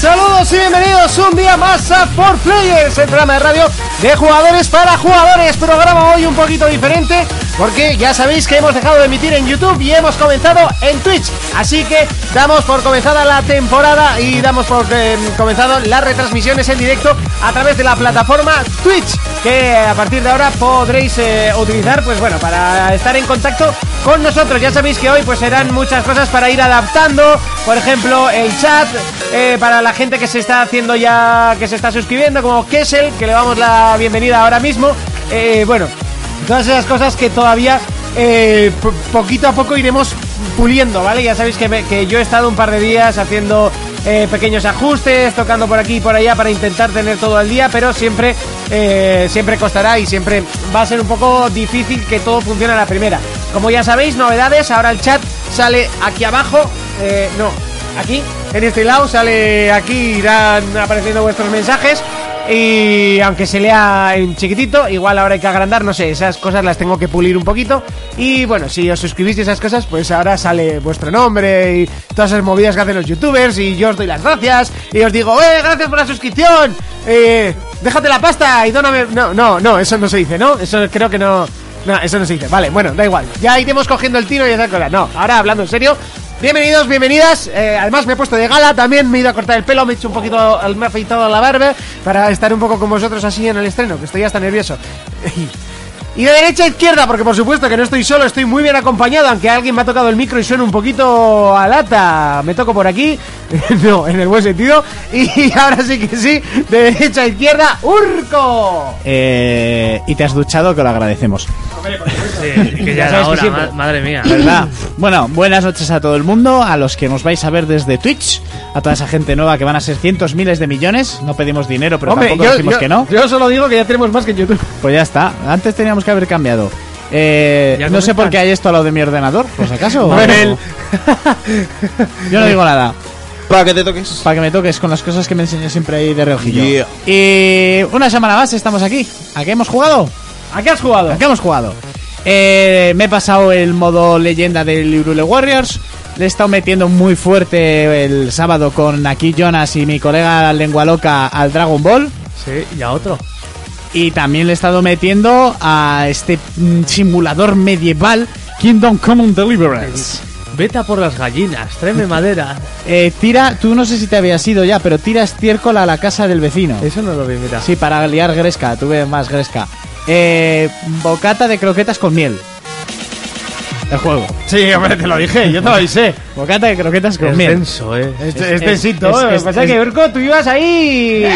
todos y bienvenidos un día más a For Players, el programa de radio de jugadores para jugadores. Programa hoy un poquito diferente porque ya sabéis que hemos dejado de emitir en YouTube y hemos comenzado en Twitch. Así que damos por comenzada la temporada y damos por eh, comenzado las retransmisiones en directo a través de la plataforma Twitch, que a partir de ahora podréis eh, utilizar, pues bueno, para estar en contacto con nosotros. Ya sabéis que hoy pues serán muchas cosas para ir adaptando, por ejemplo, el chat eh, para la gente que se está haciendo ya, que se está suscribiendo, como Kessel, que le damos la bienvenida ahora mismo. Eh, bueno, todas esas cosas que todavía eh, po- poquito a poco iremos puliendo, ¿vale? Ya sabéis que, me- que yo he estado un par de días haciendo eh, pequeños ajustes, tocando por aquí y por allá para intentar tener todo al día, pero siempre, eh, siempre costará y siempre va a ser un poco difícil que todo funcione a la primera. Como ya sabéis, novedades, ahora el chat sale aquí abajo, eh, no, aquí, en este lado, sale aquí, irán apareciendo vuestros mensajes. Y aunque se lea en chiquitito, igual ahora hay que agrandar, no sé, esas cosas las tengo que pulir un poquito. Y bueno, si os suscribís y esas cosas, pues ahora sale vuestro nombre y todas esas movidas que hacen los youtubers. Y yo os doy las gracias y os digo, ¡eh, gracias por la suscripción! Eh, déjate la pasta y dóname. No, no, no, eso no se dice, ¿no? Eso creo que no. No, eso no se dice. Vale, bueno, da igual. Ya iremos cogiendo el tiro y esas cosas. No, ahora hablando en serio, Bienvenidos, bienvenidas. Eh, además me he puesto de gala, también me he ido a cortar el pelo, me he hecho un poquito, me he afeitado la barba para estar un poco con vosotros así en el estreno, que estoy hasta nervioso. Y de derecha a izquierda, porque por supuesto que no estoy solo, estoy muy bien acompañado, aunque alguien me ha tocado el micro y suena un poquito a lata. Me toco por aquí, no, en el buen sentido. Y ahora sí que sí, de derecha a izquierda, Urco. Eh, y te has duchado, que lo agradecemos. Sí, que Ya sabes ya era que hora, siempre. ma- madre mía. ¿Verdad? Bueno, buenas noches a todo el mundo, a los que nos vais a ver desde Twitch, a toda esa gente nueva que van a ser cientos, miles de millones. No pedimos dinero, pero tampoco decimos que no. yo solo digo que ya tenemos más que en YouTube. Pues ya está. Antes teníamos que haber cambiado. Eh, Ya no sé comentan. por qué hay esto al lado de mi ordenador, por si acaso. Por él. Yo no digo nada. Para que te toques. Para que me toques con las cosas que me enseñas siempre ahí de reojillo. Yeah. Y una semana más estamos aquí. ¿A qué hemos jugado? ¿A qué has jugado? ¿A qué hemos jugado? Eh, me he pasado el modo leyenda del Irule Warriors. Le he estado metiendo muy fuerte el sábado con aquí Jonas y mi colega Lengua Loca al Dragon Ball. Sí, y a otro. Y también le he estado metiendo a este mm, simulador medieval Kingdom Come Deliverance. Vete a por las gallinas, tráeme madera. Eh, tira, tú no sé si te habías ido ya, pero tira estiércol a la casa del vecino. Eso no lo vi, mira. Sí, para liar gresca, tuve más gresca. Eh, bocata de croquetas con miel. El juego. Sí, hombre, te lo dije, yo te lo avisé. Bocata de croquetas con es miel. denso, eh. Este, Es- este es- sitio, es- eh, es- pasa es- ¡Eh! que Urco, tú ibas ahí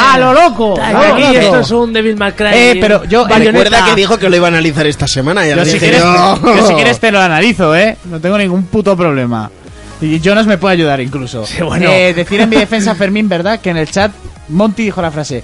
a lo loco. Ay, ¿no? aquí loco. esto es un Devil May Cry. Eh, pero yo- Recuerda que dijo que lo iba a analizar esta semana. Ya Yo le si, dije quieres, yo. yo si quieres te lo analizo, ¿eh? No tengo ningún puto problema. Y Jonas me puede ayudar incluso. Sí, bueno. Eh, decir en mi defensa, Fermín, ¿verdad? Que en el chat Monty dijo la frase.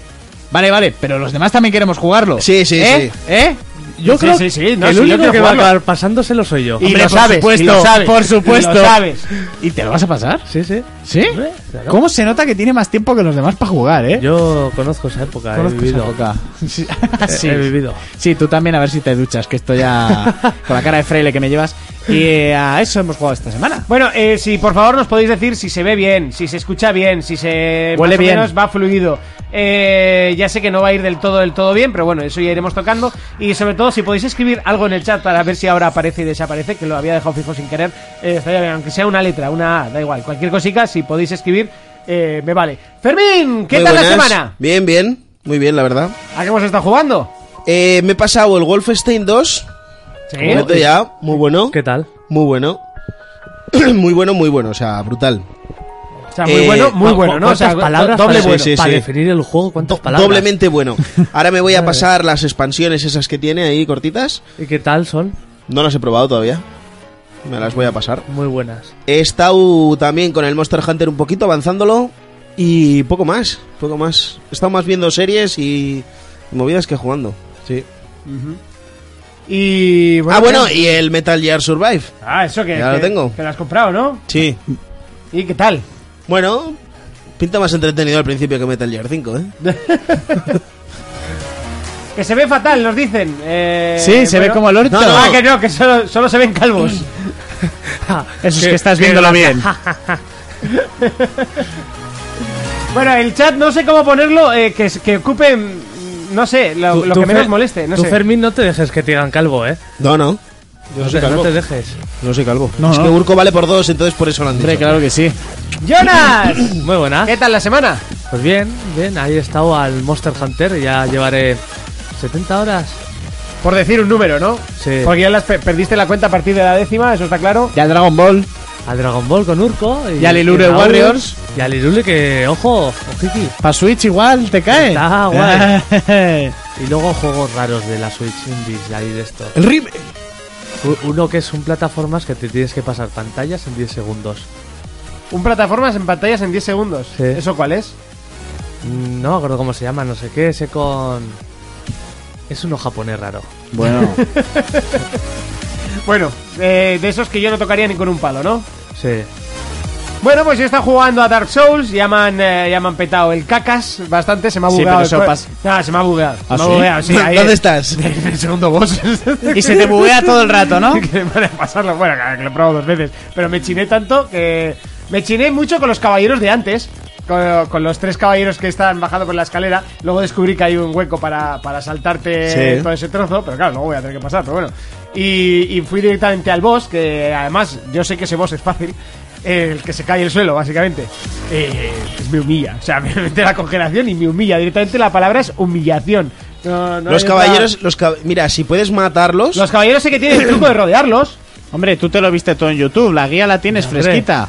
Vale, vale, pero los demás también queremos jugarlo. Sí, sí, ¿Eh? sí. ¿Eh? Yo Sí, creo sí, sí, que no, el sí, yo único quiero que va a jugarlo. acabar pasándoselo soy yo. Y Hombre, lo por sabes, supuesto, y lo sabes, por y supuesto. lo sabes. ¿Y te lo vas a pasar? Sí, sí. ¿Sí? Hombre, claro. ¿Cómo se nota que tiene más tiempo que los demás para jugar, eh? Yo conozco esa época, Conozco he esa vivido. época. Sí. He- Sí. He vivido. Sí, tú también a ver si te duchas, que esto ya con la cara de fraile que me llevas. Y eh, a eso hemos jugado esta semana. Bueno, eh, si por favor nos podéis decir si se ve bien, si se escucha bien, si se Huele más o bien. menos va fluido. Eh, ya sé que no va a ir del todo del todo bien, pero bueno, eso ya iremos tocando. Y sobre todo si podéis escribir algo en el chat para ver si ahora aparece y desaparece, que lo había dejado fijo sin querer, eh, estaría bien, aunque sea una letra, una A, da igual, cualquier cosica, si podéis escribir, eh, me vale. Fermín, ¿qué Muy tal la buenas. semana? Bien, bien. Muy bien, la verdad. ¿A qué hemos estado jugando? Eh, me he pasado el Wolfenstein 2. Sí. Completo ya. Muy bueno. ¿Qué tal? Muy bueno. muy bueno, muy bueno. O sea, brutal. O sea, muy Eh, bueno, muy ¿cu- bueno, ¿no? O sea, ¿Cuántas palabras doble para, bueno. sí, sí, para sí. definir el juego? ¿Cuántas palabras? Doblemente bueno. Ahora me voy a pasar las expansiones esas que tiene ahí cortitas. ¿Y qué tal son? No las he probado todavía. Me las voy a pasar. Muy buenas. He estado también con el Monster Hunter un poquito avanzándolo y poco más, poco más. He estado más viendo series y movidas que jugando. Sí. Y ah, bueno, y el Metal Gear Survive. Ah, eso que, Ya lo que- tengo. que lo has comprado, ¿no? Sí. ¿Y qué tal? Bueno, pinta más entretenido al principio que Metal Gear 5, ¿eh? Que se ve fatal, nos dicen. Eh, sí, se ve bueno. como el orto. No, no. Ah, que no, que solo, solo se ven calvos. Eso es que estás viéndolo bien. Bueno, el chat no sé cómo ponerlo, eh, que, que ocupe, mm, no sé, lo, Tú- lo tú, que menos Fer- moleste. No tú, sé. Fermín, no te dejes que te digan calvo, ¿eh? No, no. No soy te, no calvo. te dejes. No soy calvo. No, es no. que Urco vale por dos, entonces por eso lo han dicho. Hombre, claro que sí. ¡Jonas! Muy buena. ¿Qué tal la semana? Pues bien, bien. Ahí he estado al Monster Hunter. Ya llevaré 70 horas. Por decir un número, ¿no? Sí. Porque ya las pe- perdiste la cuenta a partir de la décima, eso está claro. Ya el Dragon Ball. Al Dragon Ball con Urco. Y al Ilure Raúl. Warriors. Y al Ilure que, ojo, ojiki. Para Switch igual, te cae. Está Y luego juegos raros de la Switch indies ahí de esto. El rim. U- Uno que son plataformas que te tienes que pasar pantallas en 10 segundos. Un plataformas en pantallas en 10 segundos. Sí. ¿Eso cuál es? Mm, No me acuerdo cómo se llama, no sé qué, ese con... Es uno japonés raro. bueno, Bueno, eh, de esos que yo no tocaría ni con un palo, ¿no? Sí. Bueno, pues yo he estado jugando a Dark Souls, ya me han, eh, ya me han petado el cacas bastante, se me ha Sí, bugueado. pero el eso cue- pasa. No, se me ha bugueado. ¿Ah, me ha sí? bugueado, sí, ahí ¿Dónde es. estás? El segundo boss. y se te buguea todo el rato, ¿no? que van a pasarlo. Bueno, claro, que lo he probado dos veces. Pero me chiné tanto que. Me chiné mucho con los caballeros de antes. Con, con los tres caballeros que están bajando por la escalera. Luego descubrí que hay un hueco para, para saltarte Sí. todo ese trozo. Pero claro, luego voy a tener que pasar, pero bueno. Y, y fui directamente al boss, que además yo sé que ese boss es fácil. eh, El que se cae el suelo, básicamente. Eh, me humilla. O sea, me mete la congelación y me humilla. Directamente la palabra es humillación. No- no hay Los otra- caballeros, los cab- mira, si puedes matarlos, Los caballeros sé que tienen el truco de rodearlos. Hombre, tú te lo viste todo en YouTube. La guía la tienes Hombre. fresquita.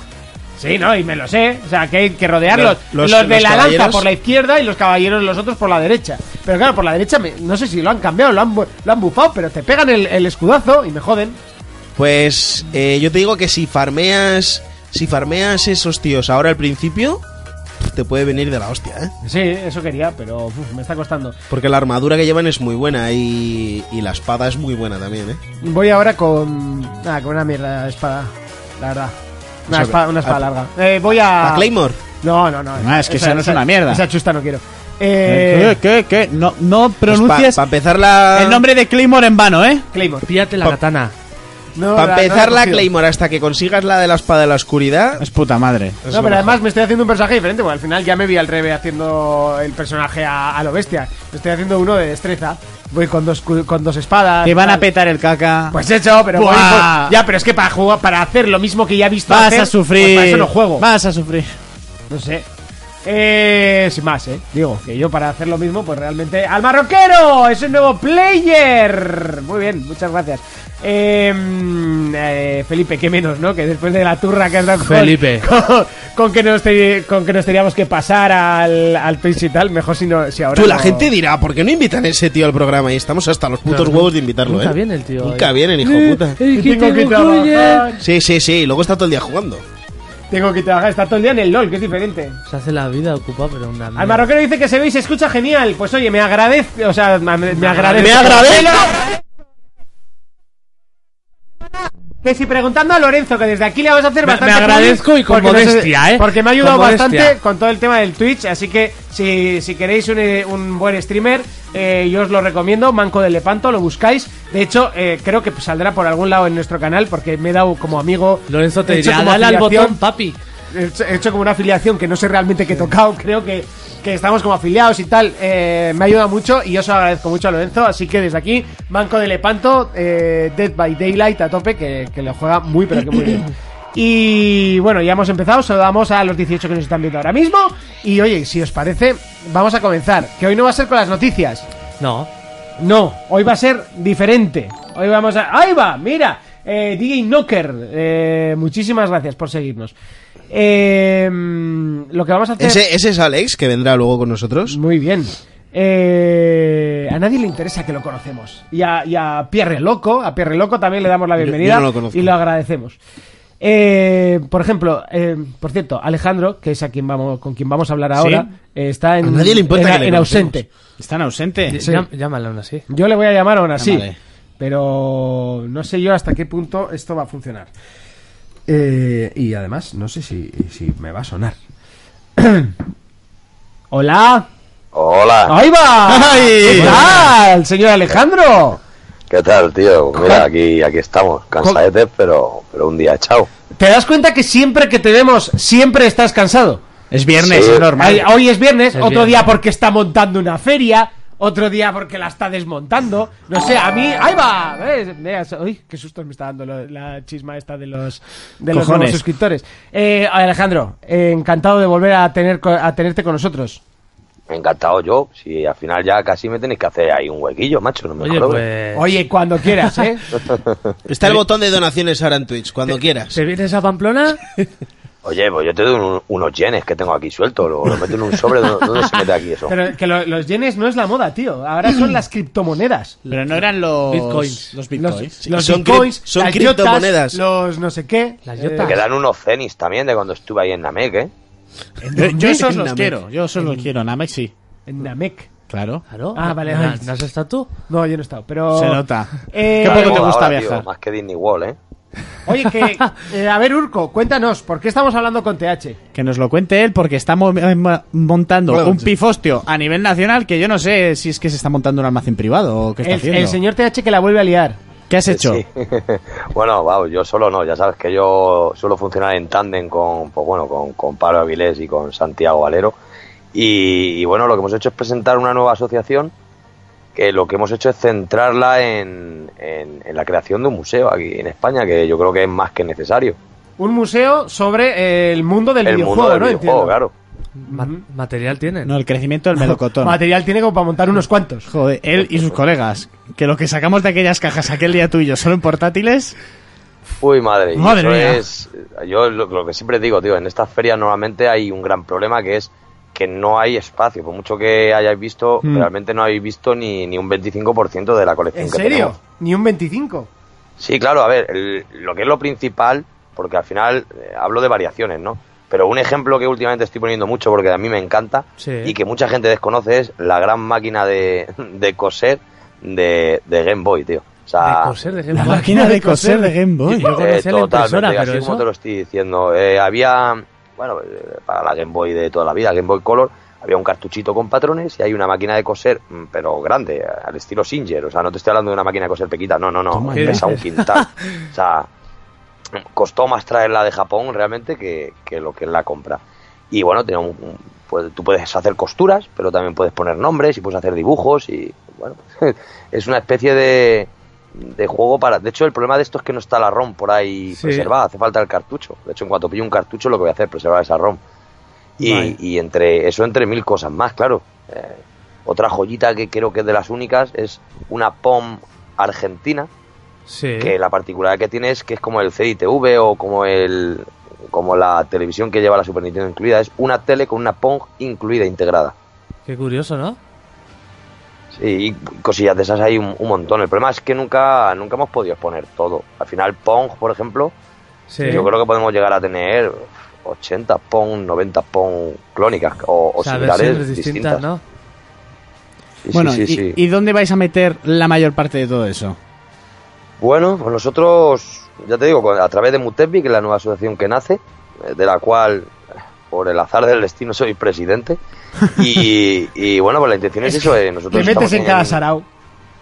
Sí, no, y me lo sé. O sea, que hay que rodearlos. Los, Los- los- de los la caballeros- lanza por la izquierda y los caballeros los otros por la derecha. Pero claro, por la derecha, me- no sé si lo han cambiado, lo han, bu- lo han bufado, pero te pegan el, el escudazo y me joden. pues eh, yo te digo que si farmeas, si farmeas esos tíos ahora al principio, te puede venir de la hostia, ¿eh? Sí, eso quería, pero uf, me está costando. Porque la armadura que llevan es muy buena y, y la espada es muy buena también, ¿eh? Voy ahora con. Ah, con una mierda de espada, la verdad. Una O sea, espada, una espada a- larga. Eh, voy a. La Claymore. pues No, no, no. Ah, es que esa no es una mierda. Esa chusta no quiero. Eh, ¿Qué, qué, qué? No, no Para pronuncias empezar la... el nombre de Claymore en vano, ¿eh? Claymore. Píllate la katana. No, Para la- no empezar la he cogido. Claymore hasta que consigas la de la espada de la oscuridad. Es puta madre. No, pero además me estoy haciendo un personaje diferente, porque al final ya me vi al revés haciendo el personaje a, a lo bestia. Me estoy haciendo uno de destreza. Voy con dos, cu- con dos espadas. Te van a tal. petar el caca. Pues hecho, pero voy Buah. por- ya, pero es que para jugar, para hacer lo mismo que ya he visto vas hacer, a sufrir. pues para eso no juego. Vas a sufrir. No sé. Eh, sin más, eh. Digo, que yo para hacer lo mismo, pues realmente. ¡Al marroquero! ¡Es un nuevo player! Muy bien, muchas gracias. Eh, mm, eh, Felipe, qué menos, ¿no? Que después de la turra que has dado con- Felipe. con, con que, nos te- con que nos teníamos que pasar al, al Twitch y tal, mejor si, no, si ahora. Tú, la no- gente dirá, ¿por qué no invitan a ese tío al programa? Y estamos hasta los putos Claro. huevos de invitarlo, Nunca ¿eh? viene el tío, Nunca eh. viene, el hijo de puta. Y tengo que trabajar. Sí, sí, sí. y Luego está todo el día jugando. Tengo que trabajar. Está todo el día en el LOL, que es diferente. Se hace la vida ocupada, pero una Al mierda. marroquero dice que se ve y se escucha genial. Pues oye, me agradece. O sea, me, me agradece. ¡Me agradezco! Que si preguntando a Lorenzo, que desde aquí le vamos a hacer Me- bastante. me agradezco bullying, y con porque nos- modestia, ¿eh? Porque me ha ayudado Con modestia. bastante con todo el tema del Twitch. Así que si, si queréis un, eh, un buen streamer, eh, yo os lo recomiendo. Manco de Lepanto, lo buscáis. De hecho, eh, creo que saldrá por algún lado en nuestro canal porque me he dado como amigo. Lorenzo te he hecho diría, como dale al afiliación". botón, papi. He hecho- he hecho como una afiliación que no sé realmente qué he tocado. Creo que, que estamos como afiliados y tal. Eh, me ayuda mucho y yo se lo agradezco mucho a Lorenzo. Así que desde aquí, Banco de Lepanto, eh, Dead by Daylight a tope, que, que lo juega muy, pero que muy bien. Y bueno, ya hemos empezado. Saludamos a los 18 que nos están viendo ahora mismo. Y oye, si os parece, vamos a comenzar. Que hoy no va a ser con las noticias. No. No, hoy va a ser diferente. Hoy vamos a. ¡Ahí va! ¡Mira! Eh, DJ Knocker, eh, muchísimas gracias por seguirnos. Eh, mm, lo que vamos a hacer. Ese, ese es Alex, que vendrá luego con nosotros. Muy bien. Eh, a nadie le interesa que lo conocemos. Y a, y a Pierre Loco, a Pierre Loco también le damos la Yo- bienvenida yo no lo conozco. y lo agradecemos. Eh, por ejemplo, eh, por cierto, Alejandro, que es a quien vamos, con quien vamos a hablar ahora, eh, está en, A nadie le importa en- que le en ausente. Están ausentes. Llá- Llámalo aún así. Yo le voy a llamar aún así. Llámale. Pero no sé yo hasta qué punto esto va a funcionar. Eh, y además, no sé si, si me va a sonar. Hola. Hola, ¡Ahí va! ¿Qué tal, señor Alejandro? ¿qué tal, tío? Mira, aquí, aquí estamos, cansadetes, pero, pero un día, chao. ¿Te das cuenta que siempre que te vemos, siempre estás cansado? Es viernes, Sí. es normal. Ay, Hoy es viernes, Es otro viernes. día porque está montando una feria, otro día porque la está desmontando. No sé, a mí. ¡Ahí va! ¿Ves? Mira, so- uy, qué susto me está dando lo- la chisma esta de los, de los Cojones. nuevos suscriptores. Eh, Alejandro, eh, encantado de volver a, tener, co- a tenerte con nosotros. Encantado yo. Si al final ya casi me tenéis que hacer ahí un huequillo, macho. No me Oye, jodas. pues. Oye, cuando quieras, ¿eh? Está el botón de donaciones ahora en Twitch, cuando quieras. ¿Te vienes a Pamplona? Oye, pues yo te doy un- unos yenes que tengo aquí suelto. Lo, lo meto en un sobre. ¿Dónde, dónde se mete aquí eso? Pero que lo- los yenes no es la moda, tío. Ahora son las criptomonedas. Pero no eran los Bitcoins. Los Los, bitcoins. los son bitcoins, cri- son las criptomonedas. yotas, los no sé qué. Las Eh, yotas. Me quedan unos cenis también de cuando estuve ahí en Namek, ¿eh? Yo, yo esos En los Namex. quiero, yo esos los quiero. Namex sí, en Namek. claro. Claro. Ah, vale, ¿No- vale. ¿No has estado tú? No, yo no he estado, pero... Se nota. Eh, Qué poco te Ahora, gusta tío, viajar. más que Disney World, ¿eh? Oye, que... eh, a ver, Urco, cuéntanos, ¿por qué estamos hablando con TH? Que nos lo cuente él porque está mo- eh, mo- montando Bueno, un sí. pifostio a nivel nacional que yo no sé si es que se está montando un almacén privado o qué está El, haciendo. el señor TH que la vuelve a liar. ¿Qué has hecho? Eh, Sí. bueno, vamos, yo solo no, ya sabes que yo suelo funcionar en tándem con, pues bueno, con, con Pablo Avilés y con Santiago Valero. Y, y bueno, lo que hemos hecho es presentar una nueva asociación que lo que hemos hecho es centrarla en, en- en la creación de un museo aquí en España, que yo creo que es más que necesario. Un museo sobre eh, el mundo del El videojuego, mundo del ¿no? videojuego, Entiendo. claro. Ma- material tienen. No, el crecimiento del melocotón. Material tiene como para montar unos cuantos. Joder, él y sus colegas. Que lo que sacamos de aquellas cajas aquel día tú y yo solo en portátiles. Uy, madre. y Madre eso mía. es- yo lo, lo que siempre digo, tío, en estas ferias normalmente hay un gran problema que es que no hay espacio. Por mucho que hayáis visto, Mm. realmente no habéis visto ni, ni un 25% de la colección ¿En que serio? tenemos. Ni un 25. Sí, claro, a ver, el- lo que es lo principal, porque al final eh, hablo de variaciones, ¿no? Pero un ejemplo que últimamente estoy poniendo mucho porque a mí me encanta Sí. y que mucha gente desconoce es la gran máquina de, de coser de, de Game Boy, tío. O sea, De coser, de La Game Boy. máquina de coser de Game Boy. Yo conocía la impresora, Eh, totalmente, pero así como eso- te lo estoy diciendo. Eh, había, bueno, eh, para la Game Boy de toda la vida, Game Boy Color, había un cartuchito con patrones y hay una máquina de coser, mm, pero grande, al estilo Singer. O sea, no te estoy hablando de una máquina de coser pequita, no, no, no, Toma pesa ya. un quintal. o sea, costó más traerla de Japón realmente que, que lo que es la compra. Y bueno, tiene un- un- pues, tú puedes hacer costuras, pero también puedes poner nombres y puedes hacer dibujos y bueno, es una especie de, de juego para... De hecho, el problema de esto es que no está la ROM por ahí Sí. preservada, hace falta el cartucho. De hecho, en cuanto pillo un cartucho lo que voy a hacer es preservar esa ROM. Y, Vale. y entre eso, entre mil cosas más, claro. Eh, otra joyita que creo que es de las únicas es una POM argentina Sí. que la particularidad que tiene es que es como el CDTV o como el como la televisión que lleva la Super Nintendo incluida, es una tele con una Pong incluida, integrada. Qué curioso, ¿no? Sí, y cosillas de esas hay un, un montón. El problema es que nunca, nunca hemos podido exponer todo. Al final Pong, por ejemplo, Sí. yo creo que podemos llegar a tener 80 Pong, 90 Pong clónicas o, o o sea, similares versiones distintas. distintas, ¿no? Sí, sí, Bueno, sí, y- sí. ¿y dónde vais a meter la mayor parte de todo eso? Bueno, pues nosotros, ya te digo, con- a través de Mutepi, que es la nueva asociación que nace, eh, de la cual, eh, por el azar del destino, soy presidente. Y, y, bueno, pues la intención es eso. eh, Te nosotros metes estamos en cada sarao.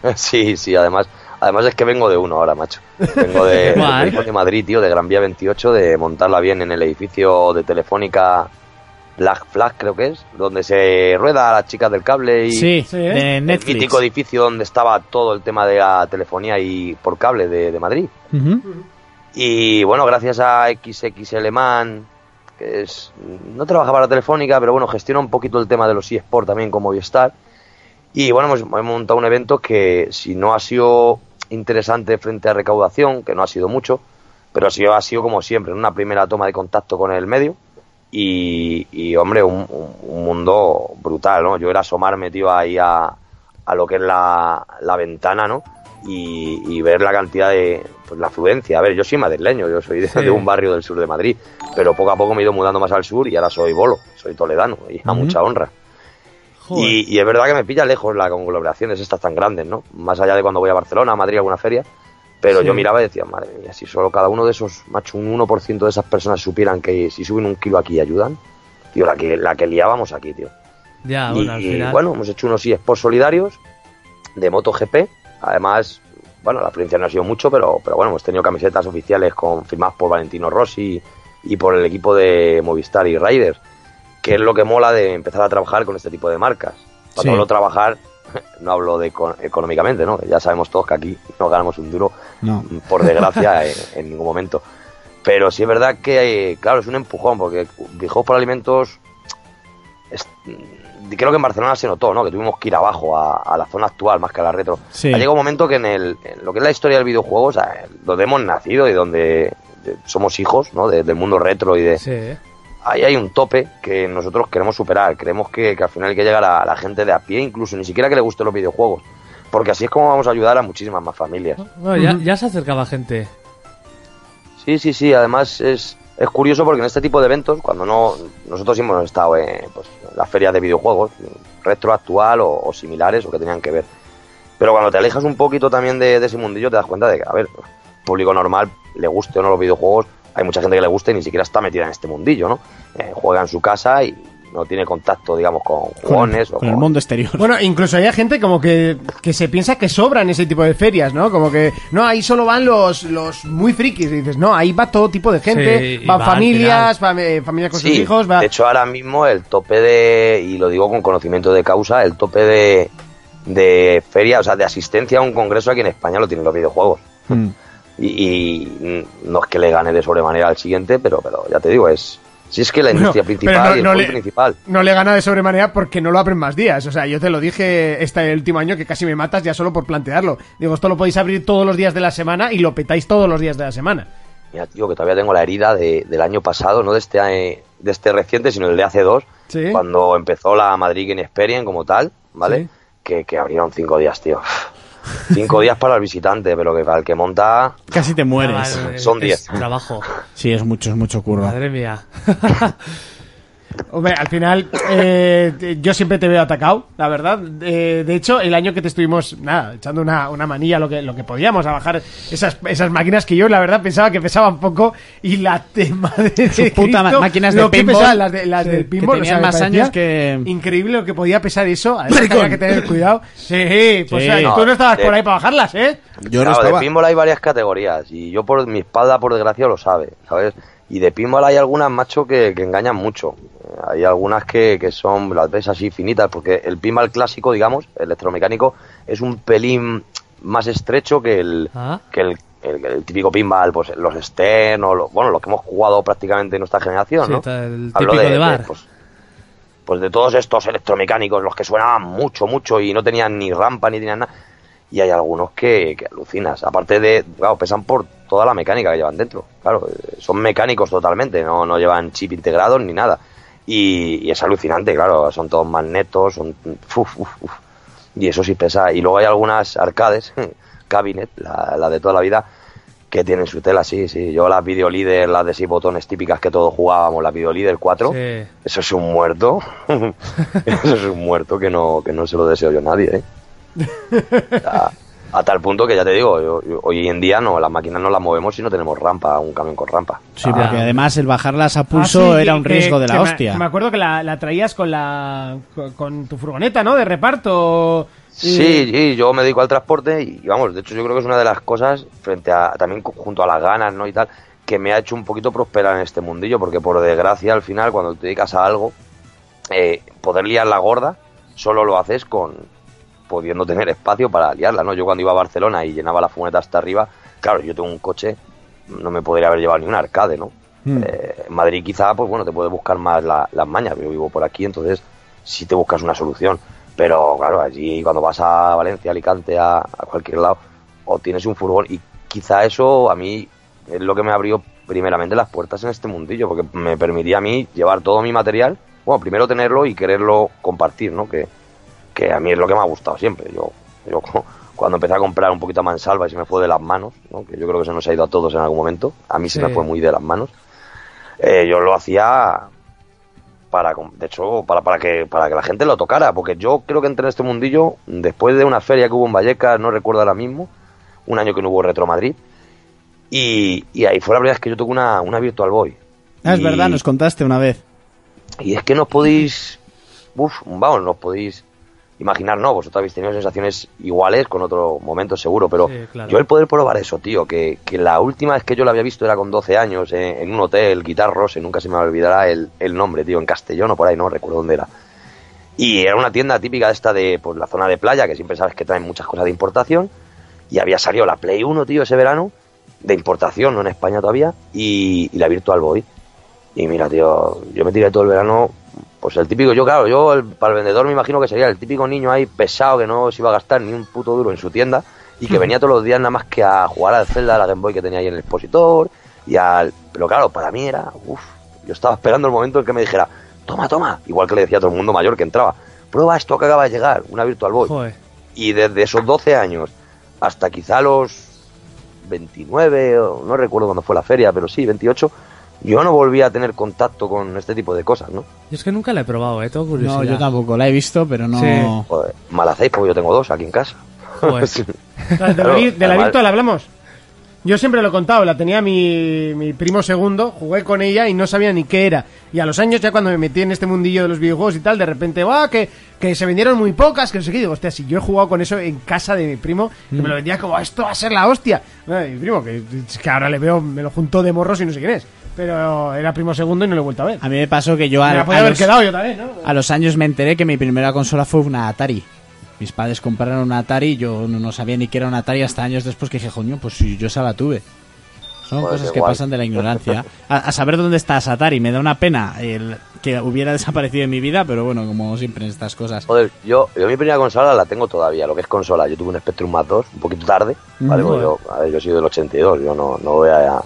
Sí, sí, además, además es que vengo de uno ahora, macho. Vengo de, Guay. de Madrid, tío, de Gran Vía 28, de montarla bien en el edificio de Telefónica Black Flag, creo que es, donde se rueda a las chicas del cable y, Sí, Sí. de el Netflix. mítico edificio donde estaba todo el tema de la telefonía y por cable de, de Madrid. Ujú. Y bueno, gracias a XXL Man, que es, no trabaja para Telefónica, pero bueno, gestiona un poquito el tema de los eSports también con Movistar. Y bueno, hemos, hemos montado un evento que si no ha sido interesante frente a recaudación, que no ha sido mucho, pero sí ha sido como siempre, una primera toma de contacto con el medio. Y, y, hombre, un, un- un mundo brutal, ¿no? Yo era asomarme, tío, ahí a, a lo que es la, la ventana, ¿no? Y, y ver la cantidad de, pues la afluencia. A ver, yo soy madrileño, yo soy de, Sí. de un barrio del sur de Madrid, pero poco a poco me he ido mudando más al sur y ahora soy bolo, soy toledano, y a mucha honra. Joder. Y, y es verdad que me pilla lejos las conglomeraciones estas tan grandes, ¿no? Más allá de cuando voy a Barcelona, a Madrid, a alguna feria. Pero Sí. yo miraba y decía, madre mía, si solo cada uno de esos, macho, un 1% de esas personas supieran que si suben un kilo aquí y ayudan, tío, la que, la que liábamos aquí, tío. Ya, Y- bueno, al y, final. bueno, hemos hecho unos eSports solidarios de MotoGP. Además, bueno, la experiencia no ha sido mucho, pero, pero bueno, hemos tenido camisetas oficiales con, firmadas por Valentino Rossi y por el equipo de Movistar y Riders. que es lo que mola de empezar a trabajar con este tipo de marcas. Cuando Sí. hablo trabajar, no hablo de eco- económicamente, ¿no? Ya sabemos todos que aquí no ganamos un duro, No. por desgracia, en, en ningún momento. Pero sí es verdad que, eh, claro, es un empujón, porque Bijos por Alimentos, es- mm, creo que en Barcelona se notó, ¿no? Que tuvimos que ir abajo a, a la zona actual más que a la retro. Sí. Ha llegado un momento que en, el, en lo que es la historia del videojuego, o sea, donde hemos nacido y donde eh, somos hijos, ¿no? De- del mundo retro y de, Sí. ahí hay un tope que nosotros queremos superar. Creemos que, que al final hay que llegar a la gente de a pie, incluso ni siquiera que le gusten los videojuegos. Porque así es como vamos a ayudar a muchísimas más familias. Bueno, ya, ya se acercaba gente. Sí, sí, sí. Además es, es curioso porque en este tipo de eventos, cuando no nosotros hemos estado en, pues, en las ferias de videojuegos, retro actual o, o similares o que tenían que ver. Pero cuando te alejas un poquito también de, de ese mundillo te das cuenta de que, a ver, público normal, le guste o no los videojuegos, hay mucha gente que le gusta y ni siquiera está metida en este mundillo, ¿no? Eh, juega en su casa y no tiene contacto, digamos, con Con, jugones o con el con- mundo exterior. Bueno, incluso hay gente como que, que se piensa que sobran ese tipo de ferias, ¿no? Como que, no, ahí solo van los, los muy frikis. Y dices, no, ahí va todo tipo de gente. Sí, y van va al familias, fam- eh, familias con sus Sí, hijos. Va... De hecho, ahora mismo el tope de, y lo digo con conocimiento de causa, el tope de, de feria, o sea, de asistencia a un congreso aquí en España lo tienen los videojuegos. Mm. Y, y no es que le gane de sobremanera al siguiente, pero, pero ya te digo, es. Si es que la Bueno, industria pero principal y el juego le- principal. no le gana de sobremanera porque no lo abren más días. O sea, yo te lo dije este último año que casi me matas ya solo por plantearlo. Digo, esto lo podéis abrir todos los días de la semana y lo petáis todos los días de la semana. Mira, tío, que todavía tengo la herida de- del año pasado, no de este, eh, de este reciente, sino el de hace dos, Sí. cuando empezó la Madrid Game Experience como tal, ¿vale? Sí. Que, que abrieron cinco días, tío. Cinco días para el visitante, pero que para el que monta, Casi te mueres. Ah, vale, Son es 10. Trabajo. Sí, es mucho, es mucho curva. Madre mía. Hombre, al final eh, yo siempre te veo atacado, la verdad. Eh, de hecho, el año que te estuvimos, nada, echando una, una manilla lo que, lo que podíamos a bajar esas, esas máquinas que yo, la verdad, pensaba que pesaban poco y la tema de Sus puta ma- máquinas de lo que pinball. pesaban, las, de, las Sí, del que pinball, tenían me más parecía años que- Increíble lo que podía pesar eso. Además, había que tener cuidado. Sí, pues Sí. o sea, tú no estabas No, por eh. ahí para bajarlas, ¿eh? Yo no claro, estaba. de pinball hay varias categorías y yo por mi espalda, por desgracia, lo sabe, ¿sabes? Y de pinball hay algunas, macho, que, que engañan mucho. Eh, Hay algunas que, que son, las ves así finitas, porque el pinball clásico, digamos, electromecánico, es un pelín más estrecho que el, Ah. que el, el- el típico pinball, pues los Stern o lo- bueno, los que hemos jugado prácticamente en nuestra generación, Sí, ¿no? tal, el Hablo típico de bar. pues, pues de todos estos electromecánicos, los que sonaban mucho, mucho y no tenían ni rampa ni tenían nada. Y hay algunos que, que alucinas. Aparte de, claro, pesan por toda la mecánica que llevan dentro. Claro, eh, son mecánicos totalmente, no, no llevan chip integrado ni nada. Y, y es alucinante, claro, son todos magnetos, son. uf, uf, uf. Y eso sí pesa. Y luego hay algunas arcades, cabinet, la, la de toda la vida, que tienen su tela, sí, sí. Yo las video líder, las de seis botones típicas que todos jugábamos, las video líder 4. Sí. Eso es un muerto. Eso es un muerto que no, que no se lo deseo yo a nadie, ¿eh? O sea, a tal punto que ya te digo, yo- yo- hoy en día no, las máquinas no las movemos si no tenemos rampa, un camión con rampa. Ah. Sí, porque además el bajarlas a pulso Ah, sí, era un que- riesgo de que la me- hostia. Me acuerdo que la, la traías con la con, con tu furgoneta, ¿no? De reparto. Sí, sí, yo me dedico al transporte y vamos, de hecho yo creo que es una de las cosas frente a también cu- junto a las ganas, ¿no? y tal, que me ha hecho un poquito prosperar en este mundillo, porque por desgracia al final cuando te dedicas a algo, eh, poder liar la gorda solo lo haces con pudiendo tener espacio para liarla, ¿no? Yo cuando iba a Barcelona y llenaba la furgoneta hasta arriba, claro, yo tengo un coche, no me podría haber llevado ni un arcade, ¿no? Eh, en Madrid quizá, pues bueno, te puede buscar más la- las mañas, yo vivo por aquí, entonces sí te buscas una solución, pero claro, allí cuando vas a Valencia, Alicante, a, a cualquier lado, o tienes un furgón y quizá eso a mí es lo que me abrió primeramente las puertas en este mundillo, porque me permitía a mí llevar todo mi material, bueno, primero tenerlo y quererlo compartir, ¿no? Que, que a mí es lo que me ha gustado siempre. Yo, yo cu- cuando empecé a comprar un poquito a mansalva y se me fue de las manos, ¿no? que yo creo que se nos ha ido a todos en algún momento, a mí se Sí. me fue muy de las manos, eh, yo lo hacía para, com- de hecho, para, para, que, para que la gente lo tocara, porque yo creo que entré en este mundillo después de una feria que hubo en Vallecas, no recuerdo ahora mismo, un año que no hubo Retro Madrid, y, y ahí fue la primera vez que yo toqué una, una Virtual Boy. Ah, es Y- verdad, nos contaste una vez. y es que nos podéis. Uf, vamos, nos podéis. imaginar no, vosotros habéis tenido sensaciones iguales con otro momento seguro, pero Sí, claro. yo el poder probar eso, tío, que, que la última vez que yo lo había visto era con 12 años, eh, en un hotel, guitarros, y nunca se me olvidará el, el nombre, tío, en Castellón o por ahí, no recuerdo dónde era. Y era una tienda típica esta de pues, la zona de playa, que siempre sabes que traen muchas cosas de importación. Y había salido la Play 1, tío, ese verano, de importación, no en España todavía, y, y la Virtual Boy. Y mira, tío, yo me tiré todo el verano, pues el típico, yo claro, yo el- para el vendedor me imagino que sería el típico niño ahí pesado que no se iba a gastar ni un puto duro en su tienda y que venía todos los días nada más que a jugar al Zelda, a la Game Boy que tenía ahí en el expositor y al... Pero claro, para mí era, uff, yo estaba esperando el momento en que me dijera, toma, toma, igual que le decía a todo el mundo mayor que entraba, prueba esto que acaba de llegar, una Virtual Boy. Joder. Y desde esos 12 años hasta quizá los 29, o no recuerdo cuándo fue la feria, pero sí, 28, yo no volví a tener contacto con este tipo de cosas, ¿no? Yo es que nunca la he probado, eh. Tengo No, curiosidad. yo tampoco, la he visto, pero no. Sí. Joder, mal hacéis porque yo tengo dos aquí en casa. Joder. Claro, de la, Claro, vi- de la además- virtual hablamos. Yo siempre lo he contado, la tenía mi, mi primo segundo, jugué con ella y no sabía ni qué era. Y a los años, ya cuando me metí en este mundillo de los videojuegos y tal, de repente, ¡ah! Que, que se vendieron muy pocas, que no sé qué. Y digo, hostia, si yo he jugado con eso en casa de mi primo, que Mm. me lo vendía como, esto va a ser la hostia. Bueno, y mi primo, que, que ahora le veo, me lo juntó de morros y no sé quién es. Pero era primo segundo y no lo he vuelto a ver. A mí me pasó que yo a, me la podía Ah, a haber los, quedado yo también, ¿no? a los años me enteré que mi primera consola fue una Atari. Mis padres compraron una Atari, yo no no sabía ni que era una Atari hasta años después que dije, coño, pues si yo esa la tuve. Son Joder, cosas qué que guay. pasan de la ignorancia. A, a saber dónde está esa Atari, me da una pena el, que hubiera desaparecido en mi vida, pero bueno, como siempre en estas cosas. Joder, yo, yo mi primera consola la tengo todavía, lo que es consola. Yo tuve un Spectrum más 2, un poquito tarde, ¿vale? Porque yo, a ver, yo soy del 82, yo no, no voy a...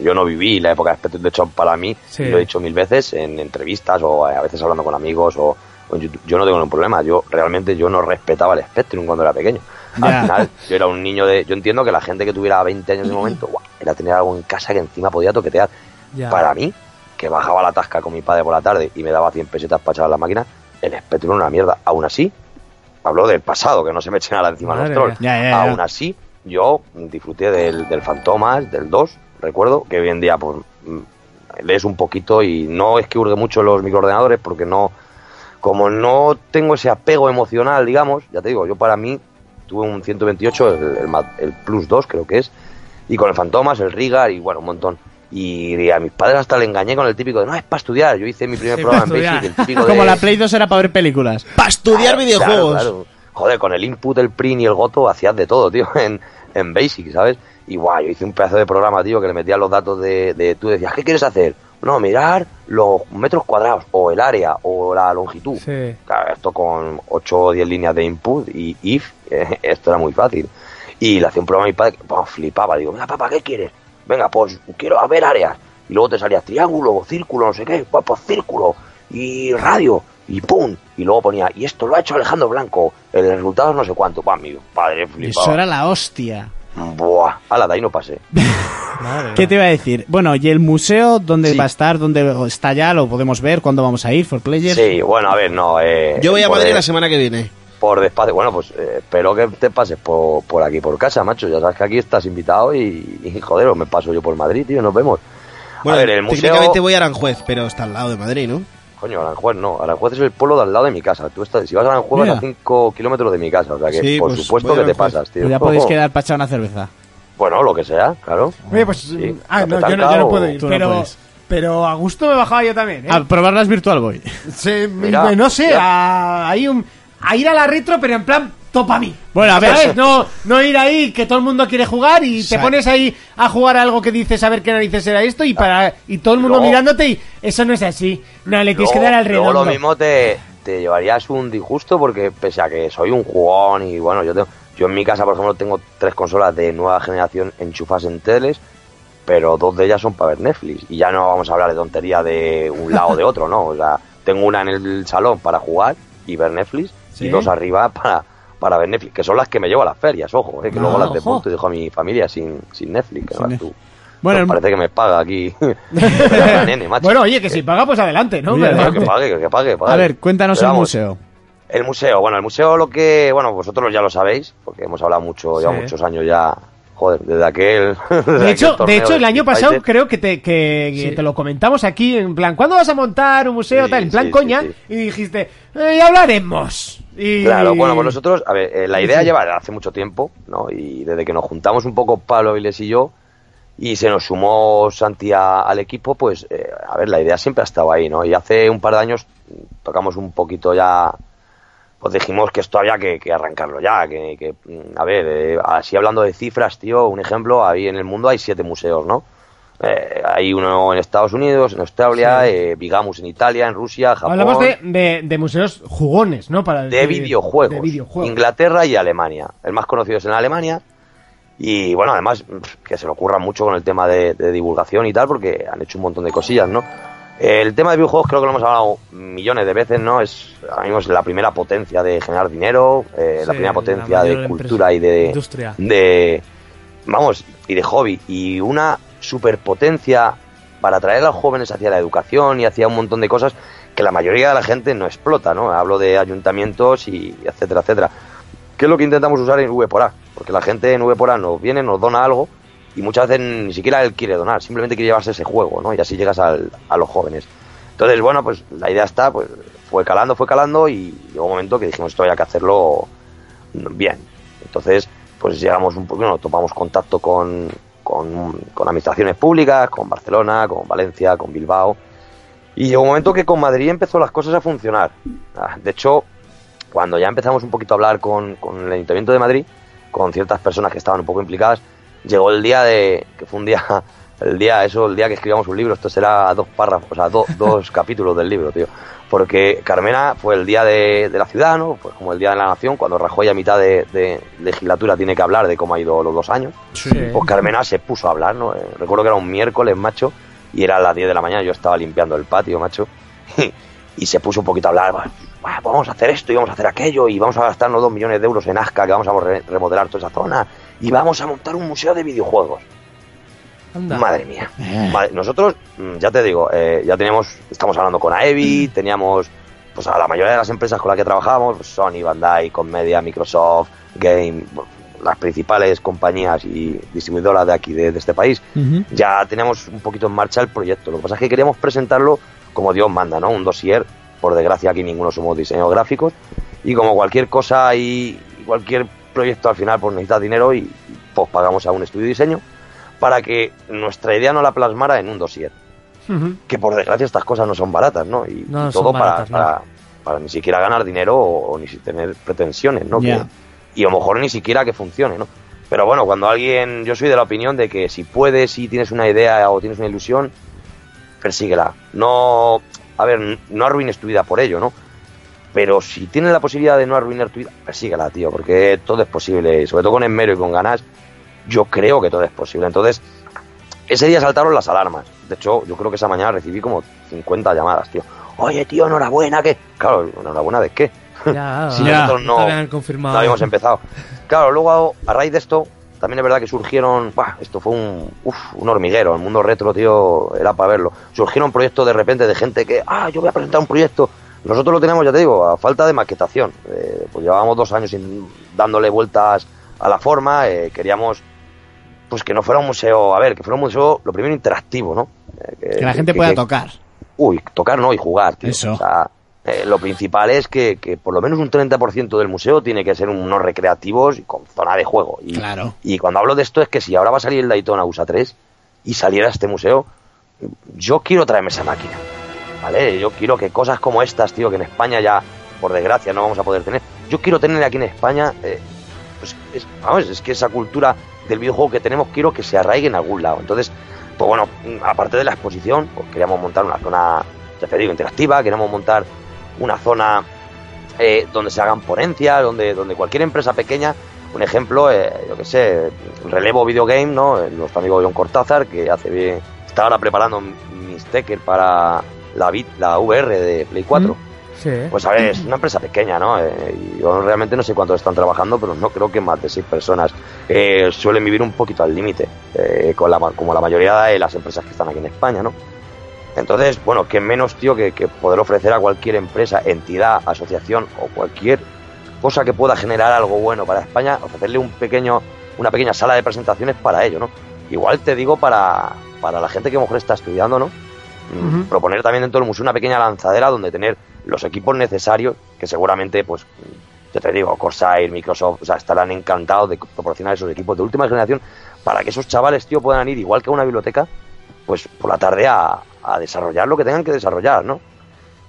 Yo no viví la época de Spectrum, de hecho, para mí, Sí. lo he dicho mil veces en entrevistas o a veces hablando con amigos o, o en YouTube, yo no tengo ningún problema. Yo realmente yo no respetaba el Spectrum cuando era pequeño. Al Ya. final, yo era un niño de... Yo entiendo que la gente que tuviera 20 años de momento, guau, era tener algo en casa que encima podía toquetear. Ya. Para mí, que bajaba a la tasca con mi padre por la tarde y me daba 100 pesetas para echar a la máquina, el Spectrum era una mierda. Aún así, hablo del pasado, que no se me echen a la encima Madre los trolls. mía. Ya, ya, ya. Aún así, yo disfruté del, del Fantomas, del 2, recuerdo, que hoy en día pues, mm, lees un poquito y no es que urge mucho los microordenadores porque no... Como no tengo ese apego emocional, digamos, ya te digo, yo para mí tuve un 128, el, el ma- el Plus 2 creo que es, y con el Fantomas, el Rigar y bueno, un montón. Y, a mis padres hasta le engañé con el típico de no, es para estudiar. Yo hice mi primer Sí, programa para en Basic, estudiar. el típico de... Ah, Como la Play 2 era para ver películas. Para estudiar Claro, videojuegos. claro, claro. Joder, con el input, el print y el goto hacías de todo, tío, en, en Basic, ¿sabes? Y guau, yo hice un pedazo de programa, tío, que le metía los datos de, de- Tú decías, ¿qué quieres hacer? No, mirar los metros cuadrados, o el área, o la longitud. Sí. Claro, esto con 8 o 10 líneas de input y if, eh, esto era muy fácil. Y le hacía un programa a mi padre, que pues, flipaba. Digo, mira, papá, ¿qué quieres? Venga, pues quiero a ver áreas. Y luego te salía triángulo, círculo, no sé qué, pues, pues, círculo, y radio, y pum. Y luego ponía, y esto lo ha hecho Alejandro Blanco, el resultado es no sé cuánto. Pues, mi padre Y eso flipaba. era la hostia. Buah, ala, de ahí no pasé. Madre ¿Qué te iba a decir? Bueno, ¿y el museo dónde Sí. va a estar? ¿Dónde está ya? ¿Lo podemos ver? ¿Cuándo vamos a ir? ¿For Players? Sí, bueno, a ver, no. eh, Yo voy a por Madrid de- la semana que viene. Por despacio, bueno, pues eh, espero que te pases por, por aquí, por casa, macho. Ya sabes que aquí estás invitado y, y, joder, o me paso yo por Madrid, tío, nos vemos. Bueno, a ver, el museo. técnicamente voy a Aranjuez, pero está al lado de Madrid, ¿no? Coño, Aranjuez no. Aranjuez es el pueblo de al lado de mi casa. Tú estás, si vas a Aranjuez, vas Mira. a 5 kilómetros de mi casa. O sea que, Sí, por pues, supuesto voy a que te Aranjuez. pasas, tío. Pues ya podéis quedar para echar una cerveza. Bueno, lo que sea, claro. Oye, pues. Sí, ah, la no, yo no, petanca yo no o- puedo ir, Tú no pero. puedes. Ah, pero a gusto me bajaba yo también, ¿eh? A probar las Virtual Boy. Se- Mira, me- no sé, ya. a, hay un, a ir a la retro, pero en plan topa a mí. Bueno, a ver. ¿Sabes? No, no ir ahí que todo el mundo quiere jugar y te Sa- pones ahí a jugar a algo que dices a ver qué narices era esto Ah. y para y todo el mundo No. mirándote y eso no es así. No, le tienes que dar al luego redondo. lo mismo te, te llevarías un disgusto porque pese a que soy un jugón y bueno, yo tengo, yo en mi casa por ejemplo tengo tres consolas de nueva generación enchufas en teles, pero dos de ellas son para ver Netflix y ya no vamos a hablar de tontería de un lado o de otro, ¿no? O sea, tengo una en el salón para jugar y ver Netflix y dos arriba para para ver Netflix, que son las que me llevo a las ferias, ojo, eh, que luego Ah, las ojo. desmonto y dejo a mi familia sin, sin Netflix. que Sin vas Netflix. tú. Bueno, Nos el- parece que me paga aquí. Pero, nene, macho, Eh, Bueno, oye, que si paga, pues adelante, ¿no? Mira, Pero- que pague, que pague, pague. A ver, cuéntanos Pero el vamos, museo. El museo, bueno, el museo lo que, bueno, vosotros ya lo sabéis, porque hemos hablado mucho, lleva Sí. muchos años ya joder, desde aquel. desde De aquel hecho, de torneo hecho, el de año Street pasado Fighter. creo que te, que Sí. te lo comentamos aquí, en plan, ¿cuándo vas a montar un museo? Sí, tal, en plan sí, sí, coña, sí. y dijiste, "Eh, ya hablaremos. Y... Claro, bueno, pues nosotros, a ver, eh, la idea Sí. lleva hace mucho tiempo, ¿no? Y desde que nos juntamos un poco Pablo Viles y yo, y se nos sumó Santi a- al equipo, pues, eh, a ver, la idea siempre ha estado ahí, ¿no? Y hace un par de años mm, tocamos un poquito ya, pues dijimos que esto había que, que arrancarlo ya, que, que, mm, a ver, eh, así hablando de cifras, tío, un ejemplo, ahí en el mundo hay siete museos, ¿no? Eh, hay uno en Estados Unidos, en Australia, eh, Bigamus en Italia, en Rusia, Japón Hablamos de, de, de museos jugones, ¿no? Para de decir- videojuegos. De videojuegos. Inglaterra y Alemania. El más conocido es en Alemania. Y bueno, además, pf, que se le ocurra mucho con el tema de, de divulgación y tal, porque han hecho un montón de cosillas, ¿no? El tema de videojuegos creo que lo hemos hablado millones de veces, ¿no? Es ahora mismo es la primera potencia de generar dinero, eh, Sí, la primera la potencia mayor de empresa- cultura y de industria. de vamos y de hobby y una superpotencia para atraer a los jóvenes hacia la educación y hacia un montón de cosas que la mayoría de la gente no explota, ¿no? Hablo de ayuntamientos y etcétera, etcétera. ¿Qué es lo que intentamos usar en V por A? Porque la gente en V por A nos viene, nos dona algo y muchas veces ni siquiera él quiere donar, simplemente quiere llevarse ese juego, ¿no? Y así llegas al- a los jóvenes. Entonces, bueno, pues la idea está, pues fue calando, fue calando y llegó un momento que dijimos esto había que hacerlo bien. Entonces, pues llegamos un poco, bueno, tomamos contacto con, con, con administraciones públicas, con Barcelona, con Valencia, con Bilbao. Y llegó un momento que con Madrid empezó las cosas a funcionar. Ah, De hecho, cuando ya empezamos un poquito a hablar con, con el Ayuntamiento de Madrid, con ciertas personas que estaban un poco implicadas, llegó el día de, que fue un día, el día, eso, el día que escribíamos un libro, esto será dos párrafos, o sea, do- dos capítulos del libro, tío. Porque Carmena fue el día de, de la ciudad, ¿no? Pues como el día de la nación, cuando Rajoy a mitad de, de legislatura tiene que hablar de cómo ha ido los dos años. Pues Carmena se puso a hablar, ¿no? Eh, Recuerdo que era un miércoles, macho, y era las 10 de la mañana, yo estaba limpiando el patio, macho, y se puso un poquito a hablar, "Bah, bah, vamos a hacer esto y vamos a hacer aquello, y vamos a gastarnos dos millones de euros en Asca, que vamos a re- remodelar toda esa zona, y vamos a montar un museo de videojuegos. Anda. Madre mía. Madre- nosotros, mm, ya te digo, eh, ya teníamos, estamos hablando con Aevi, teníamos pues a la mayoría de las empresas con las que trabajábamos, pues, Sony, Bandai, Conmedia, Microsoft, Game, bueno, las principales compañías y distribuidoras de aquí, de, de este país, Ujú. ya teníamos un poquito en marcha el proyecto. Lo que pasa es que queríamos presentarlo como Dios manda, ¿no? Un dossier, por desgracia aquí ninguno somos diseños gráficos, y como cualquier cosa y y cualquier proyecto al final pues necesita dinero y pues pagamos a un estudio de diseño para que nuestra idea no la plasmara en un dossier. Ujú. Que por desgracia estas cosas no son baratas, ¿no? Y, No, son y todo para, baratas, no. para, para ni siquiera ganar dinero o, o ni si tener pretensiones, ¿no? Que- Ya. y a lo mejor ni siquiera que funcione, ¿no? Pero bueno, cuando alguien, yo soy de la opinión de que si puedes, si tienes una idea o tienes una ilusión, persíguela. No, a ver, no arruines tu vida por ello, ¿no? Pero si tienes la posibilidad de no arruinar tu vida, persíguela, tío, porque todo es posible, sobre todo con esmero y con ganas, yo creo que todo es posible. Entonces, ese día saltaron las alarmas. De hecho, yo creo que esa mañana recibí como 50 llamadas, tío. Oye, tío, enhorabuena, que... Claro, enhorabuena de qué. Ya, Si Ah, Ya. nosotros no, no habían confirmado. no habíamos empezado. Claro, luego a raíz de esto, también es verdad que surgieron. Buah, esto fue un, uf, un hormiguero. El mundo retro, tío, era para verlo. Surgieron proyectos de repente de gente que. Ah, yo voy a presentar un proyecto. Nosotros lo tenemos, ya te digo, a falta de maquetación. Eh, pues llevábamos dos años sin- dándole vueltas a la forma. eh, queríamos. Pues que no fuera un museo, a ver, que fuera un museo, lo primero interactivo, ¿no? Eh, Que la gente pueda tocar. Uy, tocar no y jugar, tío. Eso. O sea, eh, lo principal es que, que por lo menos un 30% del museo tiene que ser unos recreativos y con zona de juego. Y, Claro. Y cuando hablo de esto es que si ahora va a salir el Daytona USA 3 y saliera este museo, yo quiero traerme esa máquina. ¿Vale? Yo quiero que cosas como estas, tío, que en España ya, por desgracia, no vamos a poder tener. Yo quiero tener aquí en España, eh, pues, es, vamos, es que esa cultura del videojuego que tenemos quiero que se arraigue en algún lado. Entonces, pues bueno, mm, aparte de la exposición, pues queríamos montar una zona, ya te digo, interactiva, queríamos montar una zona eh, donde se hagan ponencias, donde, donde cualquier empresa pequeña, un ejemplo, eh, yo que sé, relevo videogame, ¿no? Eh, Nuestro amigo John Cortázar, que hace bien, está ahora preparando mis Tekker para la, vi- la VR de Play 4. Sí, ¿eh? Pues a ver, es una empresa pequeña, ¿no? Eh, yo realmente no sé cuántos están trabajando, pero no creo que más de seis personas. Eh, suelen vivir un poquito al límite, eh, con la ma- como la mayoría de las empresas que están aquí en España, ¿no? Entonces, bueno, qué menos, tío, que, que poder ofrecer a cualquier empresa, entidad, asociación o cualquier cosa que pueda generar algo bueno para España, ofrecerle un pequeño una pequeña sala de presentaciones para ello, ¿no? Igual te digo para, para la gente que a lo mejor está estudiando, ¿no? Mm, Ujú. Proponer también dentro del museo una pequeña lanzadera donde tener los equipos necesarios, que seguramente, pues, mm, ya te digo, Corsair, Microsoft, o sea, estarán encantados de proporcionar esos equipos de última generación para que esos chavales, tío, puedan ir igual que a una biblioteca, pues por la tarde a, a desarrollar lo que tengan que desarrollar, ¿no?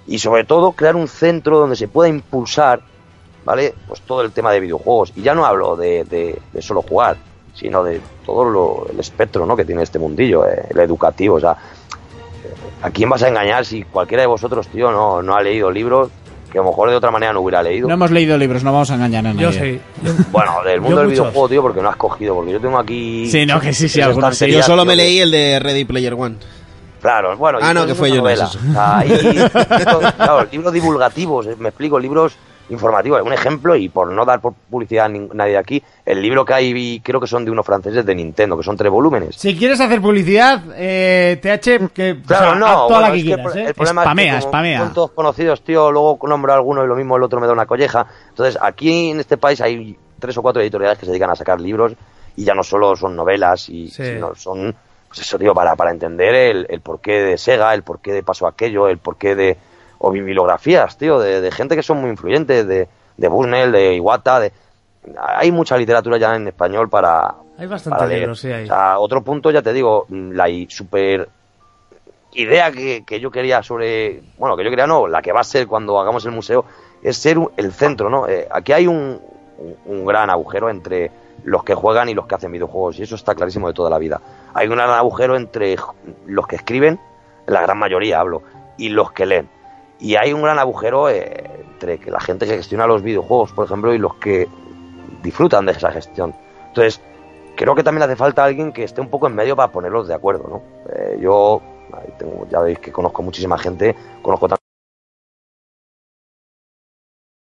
Y sobre todo crear un centro donde se pueda impulsar, ¿vale? Pues todo el tema de videojuegos. Y ya no hablo de, de- de solo jugar, sino de todo lo- el espectro, ¿no? Que tiene este mundillo, eh, el educativo, o sea, ¿A quién vas a engañar si cualquiera de vosotros, tío, no, no ha leído libros que a lo mejor de otra manera no hubiera leído? No hemos leído libros, no vamos a engañar a nadie. Yo sí. Yo- Bueno, del mundo Yo del muchos. videojuego, tío, porque no has cogido, porque yo tengo aquí... Sí, no, que sí, sí, tres algunos sí. estanterías, Yo solo tío, me que- leí el de Ready Player One. Claro, bueno... Ah, y no, todo que es fue una yo, no, novela. eso O sea, ahí- esto- claro, libros divulgativos, eh, me explico, libros informativos. Un ejemplo, y por no dar por publicidad a nin- nadie aquí, el libro que hay, y creo que son de unos franceses de Nintendo, que son tres volúmenes. Si quieres hacer publicidad, eh, TH, que o Claro, sea, no, haz toda bueno, la que es que quieras, el- ¿eh? el problema es que Spamea, como spamea. Son todos conocidos, tío, luego nombro a alguno y lo mismo el otro me da una colleja. Entonces, aquí en este país hay tres o cuatro editoriales que se dedican a sacar libros y ya no solo son novelas, y, Sí. sino son, pues eso, tío, para, para entender el, el porqué de Sega, el porqué de Paso Aquello, el porqué de... o bibliografías, tío, de, de gente que son muy influyentes, de, de Busnell, de Iwata, de... Hay mucha literatura ya en español para... Hay bastante para leer. libro, sí, hay. O sea, otro punto, ya te digo, mm, la i- super idea que, que yo quería sobre, bueno, que yo quería no, la que va a ser cuando hagamos el museo, es ser un- el centro, ¿no? Eh, aquí hay un, un- un gran agujero entre los que juegan y los que hacen videojuegos, y eso está clarísimo de toda la vida. Hay un gran agujero entre j- los que escriben, la gran mayoría hablo, y los que leen. Y hay un gran agujero eh, entre que la gente que gestiona los videojuegos, por ejemplo, y los que disfrutan de esa gestión. Entonces, creo que también hace falta alguien que esté un poco en medio para ponerlos de acuerdo, ¿no? Eh, yo, ahí tengo, ya veis que conozco muchísima gente, conozco también...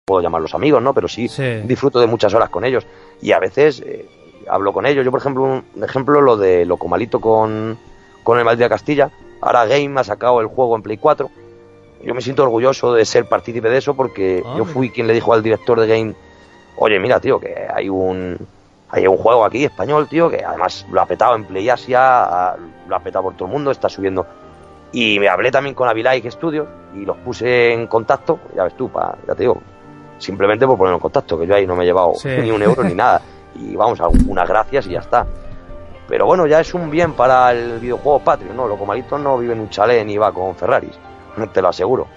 Puedo llamarlos amigos, ¿no? Pero sí, Sí. disfruto de muchas horas con ellos. Y a veces eh, hablo con ellos. Yo, por ejemplo, un un ejemplo, lo de Locomalito con, con el Maldita Castilla. Ahora Game ha sacado el juego en Play 4. Yo me siento orgulloso de ser partícipe de eso porque Ah, yo mira. fui quien le dijo al director de Game, oye, mira, tío, que hay un hay un juego aquí español, tío, que además lo ha petado en Play Asia, ha- lo ha petado por todo el mundo, está subiendo. Y me hablé también con Avilike Studios y los puse en contacto, pues ya ves tú, pa, ya te digo, simplemente por ponerlo en contacto, que yo ahí no me he llevado Sí. ni un euro ni nada. Y vamos, algunas gracias y ya está. Pero bueno, ya es un bien para el videojuego patrio, ¿no? Locomalito no vive en un chalet ni va con Ferraris, te lo aseguro.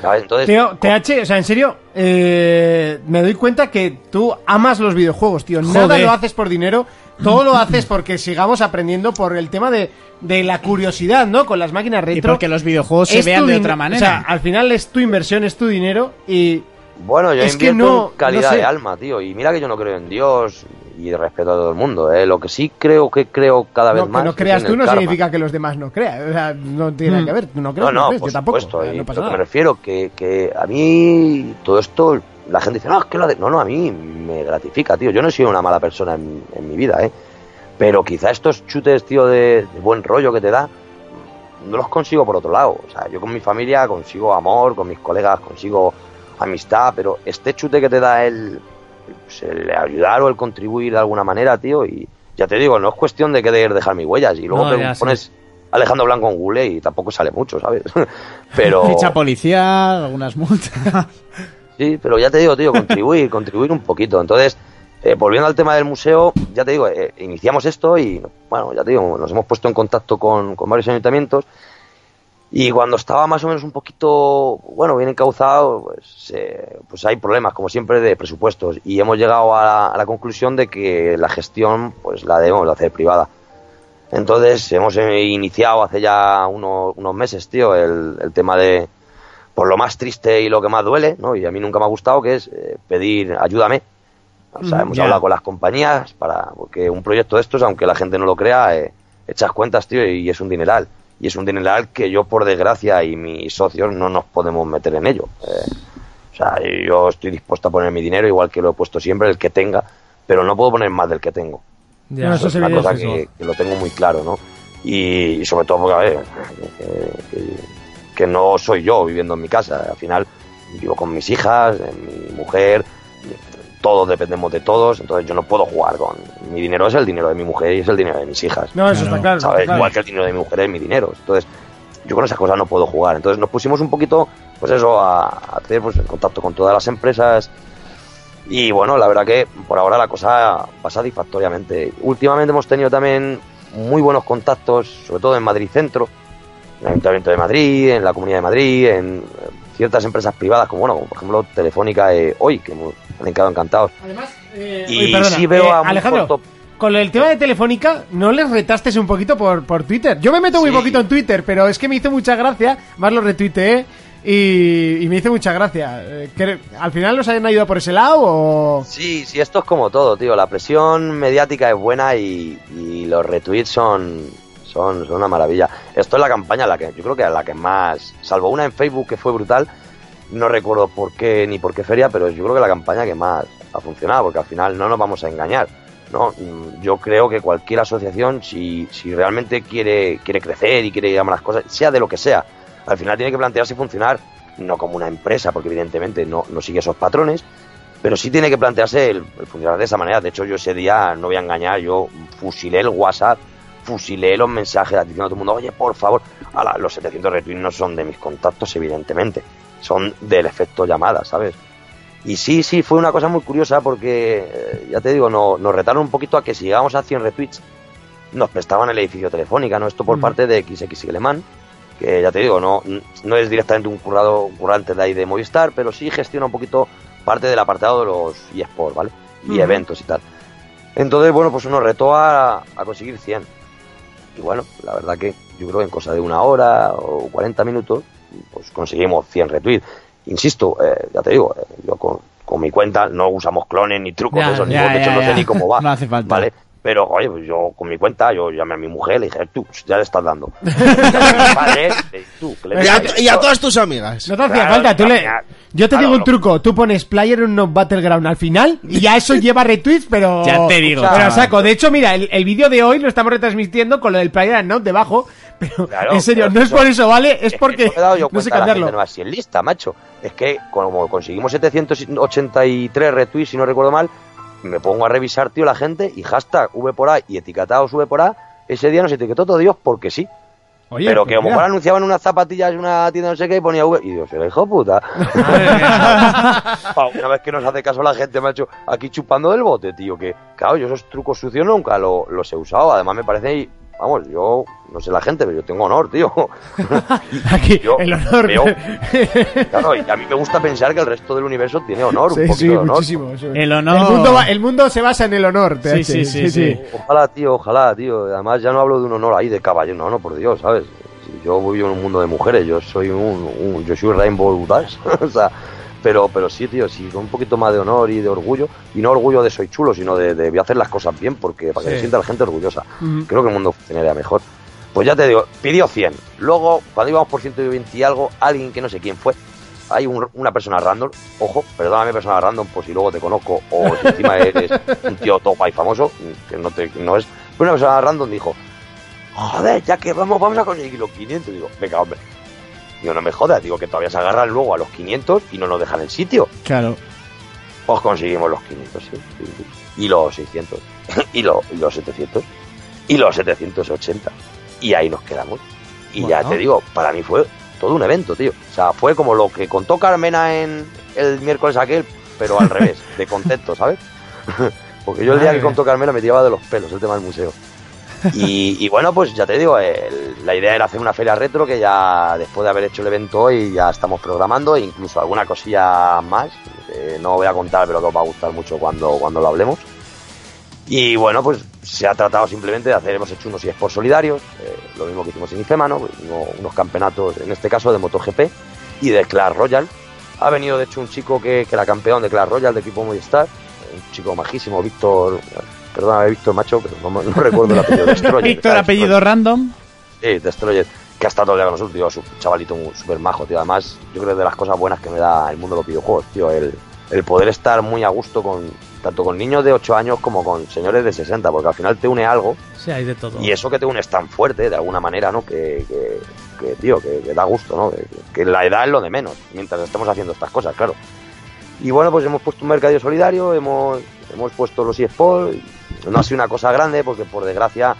¿Sabes? Entonces, Tío, TH, o sea, en serio, eh, me doy cuenta que tú amas los videojuegos, tío. Nada Joder. lo haces por dinero, todo lo haces porque sigamos aprendiendo por el tema de, de la curiosidad, ¿no? Con las máquinas Y retro. porque los videojuegos se Es vean tu de din- otra O sea, manera. al final es tu inversión, es tu dinero y Bueno, yo Es que invierto no- en calidad no sé. de alma, tío. Y mira que yo no creo en Dios y respeto a todo el mundo. ¿eh? Lo que sí creo que creo cada vez no, más. que no es creas en tú el no karma. significa que los demás no crean. O sea, no tiene nada que ver. Tú no crees, No, no, crees, por yo tampoco. supuesto. o sea, y no pasa lo que me nada. refiero que, que a mí todo esto, la gente dice, no, es que lo de... No, no, a mí me gratifica, tío. Yo no he sido una mala persona en, en mi vida, ¿eh? Pero quizá estos chutes, tío, de, de buen rollo que te da, no los consigo por otro lado. O sea, yo con mi familia consigo amor, con mis colegas consigo amistad, pero este chute que te da el, pues, el ayudar o el contribuir de alguna manera, tío, y ya te digo, no es cuestión de querer dejar mis huellas. Y luego No, te ya, sí. pones Alejandro Blanco en Google y tampoco sale mucho, ¿sabes? pero Ficha policial, algunas multas. sí, pero ya te digo, tío, contribuir, contribuir un poquito. Entonces, eh, volviendo al tema del museo, ya te digo, eh, iniciamos esto y, bueno, ya te digo, nos hemos puesto en contacto con, con varios ayuntamientos y cuando estaba más o menos un poquito, bueno, bien encauzado, pues, eh, pues hay problemas, como siempre, de presupuestos. Y hemos llegado a la, a la conclusión de que la gestión, pues la debemos de hacer privada. Entonces, hemos eh, iniciado hace ya uno- unos meses, tío, el, el tema de, por lo más triste y lo que más duele, ¿no? Y a mí nunca me ha gustado, que es eh, pedir ayúdame. O sea, hemos ya. hablado con las compañías para porque un proyecto de estos, aunque la gente no lo crea, eh, echas cuentas, tío, y es un dineral. Y es un dineral que yo, por desgracia, y mis socios no nos podemos meter en ello. Eh, o sea, yo estoy dispuesto a poner mi dinero, igual que lo he puesto siempre, el que tenga, pero no puedo poner más del que tengo. Ya, No, eso Es se una evidente, cosa que, que lo tengo muy claro, ¿no? Y, y sobre todo porque, a ver, que, que- que no soy yo viviendo en mi casa. Al final vivo con mis hijas, eh, mi mujer, eh, todos dependemos de todos, entonces yo no puedo jugar con... Mi dinero es el dinero de mi mujer y es el dinero de mis hijas. No, eso está claro. ¿sabes? está claro. Igual que el dinero de mi mujer es mi dinero. Entonces, yo con esas cosas no puedo jugar. Entonces nos pusimos un poquito, pues eso, a, a tener pues, en contacto con todas las empresas. Y bueno, la verdad que por ahora la cosa va satisfactoriamente. Últimamente hemos tenido también muy buenos contactos, sobre todo en Madrid Centro, en el Ayuntamiento de Madrid, en la Comunidad de Madrid, en eh, ciertas empresas privadas, como bueno, como por ejemplo Telefónica eh, hoy, que hemos- me han quedado encantados. Además, eh, Y oye, perdona, sí veo eh, a un Alejandro, corto- con el tema de Telefónica, ¿no les retaste un poquito por, por Twitter? Yo me meto muy Sí. poquito en Twitter, pero es que me hizo mucha gracia, más lo retuiteé y, y me hizo mucha gracia. Eh, cre- ¿Al final los hayan ayudado por ese lado o...? Sí, sí, esto es como todo, tío. La presión mediática es buena y, y los retweets son, son, son una maravilla. Esto es la campaña, la que yo creo que es la que más, salvo una en Facebook que fue brutal, no recuerdo por qué ni por qué feria, pero yo creo que la campaña que más ha funcionado, porque al final no nos vamos a engañar. ¿no? Mm, Yo creo que cualquier asociación, si, si realmente quiere, quiere crecer y quiere llamar las cosas, sea de lo que sea, al final tiene que plantearse funcionar no como una empresa, porque evidentemente no, no sigue esos patrones, pero sí tiene que plantearse el, el funcionar de esa manera. De hecho, yo ese día, no voy a engañar, yo fusilé el WhatsApp, fusilé los mensajes diciendo a todo el mundo, oye, por favor, Ala, los 700 retweets no son de mis contactos, evidentemente, son del efecto llamada, ¿sabes? Y sí, sí, fue una cosa muy curiosa porque, eh, ya te digo, no- nos retaron un poquito a que si llegábamos a 100 retweets, nos prestaban el edificio Telefónica, ¿no? Esto por parte de XX Alemán, que ya te digo, no, no es directamente un, currado, un currante de ahí de Movistar, pero sí gestiona un poquito parte del apartado de los eSports, ¿vale? Y Ujú. eventos y tal. Entonces, bueno, pues nos retó a, a conseguir 100. Y bueno, la verdad que yo creo que en cosa de una hora o 40 minutos, pues conseguimos 100 retweets. Insisto, eh, ya te digo, eh, yo con, con mi cuenta no usamos clones ni trucos, Ya, de esos, ni ya, bots, de hecho ya, no sé ya. ni cómo va. No hace falta. ¿Vale? Pero, oye, pues yo con mi cuenta, yo llamé a mi mujer, le dije, tú, ya le estás dando. Vale, eh, tú, que le Y a, pegáis. y a todas tus amigas. No te hacía Claro, falta, tú le... claro, Yo te claro, digo un no. truco, tú pones Player Unknown Battleground al final y ya eso lleva retweets, pero... Ya te digo, Pero Ah, chaval. saco, de hecho, mira, el, el vídeo de hoy lo estamos retransmitiendo con lo del Player Unknown debajo, pero Claro, en serio, pero no es eso- por eso, ¿vale? Es que porque no me he dado yo no sé cuenta de la cambiarlo. gente nueva, si es lista, macho. Es que como conseguimos 783 retweets, si no recuerdo mal, me pongo a revisar, tío, la gente y hashtag V por A y etiquetados V por A. Ese día nos etiquetó todo Dios porque sí. Oye, pero que a lo pues mira. mejor anunciaban unas zapatillas en una tienda no sé qué y ponía V. Y Dios, el hijo de puta. Pa, una vez que nos hace caso la gente, macho, aquí chupando del bote, tío. Que, claro, yo esos trucos sucios nunca lo- los he usado. Además, me parece... y, Vamos, yo no sé la gente, pero yo tengo honor, tío. Aquí, Yo el honor. veo- Claro, y a mí me gusta pensar que el resto del universo tiene honor, un sí, poquito sí, de honor. muchísimo. eso es. El honor. mundo va- el mundo se basa en el honor, TH. Sí, sí, sí, sí. Ojalá, tío, ojalá, tío. Además, ya no hablo de un honor ahí de caballero, no, no, por Dios, ¿sabes? Yo vivo en un mundo de mujeres, yo soy un, un- yo soy Rainbow Dash, o sea, pero, pero sí, tío, sí, con un poquito más de honor y de orgullo, y no orgullo de soy chulo, sino de, de voy a hacer las cosas bien, porque para que se sienta la gente orgullosa. Creo que el mundo funcionaría mejor. Pues ya te digo, pidió 100. Luego, cuando íbamos por 120 y algo, alguien que no sé quién fue, hay un- una persona random, ojo, perdóname persona random por si luego te conozco o si encima eres un tío top y famoso, que no, te, no es, pero una persona random dijo, joder, ya que vamos, vamos a conseguir los 500, digo, venga hombre, digo, no me jodas, digo que todavía se agarran luego a los 500 y no nos dejan el sitio, Claro. pues conseguimos los 500, sí, sí, sí. y los 600, y, lo- y los 700, y los 780, y ahí nos quedamos. Y ya te digo, para mí fue todo un evento, tío. O sea, fue como lo que contó Carmena en el miércoles aquel, pero al revés, de contento, ¿sabes? Porque yo el día que contó Carmena me tiraba de los pelos el tema del museo. Y, y bueno, pues ya te digo, el- la idea era hacer una feria retro que ya después de haber hecho el evento hoy ya estamos programando e incluso alguna cosilla más. eh, no voy a contar, pero que os va a gustar mucho cuando, cuando lo hablemos. Y bueno, pues se ha tratado simplemente de hacer, hemos hecho unos eSports solidarios, eh, lo mismo que hicimos en IFEMA, ¿no? Uno- unos campeonatos, en este caso de MotoGP y de Clash Royale. Ha venido de hecho un chico que, que era campeón de Clash Royale de equipo Movistar, un chico majísimo, Víctor, perdóname Víctor Macho, pero no, no recuerdo el apellido. Destroyer, Víctor, ¿sabes? apellido random. Sí, Destroyer, que ha estado todavía con nosotros, tío, es un chavalito muy- súper majo, tío. Además, yo creo que de las cosas buenas que me da el mundo de los videojuegos, tío, el, el poder estar muy a gusto con tanto con niños de 8 años como con señores de 60, porque al final te une algo Sí, hay de todo. y eso que te unes tan fuerte, de alguna manera, ¿no? Que, que, que, tío, que, que da gusto, ¿no? Que, que la edad es lo de menos, mientras estemos haciendo estas cosas, claro. Y bueno, pues hemos puesto un mercadillo solidario, hemos, hemos puesto los eSports. No ha sido una cosa grande porque, por desgracia,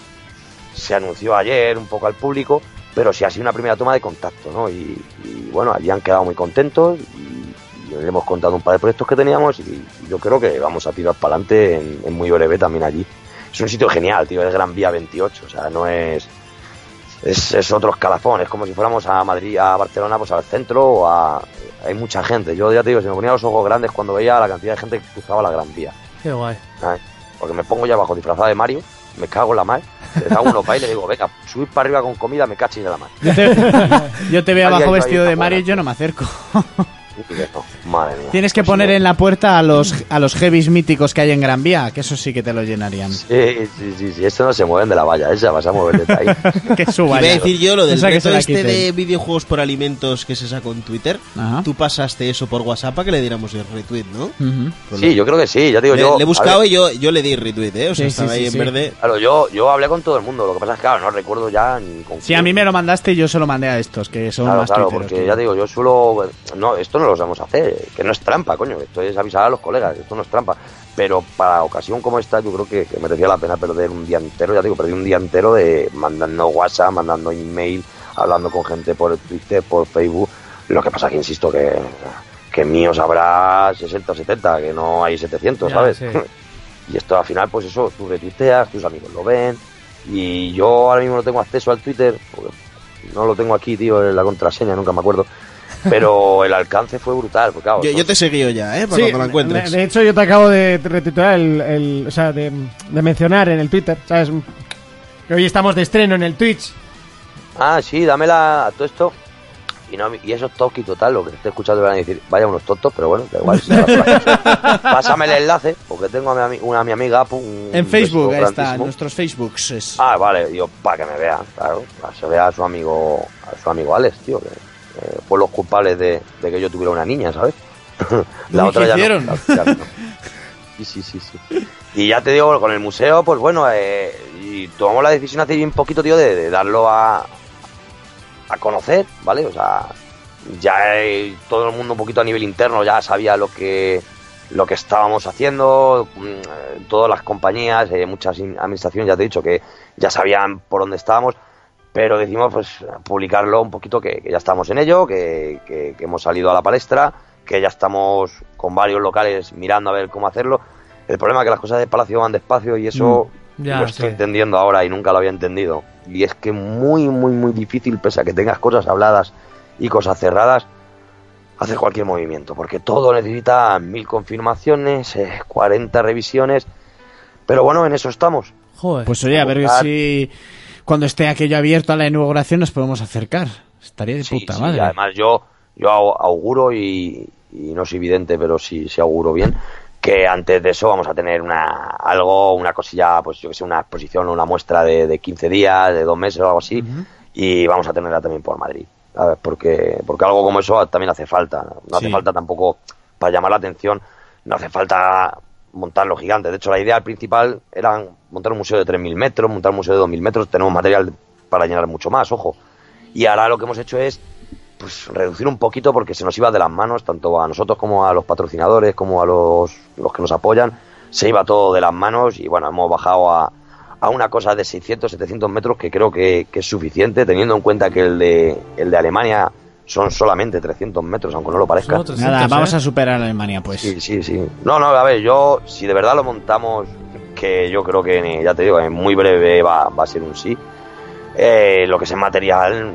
se anunció ayer un poco al público, pero sí ha sido una primera toma de contacto, ¿no? Y, y bueno, allí han quedado muy contentos y, y le hemos contado un par de proyectos que teníamos y yo creo que vamos a tirar para adelante en, en muy breve también allí. Es un sitio genial, tío, es Gran Vía 28, o sea, no es... Es, es otro escalafón, es como si fuéramos a Madrid, a Barcelona, pues al centro o a... Hay mucha gente, yo ya te digo, se me ponían los ojos grandes cuando veía la cantidad de gente que cruzaba la Gran Vía. Qué guay. Ay, porque me pongo ya abajo disfrazado de Mario, me cago en la mar, le hago unos bailes y digo, venga, subir para arriba con comida, me cachis de la mar. Yo te, yo te veo Ahí, abajo ahí, ahí vestido está de Mario y buena. yo no me acerco. Y digo, Madre mía. Tienes que Pues poner sí, en la puerta a los, a los heavies míticos que hay en Gran Vía, que eso sí que te lo llenarían. Sí, sí, sí, sí, esto no se mueven de la valla, esa vas a mover desde ahí. Que Iba suba a ya. decir yo lo del Esa que se reto la este quiten. de videojuegos por alimentos que se sacó en Twitter. Ajá. Tú pasaste eso por WhatsApp para que le diéramos el retweet, ¿no? Ujú. Con Sí, lo- yo creo que sí, ya te digo le, yo. le he a buscado ver, y yo, yo le di retweet, ¿eh? O sea, Sí, estaba sí, ahí sí, en sí. verde. Claro, yo, yo hablé con todo el mundo, lo que pasa es que claro, no recuerdo ya ni con Sí, quién. a mí me lo mandaste y yo se lo mandé a estos, que son Claro, más claro, tuiteros porque que- ya te digo, yo suelo. No, esto no lo vamos a hacer, que no es trampa, coño, esto es avisar a los colegas, esto no es trampa. Pero para ocasión como esta, yo creo que, que merecía la pena perder un día entero, ya te digo, perdí un día entero de mandando WhatsApp, mandando email, hablando con gente por Twitter, por Facebook. Lo que pasa que insisto que, que míos habrá 60 o 70, que no hay 700, Ya, ¿sabes? sí. Y esto al final, pues eso, tú retuiteas, tus amigos lo ven. Y yo ahora mismo no tengo acceso al Twitter, porque no lo tengo aquí, tío, la contraseña, nunca me acuerdo. Pero el alcance fue brutal, porque claro, Yo, yo son- te seguí yo ya, ¿eh? Para cuando la encuentres. De, de hecho, yo te acabo de retuitear el, el- o sea, de, de mencionar en el Twitter, ¿sabes? Que hoy estamos de estreno en el Twitch. Ah, sí, dámela a todo esto. Y, no, y esos toquis, total, lo que te he escuchado van a decir, vaya unos tontos, pero bueno, da igual. será por aquí. Pásame el enlace, porque tengo a mi, ami- una, a mi amiga. Apu, un En Facebook, ahí está, beso en grandísimo. nuestros Facebooks. es- Ah, vale, digo, para que me vea, claro, para que se vea a su amigo, a su amigo Alex, tío, que eh, fue los culpables de, de que yo tuviera una niña, ¿sabes? Uy, ¿qué hicieron? no, la otra no. Sí, sí, sí, sí. Y ya te digo, con el museo, pues bueno, eh, y tomamos la decisión hace un poquito, tío, de, de darlo a, a conocer, ¿vale? O sea, ya eh, todo el mundo un poquito a nivel interno ya sabía lo que lo que estábamos haciendo, mm, eh, todas las compañías, eh, muchas in- administraciones, ya te he dicho que ya sabían por dónde estábamos, pero decimos pues publicarlo un poquito que, que ya estamos en ello, que, que- que hemos salido a la palestra, que ya estamos con varios locales mirando a ver cómo hacerlo. El problema es que las cosas de Palacio van despacio y eso Mm, ya, lo estoy sí. entendiendo ahora y nunca lo había entendido. Y es que muy, muy, muy difícil, pese a que tengas cosas habladas y cosas cerradas, hacer cualquier movimiento, porque todo necesita mil confirmaciones, eh, 40 revisiones. Pero bueno, en eso estamos. Joder. Pues oye, a ver Ah. si cuando esté aquello abierto a la inauguración nos podemos acercar. Estaría de Sí, puta sí, madre. Además, yo, yo au- auguro, y, y no soy vidente, pero sí, sí auguro bien, que antes de eso vamos a tener una algo, una cosilla, pues yo que sé, una exposición, una muestra de, de 15 días, de dos meses o algo así, y vamos a tenerla también por Madrid. ¿sabes? Porque, porque algo como eso también hace falta. No hace Sí. falta tampoco, para llamar la atención, no hace falta montar los gigantes. De hecho, la idea principal era montar un museo de 3.000 metros, montar un museo de 2.000 metros. Tenemos material para llenar mucho más, ojo. Y ahora lo que hemos hecho es pues, reducir un poquito porque se nos iba de las manos, tanto a nosotros como a los patrocinadores, como a los, los que nos apoyan. Se iba todo de las manos y bueno, hemos bajado a, a una cosa de 600, 700 metros que creo que, que es suficiente, teniendo en cuenta que el de, el de Alemania son solamente 300 metros, aunque no lo parezca. Son otros Nada, Siento, vamos ¿eh? a superar a Alemania, pues. Sí, sí, sí. No, no, a ver, yo, si de verdad lo montamos, que yo creo que, eh, ya te digo, en muy breve va, va a ser un sí. eh, lo que es en material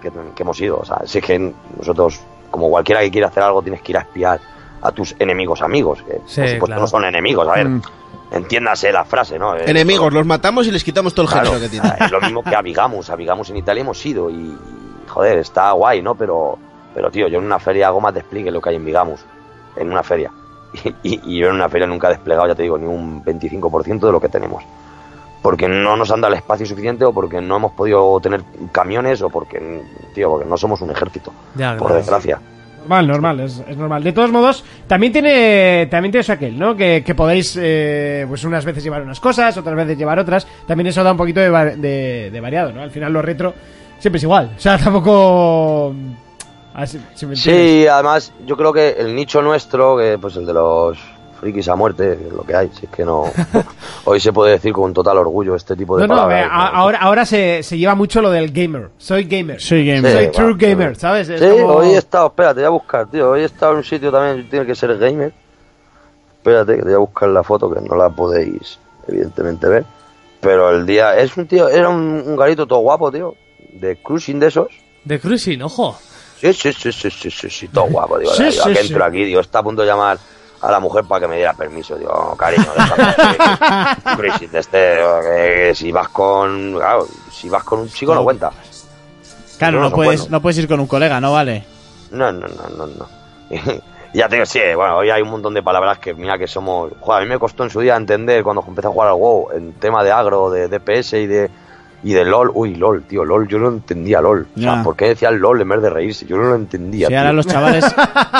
que, que hemos ido. O sea, si es que nosotros, como cualquiera que quiera hacer algo, tienes que ir a espiar a tus enemigos amigos. que Sí, por supuesto claro. no son enemigos, a ver. Mm. Entiéndase la frase, ¿no? Eh, Enemigos, los matamos y les quitamos todo el género Claro, que tienen. Es lo mismo que Abigamus. Abigamus en Italia hemos ido y, y, joder, está guay, ¿no? Pero, pero tío, yo en una feria hago más despliegue lo que hay en Bigamus. En una feria. Y, y- y yo en una feria nunca he desplegado, ya te digo, ni un 25% de lo que tenemos. Porque no nos han dado el espacio suficiente o porque no hemos podido tener camiones o porque, tío, porque no somos un ejército. Ya, por claro. desgracia. Normal, normal, es, es normal. De todos modos, también tiene también tiene eso aquel, ¿no? Que, que podéis, eh, pues unas veces llevar unas cosas, otras veces llevar otras. También eso da un poquito de, va- de- de variado, ¿no? Al final lo retro siempre es igual. O sea, tampoco... Ah, si- si me entiendes. Sí, además yo creo que el nicho nuestro, que pues el de los frikis a muerte, que es lo que hay, si es que no... Hoy se puede decir con total orgullo este tipo de No, no, palabras. a- ahora, ahora se, se lleva mucho lo del gamer. Soy gamer. Soy Sí, gamer. soy va, true va. gamer, ¿sabes? Es sí, como- hoy he estado, espérate, voy a buscar, tío. Hoy he estado en un sitio también, tiene que ser gamer. Espérate, que te voy a buscar la foto que no la podéis, evidentemente, ver. Pero el día. Es un tío, era un, un garito todo guapo, tío. De cruising de esos. De Cruising, ojo. Sí, sí, sí, sí, sí, sí, sí, todo guapo. Digo, Sí, digo, sí, ¿a qué sí. entro aquí, digo, está a punto de llamar a la mujer para que me diera permiso. Digo, "Oh, cariño, déjame, Cruising de este, eh, que si vas con. Claro, si vas con un chico no cuenta. Claro, No, no no, puedes, bueno. no puedes ir con un colega, ¿no vale? No, no, no, no, no. ya te digo, sí, bueno, hoy hay un montón de palabras que mira que somos... Joder, a mí me costó en su día entender cuando empecé a jugar al WoW en tema de agro, de DPS y de y de LOL. Uy, LOL, tío, LOL, yo no entendía LOL. O Ya. sea, ¿por qué decían LOL en vez de reírse? Yo no lo entendía. Si tío. ahora los chavales,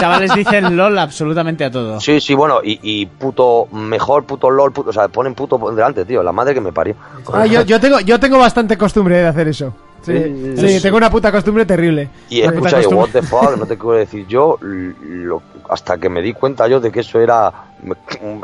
chavales dicen LOL absolutamente a todo. Sí, sí, bueno, y, y puto mejor, puto LOL, puto, o sea, ponen puto delante, tío, la madre que me parió. Ah, yo, yo tengo, yo tengo bastante costumbre de hacer eso. Sí, Sí, sí, tengo una puta costumbre terrible. Y Una puta escucha, yo, costumbre. what the fuck, no te quiero decir yo, lo- hasta que me di cuenta yo de que eso era me-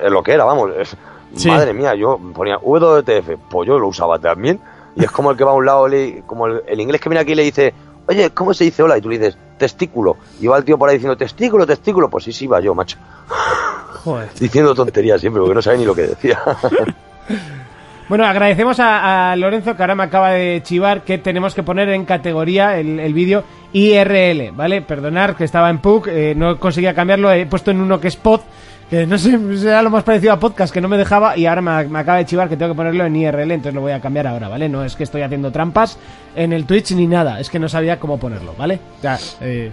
lo que era, vamos. es- Sí. Madre mía, yo ponía WTF, pues yo lo usaba también. Y es como el que va a un lado, le- como el, el inglés que viene aquí y le dice, oye, ¿cómo se dice hola? Y tú le dices, testículo. Y va el tío por ahí diciendo, testículo, testículo. Pues sí, sí, va yo, macho. Joder. Diciendo tonterías siempre, porque no sabe ni lo que decía. Bueno, agradecemos a, a Lorenzo que ahora me acaba de chivar que tenemos que poner en categoría el, el vídeo IRL, ¿vale? Perdonar que estaba en PUC, eh, no conseguía cambiarlo, he puesto en uno que es pod, que no sé, será lo más parecido a podcast que no me dejaba y ahora me, me acaba de chivar que tengo que ponerlo en IRL, entonces lo voy a cambiar ahora, ¿vale? No es que estoy haciendo trampas en el Twitch ni nada, es que no sabía cómo ponerlo, ¿vale? Ya, eh,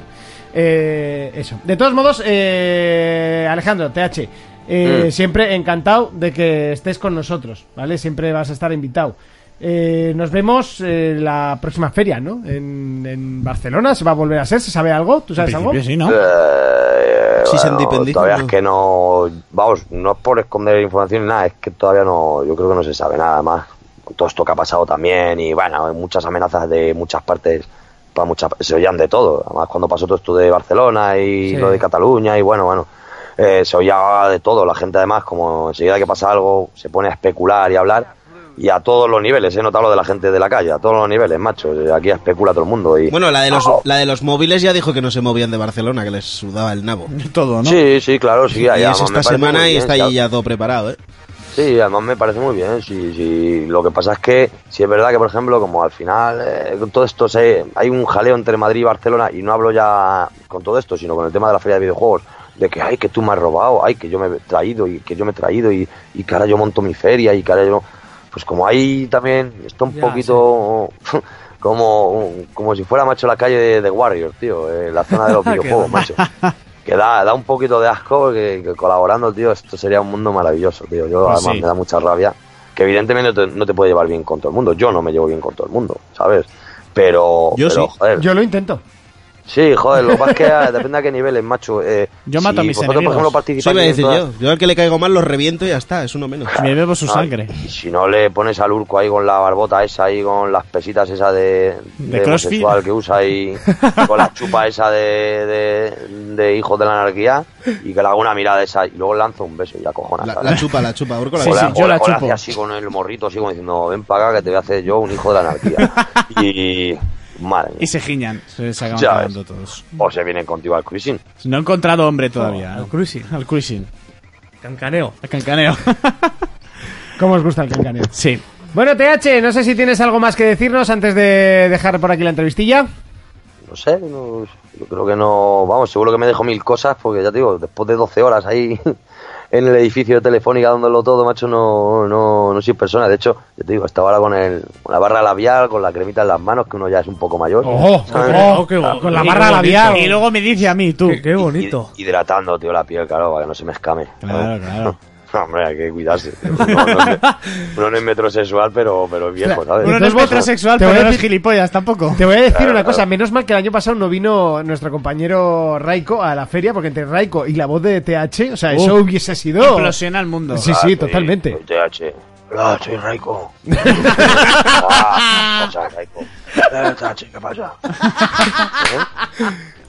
eh, eso. De todos modos, eh, Alejandro, TH. eh, Mm. Siempre encantado de que estés con nosotros, ¿vale? Siempre vas a estar invitado. Eh, nos vemos eh, la próxima feria, ¿no? En, en Barcelona, ¿se va a volver a hacer? ¿Se sabe algo? ¿Tú En sabes algo? principio sí, ¿no? Eh, Sí, se bueno, independiza, Todavía ¿no? es que no. Vamos, no es por esconder información ni nada, es que todavía no. Yo creo que no se sabe nada más. Con Todo esto que ha pasado también, y bueno, hay muchas amenazas de muchas partes. Para muchas, se oían de todo. Además, cuando pasó todo esto de Barcelona y Sí. lo de Cataluña, y bueno, bueno. eh, se oía de todo. La gente, además, como enseguida que pasa algo, se pone a especular y a hablar. Y a todos los niveles, ¿eh? he notado lo de la gente de la calle, a todos los niveles, macho. Aquí especula todo el mundo. Y... Bueno, la de, los, ¡Oh! la de los móviles ya dijo que no se movían de Barcelona, que les sudaba el nabo. Todo, ¿no? Sí, sí, claro, sí. y allá, es me esta parece semana muy y bien, está claro. ahí ya todo preparado, ¿eh? Sí, además me parece muy bien. Sí, sí. Lo que pasa es que, si es verdad que, por ejemplo, como al final, eh, con todo esto, se- hay un jaleo entre Madrid y Barcelona, y no hablo ya con todo esto, sino con el tema de la feria de videojuegos, de que, ay, que tú me has robado, ay, que yo me he traído, y que yo me he traído, y, y que ahora yo monto mi feria, y que ahora yo. Pues como ahí también está un Ya, poquito. Como, como si fuera macho la calle de, de Warrior, tío, eh, la zona de los videojuegos, macho. Que da, da un poquito de asco, porque que colaborando, tío, esto sería un mundo maravilloso, tío. Yo Pues además sí. me da mucha rabia. Que evidentemente no te, no te puede llevar bien con todo el mundo. Yo no me llevo bien con todo el mundo, ¿sabes? Pero, Yo pero, sí. joder, Yo lo intento. sí, joder, lo que pasa es que ah, depende a qué niveles, macho. Eh, Yo si mato a mis enemigos. vosotros, por ejemplo, Eso participáis iba a en decir yo. todas- Yo al que le caigo mal los reviento y ya está, es uno menos. Me bebo su Ah, sangre. y si no le pones al urco ahí con la barbota esa y con las pesitas esa de, De crossfit. homosexual que usa y con la chupa esa de, de, de hijo de la anarquía y que le haga una mirada esa y luego lanza un beso y acojona. La, ¿sabes? la chupa, la chupa. Urco, la Sí, o chupa. sí, la, yo o la la- o la chupo. hace así con el morrito, así como diciendo, ven para acá que te voy a hacer yo un hijo de la anarquía. y... Madre mía. Y se giñan. Se, se acaban Ya ves. cagando todos. O se vienen contigo al cruising. No he encontrado hombre todavía. Al Cruising. Al cruising. Cancaneo. Al cancaneo. ¿Cómo os gusta el cancaneo? sí. Bueno, TH, no sé si tienes algo más que decirnos antes de dejar por aquí la entrevistilla. No sé, no- yo creo que no... Vamos, seguro que me dejo mil cosas porque ya te digo, después de 12 horas ahí en el edificio de Telefónica dándolo todo, macho, no, no, no soy persona. De hecho, yo te digo, estaba ahora con, el, con la barra labial, con la cremita en las manos, que uno ya es un poco mayor. ¡Ojo! ¿sabes? oh, qué bo- con la qué barra bonito. labial. Y luego me dice a mí, tú. Qué, qué bonito. Hid- Hidratando, tío, la piel, claro, para que no se me escame. Claro, claro. Hombre, hay que cuidarse. Uno no, es- uno no es metrosexual, pero, pero es viejo, ¿sabes? Uno no es Entonces, heterosexual, te voy pero a no es decir- gilipollas tampoco. Te voy a decir Claro, una claro. cosa, menos mal que el año pasado no vino nuestro compañero Raiko a la feria, porque entre Raiko y la voz de TH, o sea, eso hubiese sido... Implosiona el mundo. Sí, Ah, sí, totalmente. Soy TH. Hola, soy Raiko. Ah, ¿Qué pasa, Raiko? Eh, TH, ¿qué pasa?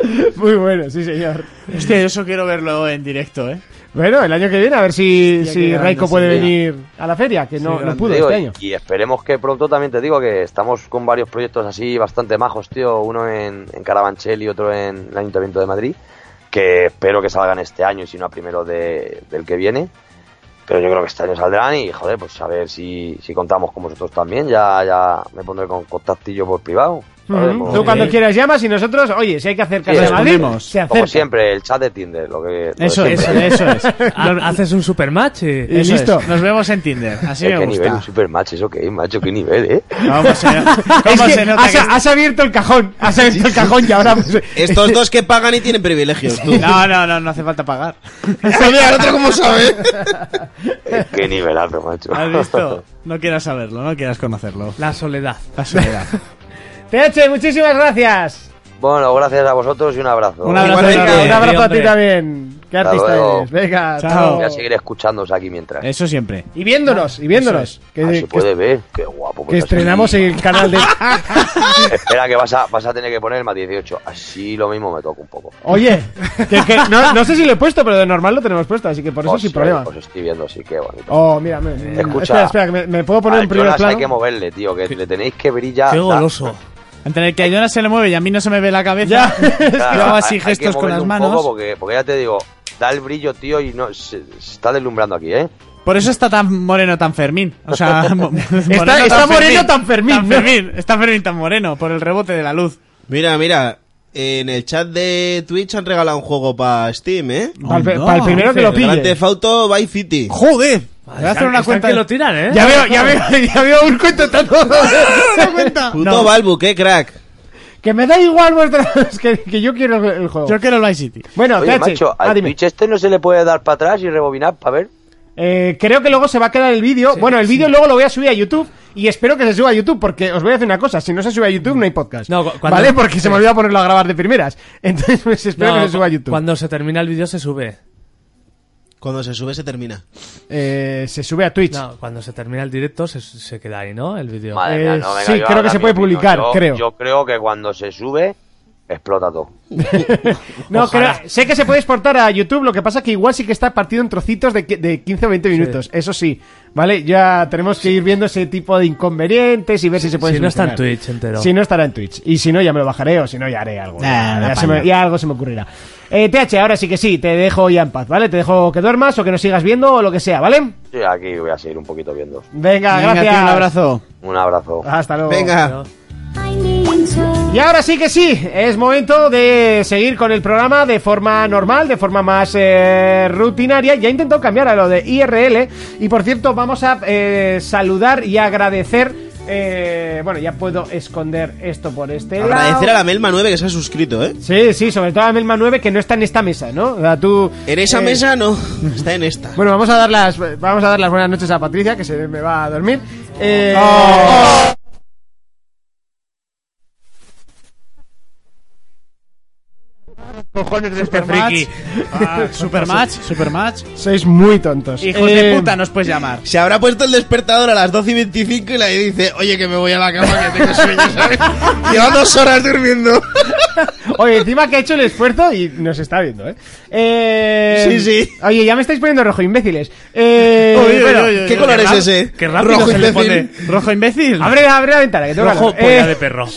¿Eh? Muy bueno, sí, señor. Hostia, yo eso quiero verlo en directo, ¿eh? Bueno, el año que viene, a ver si, Hostia, qué si grande Raiko puede sería. venir a la feria, que no, Sí, no grande. pudo Digo, este año. Y esperemos que pronto también te digo que estamos con varios proyectos así bastante majos, tío. Uno en, en Carabanchel y otro en el Ayuntamiento de Madrid. Que espero que salgan este año y si no a primero de- del que viene. Pero yo creo que este año saldrán y joder, pues a ver si, si contamos con vosotros también. Ya, ya me pondré con contactillo por privado. ¿sabes? Pues Ujú. Como- Tú cuando Sí. quieras llamas y nosotros, oye, si hay que acercarse Sí, a Madrid, respondemos. se acerca. eh, como siempre, el chat de Tinder, lo que. lo de Eso, siempre. eso, eso es. Nos- Ah, Haces un supermatch eh, y... Y eso listo. es. Nos vemos en Tinder. Así Eh, me qué nivel, un gusta. supermatch, eso que, macho, qué nivel, eh. ¿Cómo se, Es cómo que se nota has, que- has abierto el cajón, has abierto el cajón y ahora... pues, Estos dos que pagan y tienen privilegios, tú. No, no, no, no hace falta pagar. Eso, mira, el otro cómo sabe. Eh, Qué nivelazo, macho. ¿Has visto? No quieras saberlo, no quieras conocerlo. La soledad. La soledad. TH, muchísimas gracias. Bueno, gracias a vosotros y un abrazo. Un abrazo Igualmente. enorme. Venga, un abrazo a ti hombre. también. Qué Hasta artista luego. eres. Venga, Chao. chao. Voy a seguir escuchándoos aquí mientras. Eso siempre. Y viéndonos, y viéndonos. Que, Ah, que- se puede ver. Qué guapo. pues que así. estrenamos el canal de... Espera, que vas a, vas a tener que poner el más 18. Así lo mismo me toca un poco. Oye, que- que no, no sé si lo he puesto, pero de normal lo tenemos puesto, así que por eso Os- sin problema. Os estoy viendo, así que bonito. Oh, mira, me- me- espera, Escucha. espera, que me, me puedo poner Al en primer Jonas hay que plano. moverle, tío, que le tenéis que brillar. Qué goloso. Entre el que a Jonas se le mueve y a mí no se me ve la cabeza, yo hago así gestos con las manos. porque, porque ya te digo, da el brillo, tío, y no se, se está deslumbrando aquí, ¿eh? Por eso está tan moreno, tan Fermín. O sea, mo- Está- está moreno, tan Fermín, Tan ¿no? Fermín. Está Fermín tan moreno, por el rebote de la luz. Mira, mira. En el chat de Twitch han regalado un juego para Steam, ¿eh? Para el, Oh, no, pa' el primero que lo El Grand pille. Theft Auto Vice City. ¡Joder! Voy a hacer una Están cuenta. que lo tiran, ¿eh? Ya veo, ya veo, ya veo un cuento tanto. Puto Balbu, qué crack. que me da igual vuestras, que, que yo quiero el, el juego. Yo quiero el Vice City. Bueno, Oye, TH, macho, ah, al dime. Twitch este no se le puede dar para atrás y rebobinar para ver. Eh, creo que luego se va a quedar el vídeo. bueno, el vídeo luego lo voy a subir a YouTube y espero que se suba a YouTube porque os voy a decir una cosa, si no se sube a YouTube no hay podcast. No, cu- cuando- ¿Vale? Porque se me olvidó ponerlo a grabar de primeras. Entonces pues, espero No, que se suba a YouTube. Cuando se termina el vídeo se sube. Cuando se sube se termina. Eh, se sube a Twitch. No, cuando se termina el directo se, se queda ahí, ¿no? El vídeo. Madre Eh, mía, no, venga, sí, yo creo ahora que se mi puede opinión. publicar, Yo- creo. Yo creo que cuando se sube, explota todo. No, creo, Ojalá. sé que se puede exportar a YouTube, lo que pasa que igual sí que está partido en trocitos de, que- de 15 o 20 minutos. Eso sí, ¿vale? Ya tenemos que ir viendo ese tipo de inconvenientes y ver si se puede si no está en solucionar. Twitch entero. Si no estará en Twitch. Y si no, ya me lo bajaré o si no, ya haré algo. Nah, ya, no se me- paño. ya algo se me ocurrirá. Eh, TH, ahora sí que sí, te dejo ya en paz, ¿vale? Te dejo que duermas o que nos sigas viendo o lo que sea, ¿vale? Sí, aquí voy a seguir un poquito viendo. Venga, Venga, gracias. tío, un abrazo. Un abrazo. Hasta luego. Venga. Y ahora sí que sí, es momento de seguir con el programa de forma normal, de forma más eh, rutinaria. Ya he intentado cambiar a lo de IRL. Y por cierto, vamos a eh, saludar y agradecer. eh, bueno, ya puedo esconder esto por este Agradecer a lado. la Melma 9 que se ha suscrito, ¿eh? Sí, sí, sobre todo a Melma 9 que no está en esta mesa, ¿no? O sea, tú. En esa eh, mesa no. Está en esta. Bueno, vamos a dar las vamos a dar las buenas noches a Patricia que se me va a dormir. Eh, Oh. Cojones de este friki. Supermatch, Supermatch. Sois muy tontos. Hijos Eh, de puta, nos puedes llamar. Se habrá puesto el despertador a las 12 y 25 y la dice, oye, que me voy a la cama que tengo sueño, ¿sabes? Lleva dos horas durmiendo. Oye, encima que ha hecho el esfuerzo y nos está viendo, ¿eh? Eh, Sí, sí. Oye, ya me estáis poniendo rojo, imbéciles. Eh, Oye, bueno, oye, oye. ¿Qué color es rap- ese? qué rápido se le imbécil. pone. Rojo imbécil. Abre, abre la ventana, que tengo Rojo calor. polla Eh, de perro.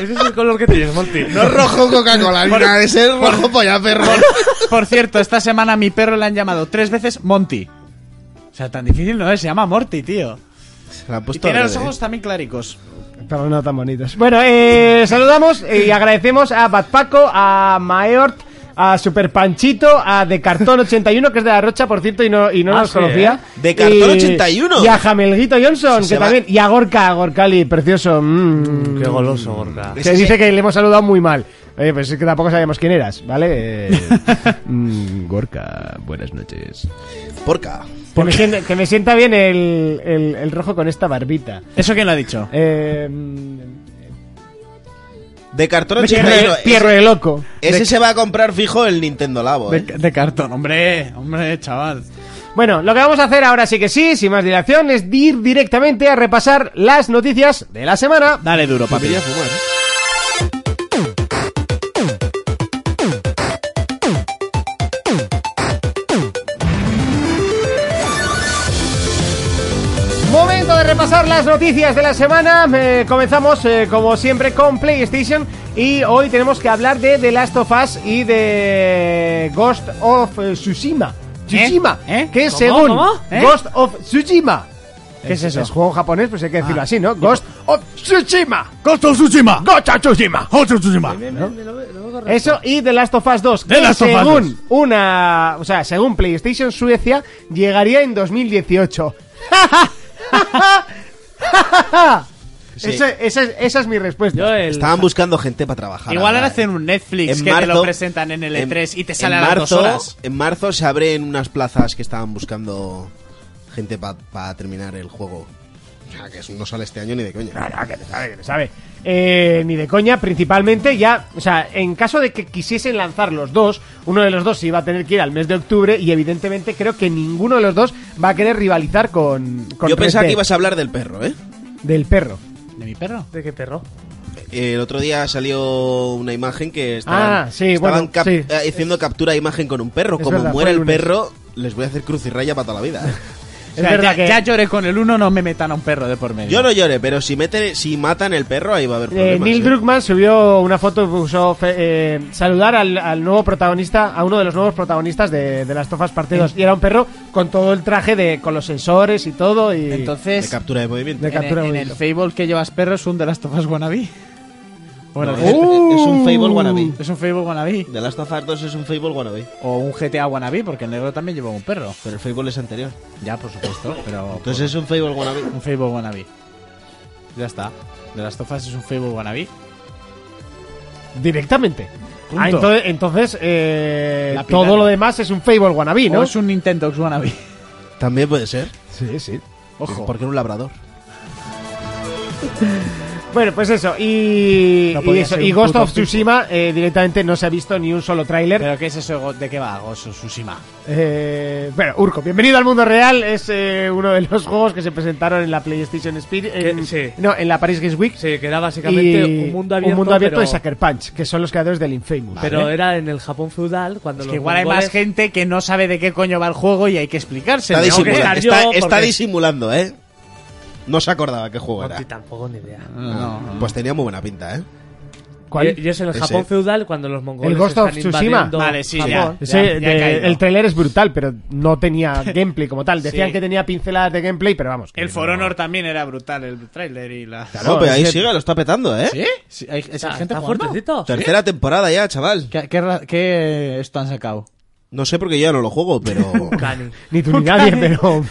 Ese es el color que tienes, Monty. No es rojo Coca-Cola, mira, de ser rojo polla perro. Por cierto, esta semana a mi perro le han llamado tres veces Monty. O sea, tan difícil no es, se llama Morty, tío. Se la ha Y puesto tiene los verde. ojos también claricos. Pero no tan bonitos. Bueno, eh, saludamos y agradecemos a Batpaco, a Maort, a Super Panchito, a De Cartón 81, que es de la Rocha, por cierto, y no, y no Ah, nos sí, conocía. ¿eh? De Cartón 81. Y a Jamelguito Johnson, Se que va- también. Y a Gorka, a Gorkali, precioso. Mm. Qué goloso, Gorka. Se dice que le hemos saludado muy mal. Oye, pues es que tampoco sabíamos quién eras, ¿vale? Eh, mm, Gorka, buenas noches. Porca. Que me, sienta, que me sienta bien el, el- el rojo con esta barbita. ¿Eso quién lo ha dicho? Eh, mm, De cartón Pierre, 81. Pierre de loco. Ese se va a comprar fijo el Nintendo Labo, De, ¿eh? de cartón, hombre, hombre, chaval. Bueno, lo que vamos a hacer ahora sí que sí, sin más dilación, es ir directamente a repasar las noticias de la semana. Dale duro, papi. Debería fumar, ¿eh? repasar las noticias de la semana. Eh, comenzamos, eh, como siempre, con PlayStation. Y hoy tenemos que hablar de The Last of Us y de Ghost of eh, Tsushima. Tsushima, ¿Eh? que es ¿Cómo? según ¿Cómo? ¿Eh? Ghost of Tsushima. ¿Qué Es- es eso? es Es juego japonés, pues hay que decirlo así, ¿no? Ghost of Tsushima. Ghost of Tsushima. Ghost of Tsushima. Ghost of Tsushima. Eso y The Last of Us 2. The que Last of Us según 2. una, o sea, según PlayStation Suecia llegaría en 2018. Sí. eh, Esa, esa es- esa es mi respuesta. Yo el- Estaban buscando gente para trabajar. Igual ahora ahora hacen un Netflix En que te lo marzo- presentan en el E3 y te sale en a las dos marzo- horas. En marzo se abren unas plazas que estaban buscando gente para terminar el juego. O sea, que eso no sale este año ni de coña. Ah, que te sabe, que te sabe. Eh, ni de coña, principalmente ya, o sea, en caso de que quisiesen lanzar los dos, uno de los dos se iba a tener que ir al mes de octubre y evidentemente creo que ninguno de los dos va a querer rivalizar con, con Yo pensaba 3D que ibas a hablar del perro, ¿eh? del perro. ¿De mi perro? ¿De qué perro? El otro día salió una imagen que estaban, Ah, sí, estaban bueno, cap- sí. eh, haciendo captura de imagen con un perro. Es Como verdad, muera fue el el lunes. perro, les voy a hacer cruz y raya para toda la vida. ¿eh? Es O sea, verdad ya, que ya lloré con el uno, no me metan a un perro de por medio. Yo no lloré, pero si meten, si matan el perro, ahí va a haber eh, problemas. Neil ¿eh? Druckmann subió una foto y puso fe- eh, saludar al, al nuevo protagonista, a uno de los nuevos protagonistas de, de las Tofas Parte 2. Y era un perro con todo el traje de, con los sensores y todo. Y De Entonces, captura de movimiento. de en, captura en el bonito. Facebook que llevas perros, un de las tofas wannabe. Bueno, Uh. No, es, es ¡Uh! un Fable wannabe. es un Facebook wannabe. The Last of Us 2 es un Fable wannabe. O un GTA wannabe, porque el negro también lleva un perro. Pero el Fable es anterior. Ya, por supuesto, pero... Entonces es un Fable wannabe. Un Facebook wannabe. Ya está. De las tofas es un Facebook wannabe. Directamente. Punto. Ah, entonces entonces, eh, Lapidario. todo lo demás es un Fable wannabe, ¿no? O es un Nintendo wannabe. También puede ser. Sí, sí. Ojo. Porque era un labrador. Bueno, pues eso. Y, No y podía eso, ser y un Ghost puto of pico. Tsushima eh, directamente no se ha visto ni un solo tráiler. ¿Pero qué es eso? ¿De qué va Ghost of Tsushima? Eh, bueno, Urco, bienvenido al mundo real. Es eh, uno de los juegos que se presentaron en la PlayStation Speed. en- Que- sí. No, en la Paris Games Week. Sí, que era básicamente Y un mundo abierto. Un mundo abierto pero, de Sucker Punch, que son los creadores del Infamous. pero Vale. era en el Japón feudal cuando Es los que igual hay más mongoles- gente que no sabe de qué coño va el juego y hay que explicarse. Está, disimula- que estar yo, está- está porque- disimulando, ¿eh? No se acordaba qué juego Monty era. tampoco ni idea. Pues tenía muy buena pinta, ¿eh? ¿Cuál? Y, y es en el Ese. Japón feudal cuando los mongoles Ghost of están Tsushima. invadiendo Vale, sí, ya. Japón. Sí, ya he de- caído. el trailer es brutal, pero no tenía gameplay como tal. Decían que tenía pinceladas de gameplay, pero vamos. que El no. For Honor también era brutal, el tráiler y la... Claro, pero ahí sigue, lo está petando, ¿eh? ¿Sí? Sí, hay, es Está, gente está jugando. fuertecito. Tercera temporada ya, chaval. ¿Qué, qué, ra- qué esto han sacado? No sé por qué yo ya no lo juego, pero... Cani. Ni tú ni nadie, pero.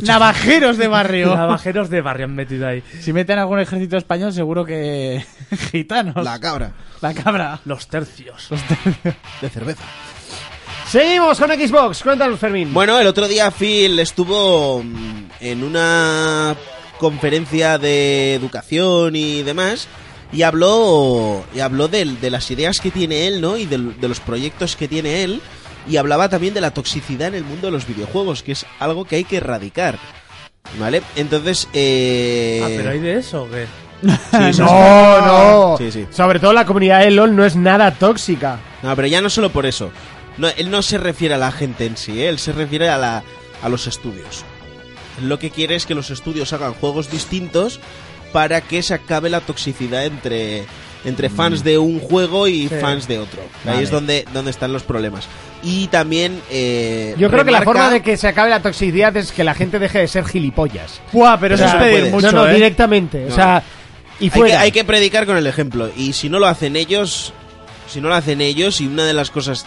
Navajeros de barrio. Navajeros de barrio han metido ahí. si meten algún ejército español, seguro que gitanos. La cabra La cabra. Los tercios. de cerveza. Seguimos con Xbox. Cuéntanos, Fermín. Bueno, el otro día Phil estuvo mm, en una conferencia de educación y demás y habló y habló del- de las ideas que tiene él, ¿no? Y del- de los proyectos que tiene él y hablaba también de la toxicidad en el mundo de los videojuegos, que es algo que hay que erradicar. ¿Vale? Entonces, eh... Ah, pero hay de eso, ¿o qué? sí, No, no. Sí, sí. Sobre todo la comunidad de LOL no es nada tóxica. No, pero ya no solo por eso. No, él no se refiere a la gente en sí, ¿eh? él se refiere a, la, a los estudios. Lo que quiere es que los estudios hagan juegos distintos para que se acabe la toxicidad entre, Mm. entre fans de un juego y fans de otro. Ahí es donde, donde están los problemas. Y también... eh, Yo creo que la remarca- forma de que se acabe la toxicidad es que la gente deje de ser gilipollas. Buah, pero eso es pedir mucho, ¿eh? ¿eh? no, no, directamente. O No. sea, y Hay que, fuera. hay que predicar con el ejemplo. Y si no lo hacen ellos, si no lo hacen ellos, y una de las cosas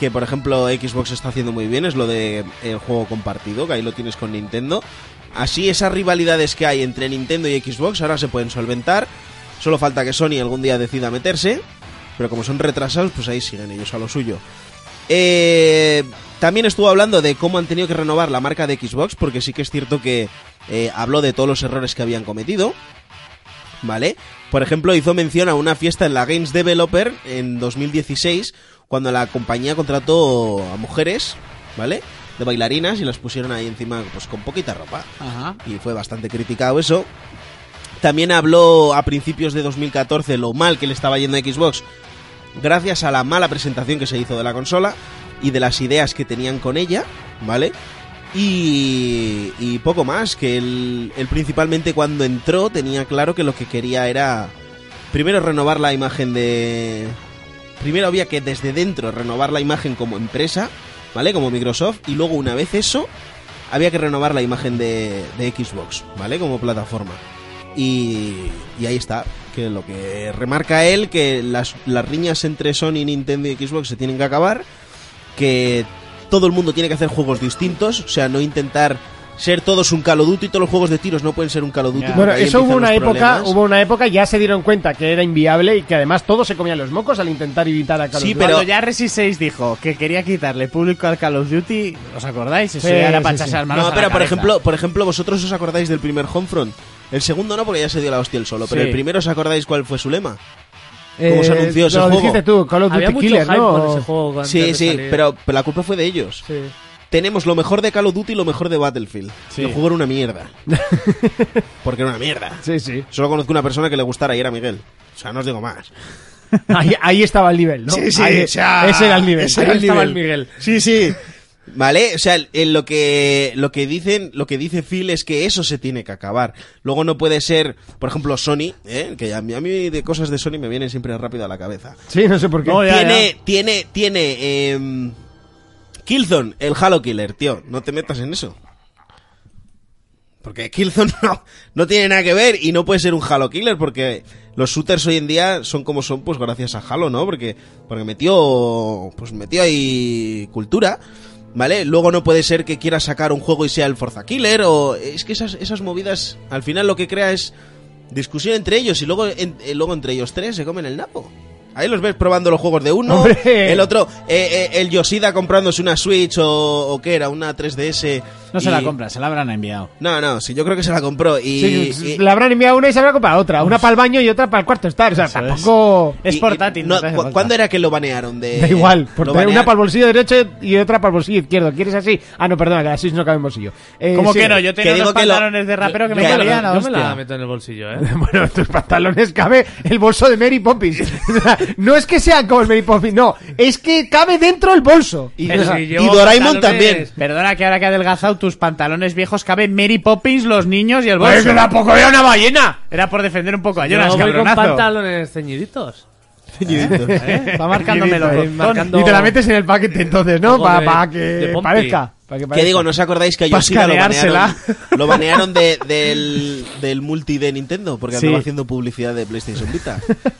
que, por ejemplo, Xbox está haciendo muy bien es lo de el juego compartido, que ahí lo tienes con Nintendo. Así esas rivalidades que hay entre Nintendo y Xbox ahora se pueden solventar. Solo falta que Sony algún día decida meterse. Pero como son retrasados, pues ahí siguen ellos a lo suyo. Eh, también estuvo hablando de cómo han tenido que renovar la marca de Xbox, porque sí que es cierto que eh, habló de todos los errores que habían cometido. ¿vale? Por ejemplo, hizo mención a una fiesta en la Games Developer en 2016, cuando la compañía contrató a mujeres, ¿vale? De bailarinas y las pusieron ahí encima pues con poquita ropa. Ajá. Y fue bastante criticado eso. También habló a principios de 2014 lo mal que le estaba yendo a Xbox gracias a la mala presentación que se hizo de la consola y de las ideas que tenían con ella, ¿vale? Y, y poco más, que él, él principalmente cuando entró tenía claro que lo que quería era primero renovar la imagen de... Primero había que desde dentro renovar la imagen como empresa, ¿vale? Como Microsoft, y luego una vez eso, había que renovar la imagen de, de Xbox, ¿vale? Como plataforma. Y, y ahí está, que lo que remarca él, que las, las riñas entre Sony, Nintendo y Xbox se tienen que acabar, que todo el mundo tiene que hacer juegos distintos, o sea, no intentar ser todos un Call of Duty, todos los juegos de tiros no pueden ser un Call of Duty. Ya. porque Bueno, ahí eso hubo empiezan una los época, problemas. hubo una época, ya se dieron cuenta que era inviable y que además todos se comían los mocos al intentar evitar a Call of Sí, Duty. Cuando pero- ya Resi 6 dijo que quería quitarle público al Call of Duty, ¿os acordáis? Eso Sí, ya era sí, para sí. echarse las manos No, a la pero por cabeza. ejemplo, por ejemplo, vosotros os acordáis del primer Homefront. El segundo no, porque ya se dio la hostia el solo. Pero Sí. el primero os acordáis cuál fue su lema. ¿Cómo se anunció ese Eh, lo juego? dijiste tú, Call of Había Duty mucho Killer, hype ¿no? con ese juego antes Sí, de sí, salir. pero, pero la culpa fue de ellos. Sí. Tenemos lo mejor de Call of Duty y lo mejor de Battlefield. Sí. El juego era una mierda. porque era una mierda. Sí, sí. Solo conozco una persona que le gustara y era Miguel. O sea, no os digo más. Ahí, ahí estaba el nivel, ¿no? Sí, sí, Ahí- o sea, ese era el nivel. ese ahí era el estaba el nivel. Miguel. Sí, sí. Vale, o sea, en lo que lo que dicen, lo que dice Phil es que eso se tiene que acabar. Luego no puede ser, por ejemplo, Sony, ¿eh? que a mí, a mí de cosas de Sony me vienen siempre rápido a la cabeza. Sí, no sé por qué. No, ya, tiene, tiene, tiene, em, Killzone, el Halo Killer, tío, no te metas en eso. Porque Killzone no, no tiene nada que ver y no puede ser un Halo Killer porque los shooters hoy en día son como son pues gracias a Halo, ¿no? Porque, porque metió, pues metió ahí cultura, ¿vale? Luego no puede ser que quiera sacar un juego y sea el Forza Killer o... Es que esas, esas movidas al final lo que crea es discusión entre ellos y luego, en- eh, luego entre ellos tres se comen el napo. Ahí los ves probando los juegos de uno, Hombre. el otro, eh, eh, el Yoshida comprándose una Switch o, o qué era, una 3DS. No se y- la compra, se la habrán enviado. no, no, sí, yo creo que se la compró y... Sí, y- le habrán enviado una y se habrá comprado otra. Una para el baño y otra para el cuarto estar. O sea, Eso es. tampoco. Es y- portátil, y- no no, te hace cu- falta. ¿Cuándo era que lo banearon? De, Da igual, por Eh, lo tener banea- una para el bolsillo derecho y otra para el bolsillo izquierdo. ¿Quieres así? Ah, no, perdona, que la 6 no cabe en bolsillo. Eh, ¿Cómo sí. que no? Yo tenía Que digo unos que lo- pantalones de rapero que yo- me yo me la- Ah, cabían a yo me la hostia. meto en el bolsillo, ¿eh? Bueno, en tus pantalones cabe el bolso de Mary Poppins. O sea, no es que sean como el Mary Poppins, no. Es que cabe dentro el bolso. Y, O sea, y Doraemon también. Perdona que ahora que ha adelgazado tus pantalones viejos caben Mary Poppins, los niños y el Pues bolso. que tampoco era una ballena. Era por defender un poco a Yo Jonas, voy con cabronazo. pantalones ceñiditos. ¿Eh? Va marcándome Ceñidito, eh, los marcando- Y te la metes en el paquete entonces, ¿no? Algo Para de- de que Pompi. parezca. pa' que Que parezca. digo, ¿no os acordáis que a Pa' Yoshida lo banearon, escaneársela. lo banearon de- del, del multi de Nintendo? Porque Sí. andaba haciendo publicidad de PlayStation Vita.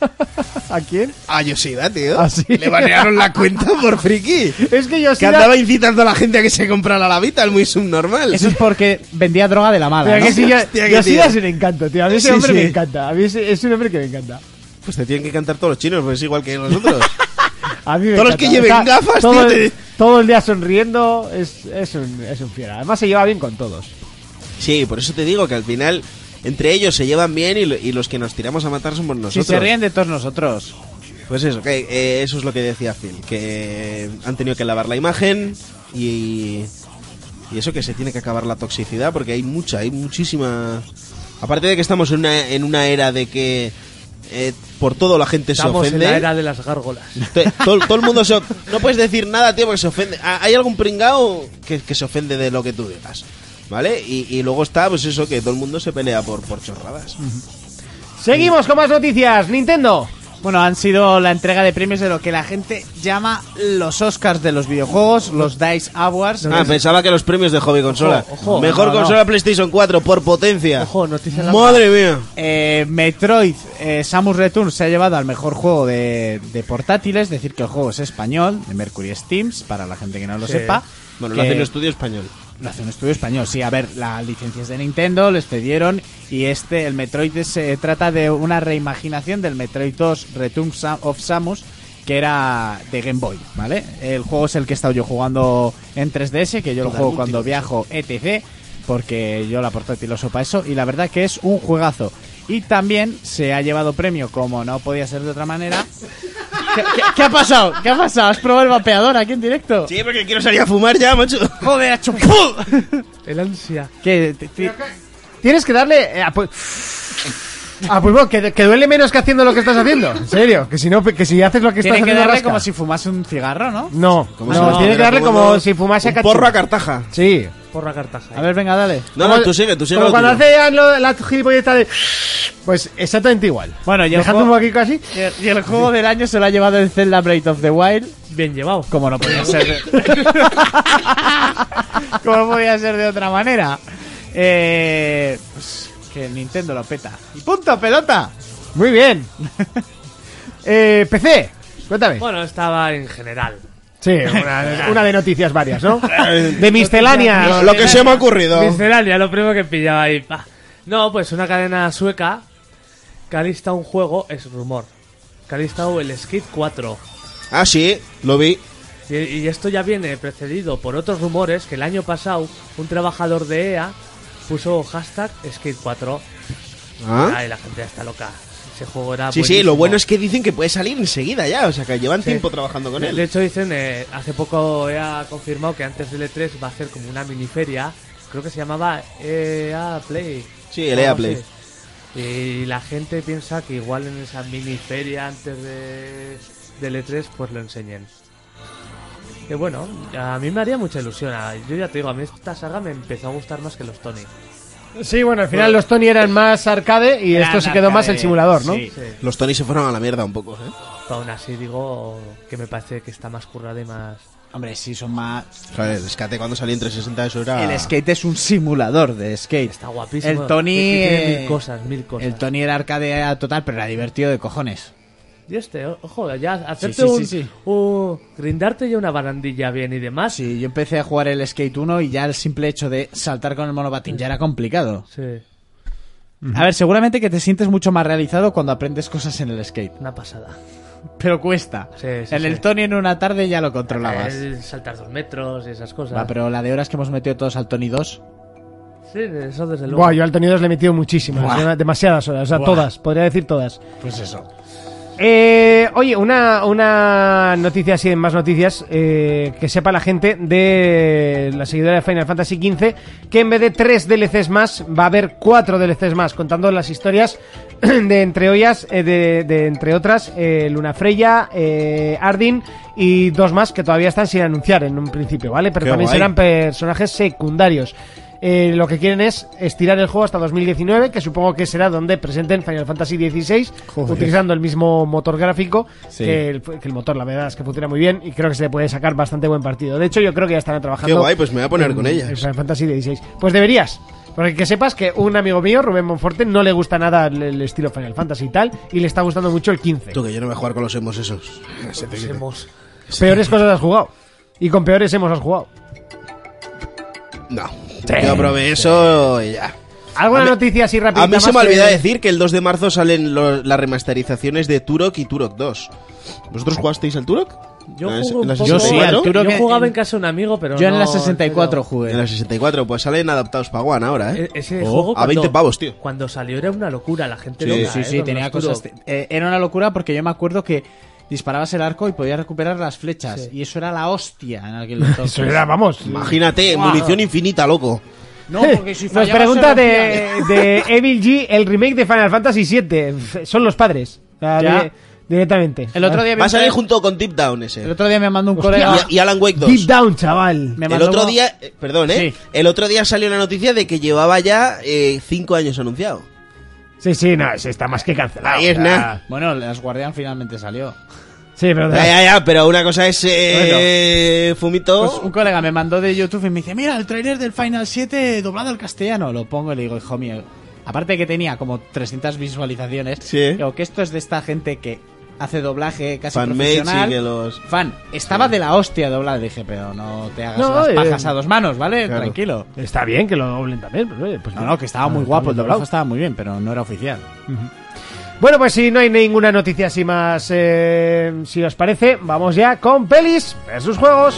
¿A quién? A Yoshida, tío. ¿Ah, sí? Le banearon la cuenta por friki. Es que yo sí. Que andaba incitando a la gente a que se comprara la Vita, el muy subnormal. Eso es porque vendía droga de la mala. Pero ¿no? que sí, yo, Hostia, yo qué sí tío. das un encanto, tío. A mí ese Sí, hombre sí. me encanta. A mí ese- es un hombre que me encanta. Pues te tienen que cantar todos los chinos, pues es igual que nosotros. A mí me Todos los encanta. que lleven Está gafas, todo, tío, el, te- todo el día sonriendo es, es, un, es un fiera. Además se lleva bien con todos. sí, por eso te digo que al final entre ellos se llevan bien y, lo- y los que nos tiramos a matar somos Si nosotros. se ríen de todos nosotros. Pues eso, que, eh, eso es lo que decía Phil, que han tenido que lavar la imagen y, y eso que se tiene que acabar la toxicidad porque hay mucha, hay muchísima... Aparte de que estamos en una, en una era de que eh, por todo la gente Estamos se en ofende... la era de las gárgolas. Te- Todo, todo el mundo se... of- No puedes decir nada, tío, porque se ofende. Ah, Hay algún pringao que, que se ofende de lo que tú digas, ¿vale? Y, y luego está, pues eso, que todo el mundo se pelea por, por chorradas. Seguimos con más noticias. Nintendo. Bueno, han sido la entrega de premios de lo que la gente llama los Oscars de los videojuegos, los Dice Awards. Ah, pensaba que los premios de hobby consola. ojo. Mejor No, no. consola PlayStation 4 por potencia. Ojo, noticia larga. Madre mía. Eh, Metroid eh, Samus Returns se ha llevado al mejor juego de, de portátiles, decir que el juego es español, de Mercury Steams, para la gente que no lo sepa. Bueno, que lo hace un estudio español. lo hace un estudio español, sí, a ver, las licencias de Nintendo les cedieron y este, el Metroid se trata de una reimaginación del Metroid 2 Return Sa- of Samus que era de Game Boy, ¿vale? El juego es el que he estado yo jugando en 3DS, que yo lo juego cuando viajo etc, porque yo la portátil lo sopa eso, y la verdad que es un juegazo. Y también se ha llevado premio, como no podía ser de otra manera. ¿Qué, qué- qué ha pasado? ¿Qué ha pasado? ¿Has probado el vapeador aquí en directo? Sí, porque quiero salir a fumar ya, macho. Joder, ha hecho ¡pum! El ansia. Que te- te- Tienes que darle. eh, a pu- a pulmón, que, que duele menos que haciendo lo que estás haciendo. En serio, que si no, que si haces lo que estás tienen que haciendo. darle rasca. como si fumase un cigarro, ¿no? No, ¿Cómo no, se- tiene pero que darle cómo como no? si fumase Un a Porro a cachú. Cartaja. Sí, por la Cartagena. A ver, venga, dale. No, no, tú sigue, tú sigue. Como lo cuando tuyo. hacían lo- la gilipolleta de. Pues exactamente igual. Bueno, y el, Dejando un juego, poquito así. y el- y el juego del año se lo ha llevado el Zelda Breath of the Wild. Bien llevado. Como no podía ser de... Como podía ser de otra manera. Eh, pues, que Nintendo lo peta. Y punto, pelota. Muy bien. eh, PC, cuéntame. Bueno, estaba en general. Sí, una, una de noticias varias, ¿no? De miscelánea. Lo que se me ha ocurrido. Miscelánea, lo primero que pillaba ahí. pa. No, pues una cadena sueca que ha listado un juego, es rumor, que ha listado el Skid 4. Ah, sí, lo vi. Y, y esto ya viene precedido por otros rumores que el año pasado un trabajador de EA puso hashtag Skid 4. Ah. Ay, la gente ya está loca. Ese juego era Sí, sí, Ah, lo buenísimo. bueno es que dicen que puede salir enseguida ya, o sea que llevan Sí. tiempo trabajando con De- De él. hecho, dicen, eh, hace poco EA ha confirmado que antes del E3 va a hacer como una miniferia. Creo que se llamaba EA Play. Sí, el O EA algo Play. así. Y la gente piensa que igual en esa miniferia antes de, del E3 pues lo enseñen. Que bueno, a mí me haría mucha ilusión. a- Yo ya te digo, a mí esta saga me empezó a gustar más que los Tony. Sí, bueno, al final los Tony eran más arcade y Eran esto se quedó más el arcade, simulador, ¿no? sí. Los Tony se fueron a la mierda un poco, ¿eh? Pero aún así digo que me parece que está más currada y más... Hombre, sí, son más... Joder, el escate cuando salió en 360 eso Ah. era... El skate es un simulador de skate. Está guapísimo. El Tony, Y- y tiene eh, mil cosas, mil cosas. El Tony era arcade total, pero era divertido de cojones. Y este, o- ojo, ya hacerte Sí, sí, un, sí, sí. un- Grindarte ya una barandilla bien y demás. Sí, yo empecé a jugar el Skate 1 y ya el simple hecho de saltar con el monopatín ya era complicado. Sí, A ver, seguramente que te sientes mucho más realizado cuando aprendes cosas en el skate. una pasada. Pero cuesta. Sí, sí, en el sí. Tony en una tarde ya lo controlabas. Eh, El saltar dos metros y esas cosas. Va, pero la de horas que hemos metido todos al Tony 2. Sí, eso desde luego. Buah, yo al Tony 2 le he metido muchísimas, Buah. dema- demasiadas horas, o sea, Buah. todas, podría decir todas. Pues eso. Eh, oye, una, una noticia así, en más noticias, eh, que sepa la gente de la seguidora de Final Fantasy XV, que en vez de tres DLCs más, va a haber cuatro DLCs más, contando las historias de entre ollas, eh, de, de entre otras, eh, Luna Freya, eh, Ardyn y dos más que todavía están sin anunciar en un principio, ¿vale? Pero Qué también guay. serán personajes secundarios. Eh, lo que quieren es estirar el juego hasta 2019, que supongo que será donde presenten Final Fantasy XVI, utilizando el mismo motor gráfico, Sí. que, el, que el motor, la verdad es que funciona muy bien y creo que se le puede sacar bastante buen partido. De hecho, yo creo que ya estarán trabajando. Qué guay, pues me voy a poner en- con ellas. en Final Fantasy XVI. Pues deberías. Porque que sepas que un amigo mío, Rubén Monforte, no le gusta nada el, el estilo Final Fantasy y tal, y le está gustando mucho el 15. Tú, que yo no voy a jugar con los emos esos. Pues hemos- Peores cosas has jugado. Y con peores hemos has jugado. No, yo probé eso y ya. ¿Alguna A mí- noticia así rápida? A mí se me olvida decir que el 2 de marzo salen lo- las remasterizaciones de Turok y Turok 2. ¿Vosotros jugasteis al Turok? Yo ¿En la- jugué un en la poco- Yo sí, 64? al Turok. Yo que- jugaba en- en casa de un amigo, pero Yo en la no- 64 jugué. En la 64, pues salen adaptados para One ahora, pero- ¿eh? e- Ese Oh, juego a 20 cuando- pavos, tío. Cuando salió era una locura, la gente Sí, loca, Sí, ¿eh? sí, con tenía los Turok. cosas. eh, era una locura porque yo me acuerdo que disparabas el arco y podías recuperar las flechas. Sí. Y eso era la hostia en aquel entonces. Eso era, vamos. Imagínate, munición infinita, loco. No, porque si Nos fallabas pregunta se de, rompía. de Evil G, el remake de Final Fantasy VII. Son los padres. O sea, Ya. di- directamente. El otro día, Va a me- salir junto con Deep Down el ese. otro día me mandó un colega. Y, y Alan Wake 2. Deep Down, chaval. me El mandó otro uno- día, eh, perdón, ¿eh? Sí. El otro día salió la noticia de que llevaba ya 5 años anunciado. Sí, sí, no, sí, está más que cancelado. Ahí es Ya. nada. Bueno, las Guardian finalmente salió. Sí, pero. Ya, ya, ya, pero una cosa es eh, Fumito. Pues un colega me mandó de YouTube y me dice, mira, el trailer del Final 7 doblado al castellano. Lo pongo y le digo, hijo mío, aparte que tenía como 300 visualizaciones, Sí. digo que esto es de esta gente que hace doblaje casi Fanmade profesional. sí que los. Fan, estaba de la hostia doblada, dije, pero no te hagas No, las eh, pajas a dos manos, ¿vale? claro. Tranquilo. Está bien que lo doblen también. Pero, oye, pues No, mira. no, que estaba muy Ah, guapo, está el bien doblaje doblado. estaba muy bien, pero no era oficial. Bueno, pues si no hay ninguna noticia así más, eh, si os parece, vamos ya con pelis versus juegos.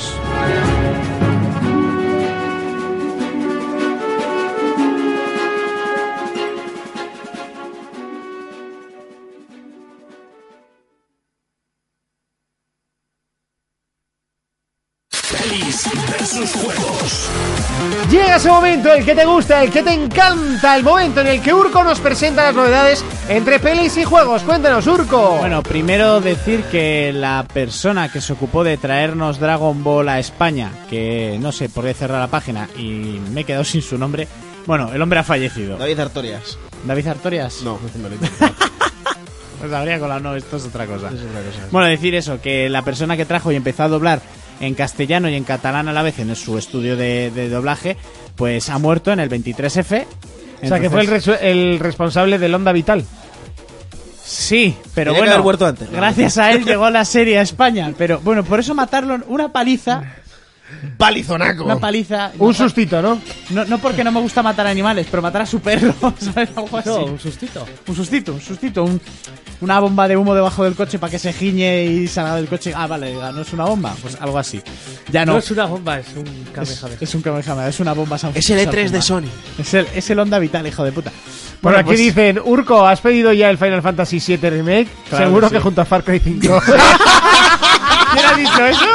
Pelis versus juegos. Llega ese momento, el que te gusta, el que te encanta, el momento en el que Urco nos presenta las novedades entre pelis y juegos. Cuéntanos, Urco. Bueno, primero decir que la persona que se ocupó de traernos Dragon Ball a España, que no sé, por qué cerrar la página y me he quedado sin su nombre. Bueno, el hombre ha fallecido. David Artorias. ¿David Artorias? No, me lo he Os Pues habría colado, no, esto es otra cosa. Bueno, decir eso, que la persona que trajo y empezó a doblar en castellano y en catalán a la vez en su estudio de, de doblaje, pues ha muerto en el 23F. O sea, que fue el, resu- el responsable del Onda Vital. Sí, pero Tenía que bueno, haber muerto antes, ¿no? gracias a él llegó la serie a España. Pero bueno, por eso matarlo en una paliza, Palizonaco. una paliza. Un sustito, ¿no? No, no porque no me gusta matar animales, pero matar a su perro, ¿sabes? Algo así. No, un sustito. Un sustito, un sustito, un- una bomba de humo debajo del coche para que se giñe y salga del coche. Ah, vale, no es una bomba, pues algo así. Ya No, no. es una bomba, es un Kamehameha. Es un Kamehameha, es una bomba San Es el E3 de San- Sony. Es el, es el Onda Vital, hijo de puta. Por Bueno, aquí pues- dicen, Urco, ¿has pedido ya el Final Fantasy VII Remake? Claro Seguro que que, sí. junto a Far Cry 5. ¿Quién ha dicho eso?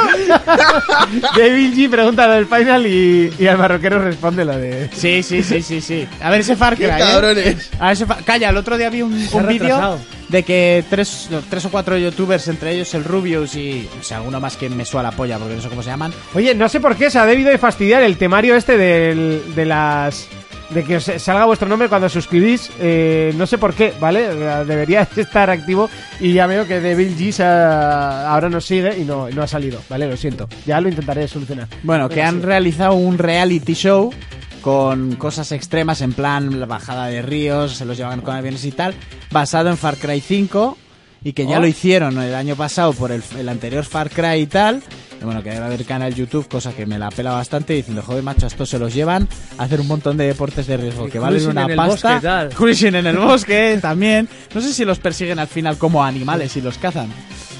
Devil G pregunta lo del Final y, y al marroquero responde lo de... Sí, sí, sí, sí, sí. A ver ese Far Cry, ¡Qué ¿eh? cabrones! A ver ese Far- Calla, el otro día vi un, un vídeo retrasado. de que tres, no, tres o cuatro youtubers, entre ellos el Rubius y... O sea, alguno más que me suba la polla, porque no sé cómo se llaman. Oye, no sé por qué se ha debido de fastidiar el temario este del- de las... De que os salga vuestro nombre cuando os suscribís, eh, no sé por qué, ¿vale? Debería estar activo y ya veo que Devil G se ha- ahora nos sigue y no, no ha salido, ¿vale? Lo siento, ya lo intentaré solucionar. Bueno, que han realizado un reality show con cosas extremas en plan la bajada de ríos, se los llevan con aviones y tal, basado en Far Cry 5 y que ya Oh. lo hicieron el año pasado por el, el anterior Far Cry y tal. Y bueno, que debe haber canal YouTube, cosa que me la pela bastante, diciendo, joder, macho, a estos se los llevan a hacer un montón de deportes de riesgo Y que valen cruising una en el pasta. bosque, tal. Cruising en el bosque también. No sé si los persiguen al final como animales y los cazan.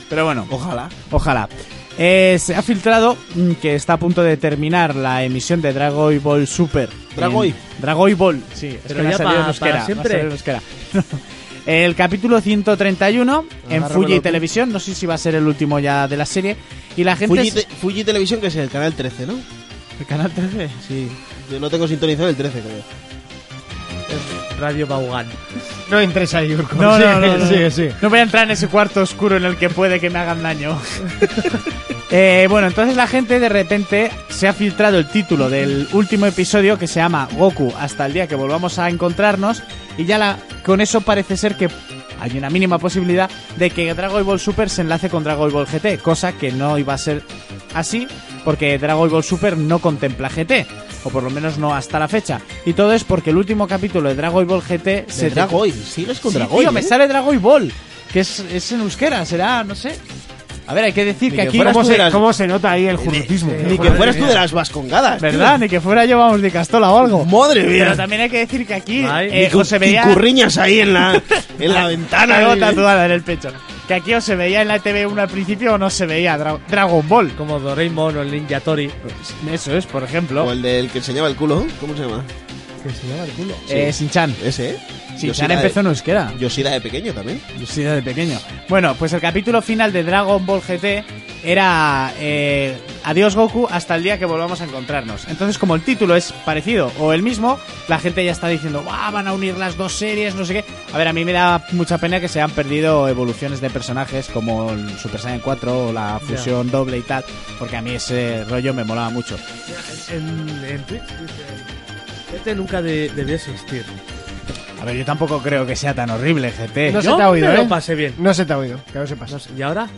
Pero bueno, ojalá. Ojalá. Eh, se ha filtrado mm, que está a punto de terminar la emisión de Dragon Ball Super. Dragoy. En- Dragoy Ball, sí. Es Pero que me ha ya salido en pa- euskera, para me ha siempre. salido en euskera. El capítulo 131 en Fuji Televisión. No sé si va a ser el último ya de la serie. Y la gente. Fuji, es- Te- Fuji Televisión, que es el canal 13, ¿no? ¿El canal 13? Sí. Yo no tengo sintonizado el 13, creo. Radio Baugan. No entres ahí, Urco. No, Sigue, no, no, no. sigue, sigue. No voy a entrar en ese cuarto oscuro en el que puede que me hagan daño. Eh, bueno, entonces la gente de repente se ha filtrado el título del último episodio que se llama Goku hasta el día que volvamos a encontrarnos y ya la, con eso parece ser que hay una mínima posibilidad de que Dragon Ball Super se enlace con Dragon Ball GT, cosa que no iba a ser así porque Dragon Ball Super no contempla GT, o por lo menos no hasta la fecha. Y todo es porque el último capítulo de Dragon Ball GT se Se tragó Dragoy. Sigues con Sí, Dragoy. tío, ¿eh? me sale Dragoy Ball, que es, es en euskera, será, no sé. A ver, hay que decir Ni que que aquí... fueras ¿Cómo tú se, de las- cómo se nota ahí el jurutismo? Ni que fueras tú de las vascongadas. tío. ¿Verdad? Ni que fuera yo, vamos, de Castola o algo. Madre Pero mía. también hay que decir que aquí Ay, eh, José veía... curriñas ahí en la, en la ventana. Algo y- tatuada en el pecho. Que aquí o se veía en la TV1 al principio o no se veía Dra- Dragon Ball. Como Doraemon o el Ninja Tori. Pues. Eso es, por O ejemplo. el del que enseñaba el culo. ¿Cómo se llama? Que se llama el culo. Eh, Shin-Chan. Ese, ¿eh? Shin-Chan empezó en euskera. Yo sí era de pequeño también. Yo sí desde pequeño. Bueno, pues el capítulo final de Dragon Ball GT era eh, Adiós Goku hasta el día que volvamos a encontrarnos. Entonces, como el título es parecido o el mismo, la gente ya está diciendo, "Buah, van a unir las dos series, no sé qué. A ver, a mí me da mucha pena que se han perdido evoluciones de personajes como el Super Saiyan 4 o la fusión doble y tal, porque a mí ese rollo me molaba mucho. En, en Twitch dice: Este nunca de- debió existir. A ver, yo tampoco creo que sea tan horrible GT. No se Yo te ha oído, me lo ¿eh? pasé bien. No se te ha oído, que no se pasa. No sé, ¿Y ahora?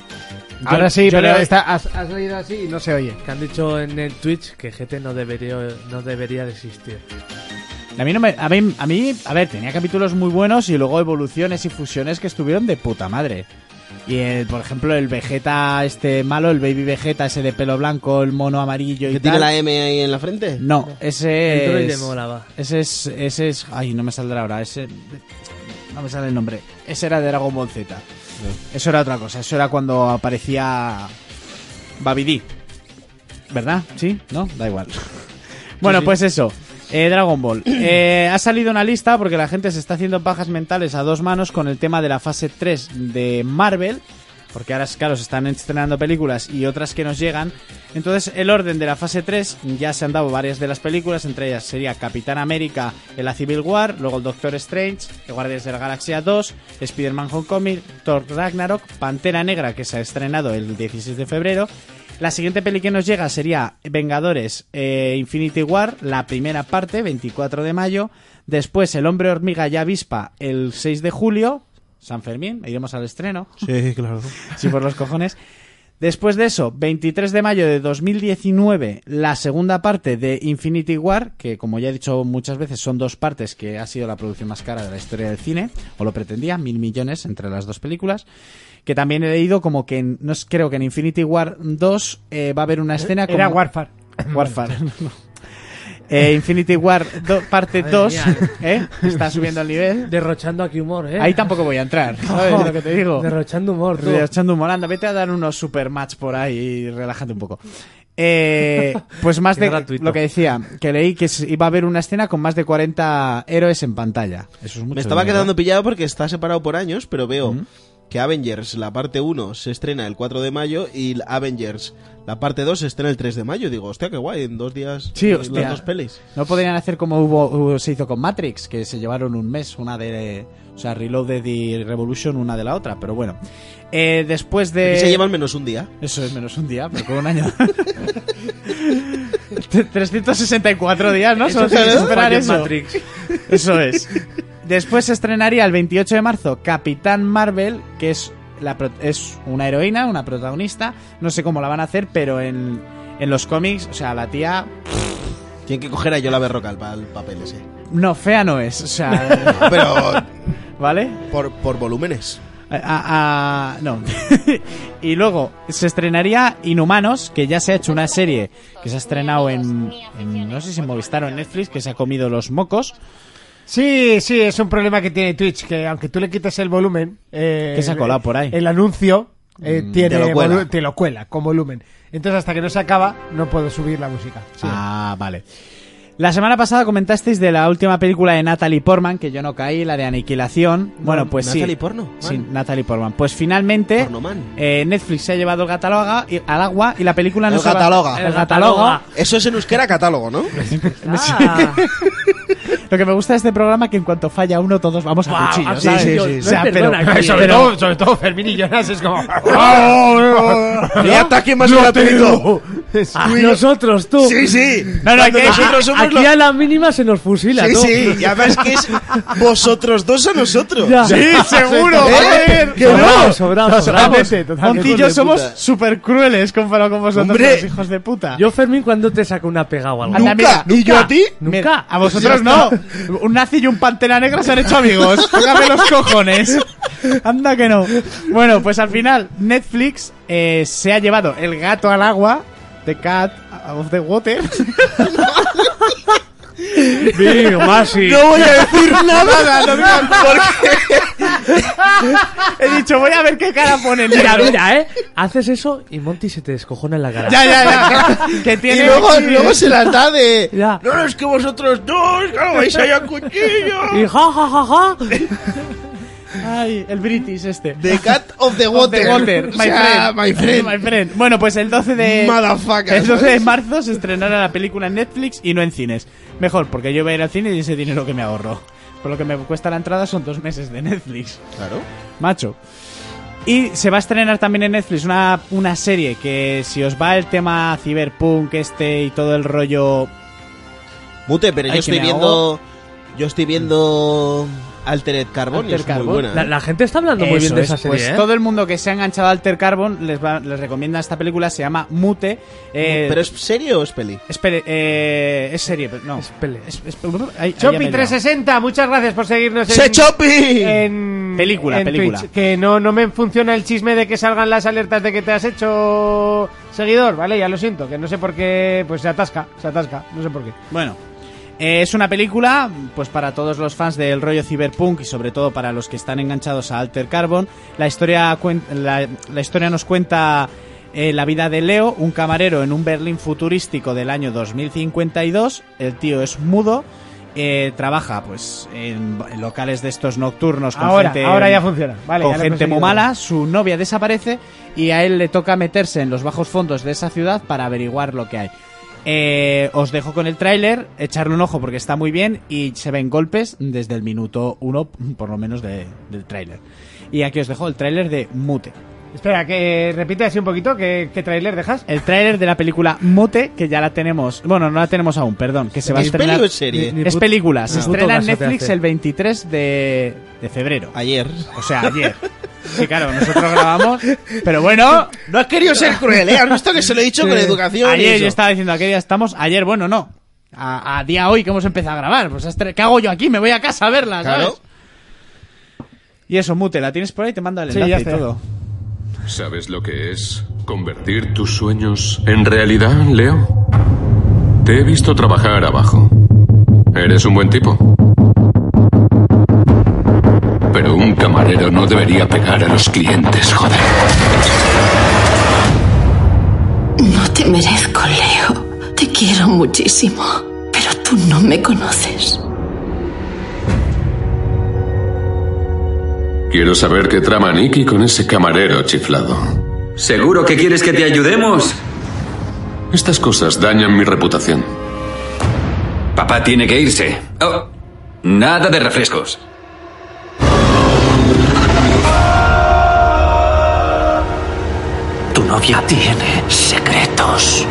Ahora sí, yo pero leo- está- has, has oído así y no se oye. Que han dicho en el Twitch que GT no debería, no debería de existir. A mí, no me, a, mí, a mí, a ver, tenía capítulos muy buenos y luego evoluciones y fusiones que estuvieron de puta madre. Y el, por ejemplo, el Vegeta este malo, el Baby Vegeta ese de pelo blanco, el mono amarillo y ¿Que tal. tiene la E. M ahí en la frente? No, ese El droide es, me molaba. ese es, ese es, ay, no me saldrá ahora, ese, no me sale el nombre. Ese era de Dragon Ball Z. Eso era otra cosa, eso era cuando aparecía Babidi. ¿Verdad? ¿Sí? ¿No? Da igual. Bueno, pues eso. eh, Dragon Ball. Eh, ha salido una lista porque la gente se está haciendo pajas mentales a dos manos con el tema de la fase 3 de Marvel. Porque ahora, claro, se están estrenando películas y otras que nos llegan. Entonces, el orden de la fase 3 ya se han dado varias de las películas, entre ellas sería Capitán América en la Civil War, luego el Doctor Strange, el Guardias de la Galaxia 2, Spider-Man Homecoming, Thor Ragnarok, Pantera Negra, que se ha estrenado el 16 de febrero. La siguiente peli que nos llega sería Vengadores eh, Infinity War, la primera parte, 24 de mayo. Después El Hombre Hormiga y Avispa, el 6 de julio. San Fermín, iremos al estreno. Sí, claro. Sí, por los cojones. Después de eso, 23 de mayo de 2019, la segunda parte de Infinity War, que como ya he dicho muchas veces, son dos partes que ha sido la producción más cara de la historia del cine, o lo pretendía, mil millones entre las dos películas, que también he leído como que, en- no es- creo que en Infinity War 2 eh, va a haber una escena como... Era Warfare. Warfare. Eh, Infinity War do- parte Madre 2, mía. ¿eh? Está subiendo el nivel. Derrochando aquí humor, ¿eh? Ahí tampoco voy a entrar, ¿sabes lo que te digo? Derrochando humor, tú. Echando un morando, vete a dar unos supermatch por ahí y relájate un poco. Eh, pues más Qué de gratuito. lo que decía, que leí que se- iba a haber una escena con más de 40 héroes en pantalla. Eso es mucho, ¿eh? Me estaba ¿verdad? quedando pillado porque está separado por años, pero veo que Avengers, la parte 1, se estrena el 4 de mayo y la Avengers, la parte 2, se estrena el 3 de mayo. Digo, hostia, qué guay, en dos días Sí, eh, hostia. las dos pelis. No podrían hacer como hubo, hubo- se hizo con Matrix, que se llevaron un mes, una de. O sea, Reloaded y Revolution, una de la otra, pero bueno. Eh, después de. Aquí se llevan menos un día. Eso es menos un día, pero con un año. T- 364 días, ¿no? Solo tienes que esperar Joaquín eso. Matrix. Eso es. Después se estrenaría el 28 de marzo Capitán Marvel, que es, la, pro- es una heroína, una protagonista. No sé cómo la van a hacer, pero en, en los cómics, o sea, la tía. Tienen que coger a Yola Berrocal para el papel ese. No, fea no es. O sea, Pero ¿vale? por, por volúmenes. A- a- a- no. y luego se estrenaría Inhumanos, que ya se ha hecho una serie que se ha estrenado en, en- no sé si en Movistar o en Netflix, que se ha comido los mocos, Sí, sí, es un problema que tiene Twitch, que aunque tú le quites el volumen... eh, Que se ha colado por ahí. El anuncio eh, tiene te lo cuela. volu- te lo cuela con volumen. Entonces hasta que no se acaba no puedo subir la música. Ah, vale. La semana pasada comentasteis de la última película de Natalie Portman, que yo no caí, la de Aniquilación. Bueno, pues sí. Natalie Porno. Sí, Natalie Portman. Pues finalmente Pornoman. eh, Netflix se ha llevado el gataloga, y- al agua y la película no El se va- gataloga. El gataloga. Eso es en euskera catálogo, ¿no? Ah, Lo que me gusta de este programa es que en cuanto falla uno, todos vamos a cuchillo, ah, sí, ¿sabes? sí, sí, O sea, sí. pero, Perdona, aquí, pero- sobre todo Fermín y Jonas es como... ¡Qué ataque más gratuito! a nosotros, tú. Sí, sí. No, no, Cuando que- nosotros somos Aquí los- a la mínima se nos fusila, Sí, tú. sí, y además que es vosotros dos a nosotros. Ya. seguro, ¿Eh? joder. Que no. Sobrado, sobrado, sobrado. Totalmente, totalmente. Monti y yo Hijos de somos puta. súper crueles comparado con vosotros, Hombre. los hijos de puta. Yo, Fermín, ¿cuándo te saco una pega o algo? Anda, mira, Nunca. ¿Y yo a ti? Nunca. Mira, a vosotros no. Un nazi y un pantera negra se han hecho amigos. Póngame los cojones. Anda que no. Bueno, pues al final Netflix eh, se ha llevado el gato al agua. The cat of the water. Big Masi. No voy a decir nada. porque He dicho, voy a ver qué cara ponen. Mira, mira, ¿eh? Haces eso y Monty se te descojona en la cara. Ya, ya, ya. Que tiene. y luego, luego se la da de. Ya. No, no, es que vosotros dos, claro, vais allá a Y cuchillo. ja, ja, ja, ja. Ay, el British este. The cat of the Of water. the water, O my, sea, friend. my friend. My friend. Bueno, pues el 12 de. Motherfucker, El 12 de ¿sabes? marzo se estrenará la película en Netflix y no en cines. Mejor, porque yo voy a ir al cine y ese dinero que me ahorro. Por lo que me cuesta la entrada son dos meses de Netflix. Claro. Macho. Y se va a estrenar también en Netflix una, una serie que si os va el tema ciberpunk este y todo el rollo... Mute, pero Ay, yo que estoy me viendo. Yo estoy viendo. Altered Carbon y Altered es Carbon. muy buena. ¿eh? La, la gente está hablando muy bien Eso de es, esa serie, pues ¿eh? todo el mundo que se ha enganchado a Alter Carbon les, va- les recomienda esta película, se llama Mute. Eh, ¿Pero es serio o es peli? Espere, eh, es serie, pero no. Es pele. Es- es- ahí- ahí ya me he liado. Chopi360, muchas gracias por seguirnos en... ¡Se chopi! en Película, en película. Twitch, que no, no me funciona el chisme de que salgan las alertas de que te has hecho seguidor, ¿vale? Ya lo siento, que no sé por qué, pues se atasca, se atasca, no sé por qué. Bueno, eh, es una película, pues para todos los fans del rollo cyberpunk y sobre todo para los que están enganchados a Alter Carbon. La historia, cuen- la, la historia nos cuenta eh, la vida de Leo, un camarero en un Berlín futurístico del año 2052. El tío es mudo. eh, trabaja pues en en locales de estos nocturnos con Ahora, gente, ahora ya funciona. Vale, con ya lo he gente muy conseguido. mala, su novia desaparece y a él le toca meterse en los bajos fondos de esa ciudad para averiguar lo que hay. Eh, os dejo con el tráiler, echarle un ojo porque está muy bien y se ven golpes desde el minuto uno, por lo menos, de- del tráiler. Y aquí os dejo el tráiler de Mute. Espera, que repite así un poquito, ¿qué, qué trailer dejas? El tráiler de la película Mute, que ya la tenemos, bueno, no la tenemos aún, perdón, que se va a ¿Es estrenar... peli o es serie? Es película, se Ni puto estrena en caso te Netflix hace. el 23 de, de febrero. Ayer. O sea, ayer. Sí, claro, nosotros grabamos. Pero bueno, No has querido ser cruel, ¿eh? Has visto que se lo he dicho con educación. y ayer eso. yo estaba diciendo a qué día estamos. Ayer, bueno, no. A, a día hoy que hemos empezado a grabar. Pues hasta- ¿qué hago yo aquí? Me voy a casa a verla, ¿sabes? Claro. Y eso, mute, la tienes por ahí, te mando el Sí, enlace ya y está. todo. ¿Sabes lo que es convertir tus sueños en realidad, Leo? Te he visto trabajar abajo. Eres un buen tipo. Pero un camarero no debería pegar a los clientes, joder. No te merezco, Leo. Te quiero muchísimo, pero tú no me conoces. Quiero saber qué trama Nicky con ese camarero chiflado. ¿Seguro que quieres que te ayudemos? Estas cosas dañan mi reputación. Papá tiene que irse. Oh, nada de refrescos. Tu novia tiene secretos.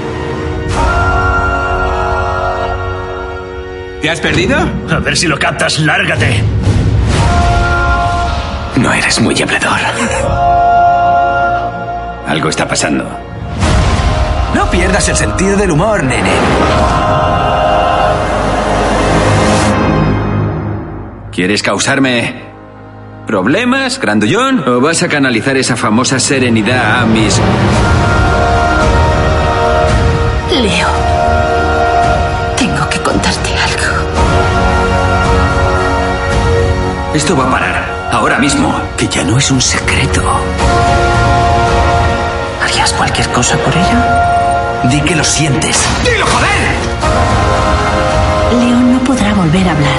¿Te has perdido? A ver si lo captas, lárgate. No eres muy hablador. Algo está pasando. No pierdas el sentido del humor, nene. ¿Quieres causarme problemas, grandullón? ¿O vas a canalizar esa famosa serenidad a mis... Leo, tengo que contarte algo. Esto va a parar, ahora mismo, que ya no es un secreto. ¿Harías cualquier cosa por ella? Di que lo sientes. ¡Dilo, joder! Leo no podrá volver a hablar.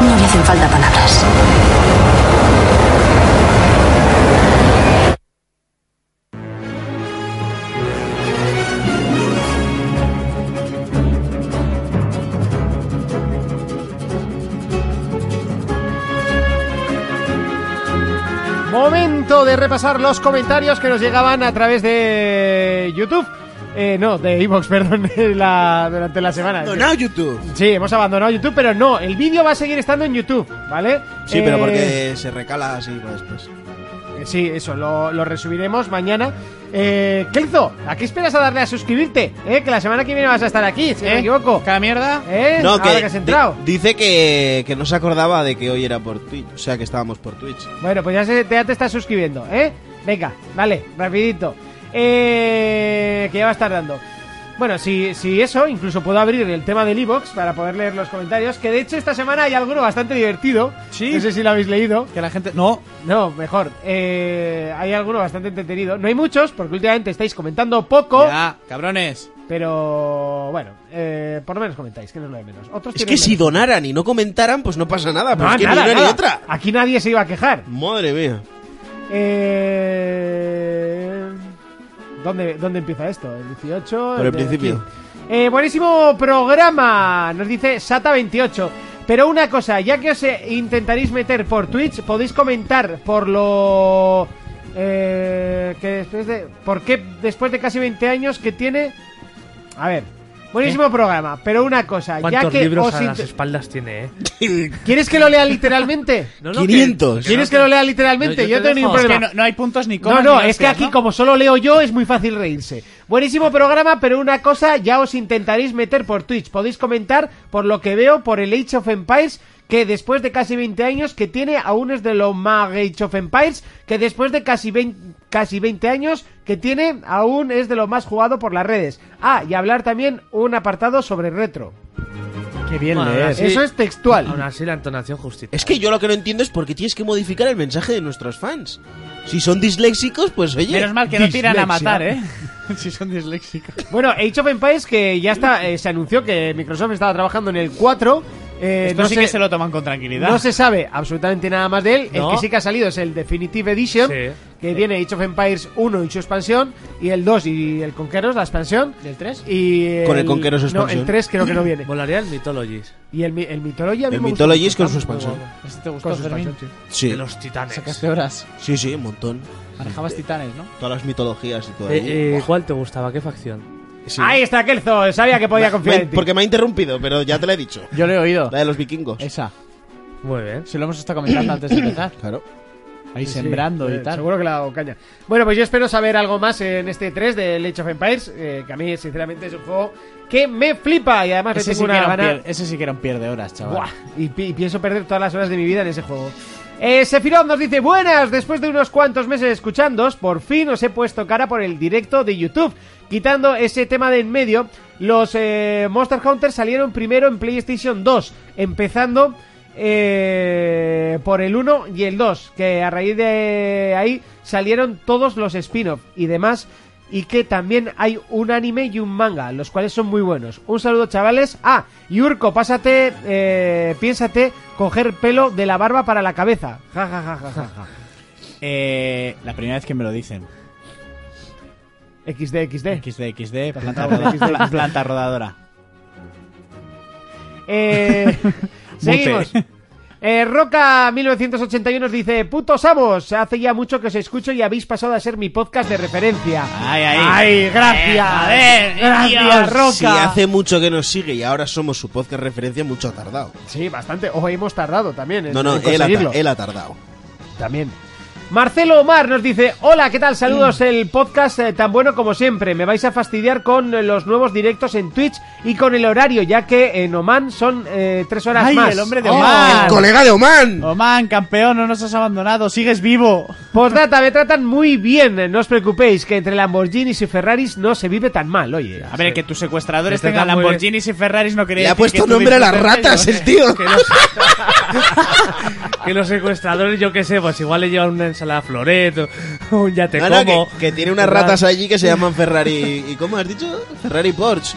No le hacen falta palabras. Momento de repasar los comentarios que nos llegaban a través de YouTube. Eh, no, de Evox, perdón, la- durante la semana. Abandonado YouTube. Sí, hemos abandonado YouTube, pero no, el vídeo va a seguir estando en YouTube, ¿vale? Sí, pero Eh, porque se recala así pues, para después. Eh, Sí, eso, lo, lo resubiremos mañana. Eh, Kelzo, ¿a qué esperas a darle a suscribirte? ¿Eh? Que la semana que viene vas a estar aquí, ¿Eh? si no me equivoco. ¿Cada mierda? ¿Eh? No, Ahora que has di- entrado. dice que, que no se acordaba de que hoy era por Twitch. O sea, que estábamos por Twitch. Bueno, pues ya, se- ya te estás suscribiendo, ¿eh? Venga, vale, rapidito. Eh, que ya vas tardando. Bueno, si, si eso, incluso puedo abrir el tema del iBox para poder leer los comentarios. Que de hecho esta semana hay alguno bastante divertido. Sí. No sé si lo habéis leído. Que la gente. No, No, mejor. Eh, hay alguno bastante entretenido. No hay muchos, porque últimamente estáis comentando poco. ya, cabrones. Pero bueno, eh, por lo menos comentáis, que no es lo de menos. Otros Es tienen que si menos. donaran y no comentaran, pues no pasa nada. Pero No, es que nada, ni una ni nada. otra. Aquí nadie se iba a quejar. Madre mía. Eh... ¿Dónde, ¿Dónde empieza esto? ¿El 18? Por el de aquí. principio. Eh, buenísimo programa, nos dice Sata28. Pero una cosa, ya que os eh, intentaréis meter por Twitch, podéis comentar por lo... eh, que después de... ¿Por qué después de casi 20 años que tiene... A ver, buenísimo programa, pero una cosa, ya ¿Eh? ¿Cuántos que libros os a las inte- espaldas tiene, eh? ¿Quieres que lo lea literalmente? No, no, 500. no, ¿Quieres que lo lea literalmente? No, yo, yo te tengo ningún dejo. problema. Que no, no hay puntos ni No, comas. no, ni es que hostias, aquí ¿no? como solo leo yo es muy fácil reírse. Buenísimo programa, pero una cosa ya os intentaréis meter por Twitch. Podéis comentar por lo que veo por el Age of Empires que después de casi 20 años que tiene aún es de lo más Age of Empires que después de casi 20, casi 20 años que tiene aún es de lo más jugado por las redes. Ah, y hablar también un apartado sobre retro. Qué bien Bueno, lees. Sí. Eso es Aún textual. así la entonación justifica. Es que yo lo que no entiendo es por qué tienes que modificar el mensaje de nuestros fans. Si son disléxicos, pues oye. Menos mal que no tiran dislexia. a matar, ¿eh? si son disléxicos. Bueno, Age of Empires que ya está eh, se anunció que Microsoft estaba trabajando en el 4 Eh, Esto no sí sé- que se lo toman con tranquilidad. No se sabe absolutamente nada más de él. No. El que sí que ha salido es el Definitive Edition, Sí. que viene Age of Empires 1 y su expansión, y el 2 y el Conqueros, la expansión. ¿Del 3? Y Con el Conqueros Conqueros expansión. No, el 3 creo que no viene. Volaría el Mythologies. Y el, mi- el Mythology a mí El me gustó mucho, Mythologies con su está muy expansión. guapo. Este te gustó, Con su Fermín. expansión, sí. Sí. De los titanes. Sacaste horas. Sí, sí, un montón. Manejabas titanes, ¿no? Todas las mitologías y todo. ahí. Eh, eh, ¿Cuál te gustaba? ¿Qué facción? Sí. Ahí está Kelzo, sabía que podía Me- confiar me- en ti. porque me ha interrumpido, pero ya te lo he dicho. Yo lo he oído. La de los vikingos. Esa. Muy bien. Se lo hemos estado comentando antes de empezar. Claro. Ahí Sí, sembrando y eh, tal. Seguro que le ha dado caña. Bueno, pues yo espero saber algo más en este 3 de Age of Empires, eh, que a mí sinceramente es un juego que me flipa y además le Ese tengo sí, que una era un gana... pier- ese sí que era un pierde horas, chaval. Buah, y, pi- y pienso perder todas las horas de mi vida en ese juego. Eh, Sephiroth nos dice, buenas, después de unos cuantos meses escuchándoos, por fin os he puesto cara por el directo de YouTube. Quitando ese tema de en medio, los eh, Monster Hunter salieron primero en PlayStation 2, empezando eh, por el 1 y el 2, que a raíz de ahí salieron todos los spin-off y demás, y que también hay un anime y un manga, los cuales son muy buenos. Un saludo, chavales. Ah, Yurko, pásate, eh, piénsate coger pelo de la barba para la cabeza. Ja, ja, ja, ja, ja, ja. Eh, la primera vez que me lo dicen. XD, XD. XD, XD, Planta planta, roda- rodadora. pla- planta rodadora. Eh, seguimos. Eh, Roca 1981 nos dice, putos amos, hace ya mucho que os escucho y habéis pasado a ser mi podcast de referencia. Ay, ay. Ay, gracias. Eh, joder, gracias, Dios. Roca. Si hace mucho que nos sigue y ahora somos su podcast referencia, mucho ha tardado. Sí, bastante. O hemos tardado también. en- No, no, Eh, en él ha, conseguirlo. ta- él ha tardado. También. Marcelo Omar nos dice, hola, ¿qué tal? Mm. Saludos, el podcast eh, tan bueno como siempre. Me vais a fastidiar con eh, los nuevos directos en Twitch y con el horario, ya que en Oman son eh, tres horas Ay, más. el hombre de Oh. Oman. ¡Colega de Oman! Oman, campeón, no nos has abandonado, sigues vivo. Postdata, me tratan muy bien, eh, no os preocupéis, que entre Lamborghinis y Ferraris no se vive tan mal, oye. A ver, que tus secuestradores Se trata tengan muy bien. Lamborghinis y Ferraris no quería Le ha decir que puesto tú nombre a las disfrutes de ratas ellos. el tío. Que los secuestradores, yo qué sé, pues igual le llevan una ensalada floret o un yate No, no, como. que, que tiene unas ratas allí que se llaman Ferrari. ¿Y cómo has dicho? Ferrari Porsche.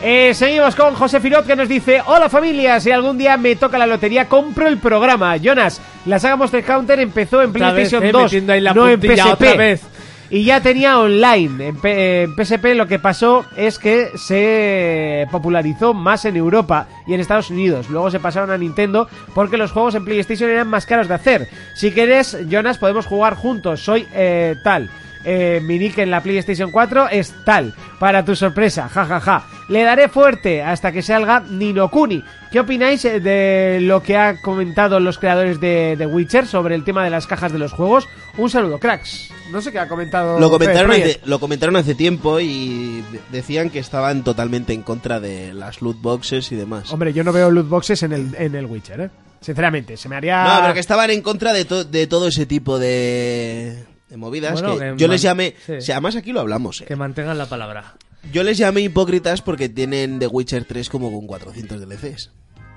Eh, seguimos con José Firot que nos dice Hola familia, si algún día me toca la lotería compro el programa Jonas, la saga Monster Counter empezó en Otra PlayStation vez, eh, 2 metiendo ahí la No en puntilla PSP otra vez. Y ya tenía online en, P- en PSP lo que pasó es que se popularizó más en Europa y en Estados Unidos Luego se pasaron a Nintendo porque los juegos en PlayStation eran más caros de hacer Si querés, Jonas, podemos jugar juntos, soy eh, tal eh, mi nick en la PlayStation 4 es tal, para tu sorpresa, jajaja. Le daré fuerte hasta que salga Nino Kuni. ¿Qué opináis eh, de lo que han comentado los creadores de The Witcher sobre el tema de las cajas de los juegos? Un saludo, cracks. No sé qué ha comentado. Lo comentaron, Fede hace, Reyes. lo comentaron hace tiempo y de- decían que estaban totalmente en contra de las loot boxes y demás. Hombre, yo no veo loot boxes en el, en el Witcher, ¿eh? Sinceramente, se me haría. Ah. No, pero que estaban en contra de, to- de todo ese tipo de, de movidas. Bueno, que que yo les man- llamé... sí. o sea, además aquí lo hablamos. eh. Que mantengan la palabra. Yo les llamé hipócritas porque tienen The Witcher 3 como con 400 DLCs.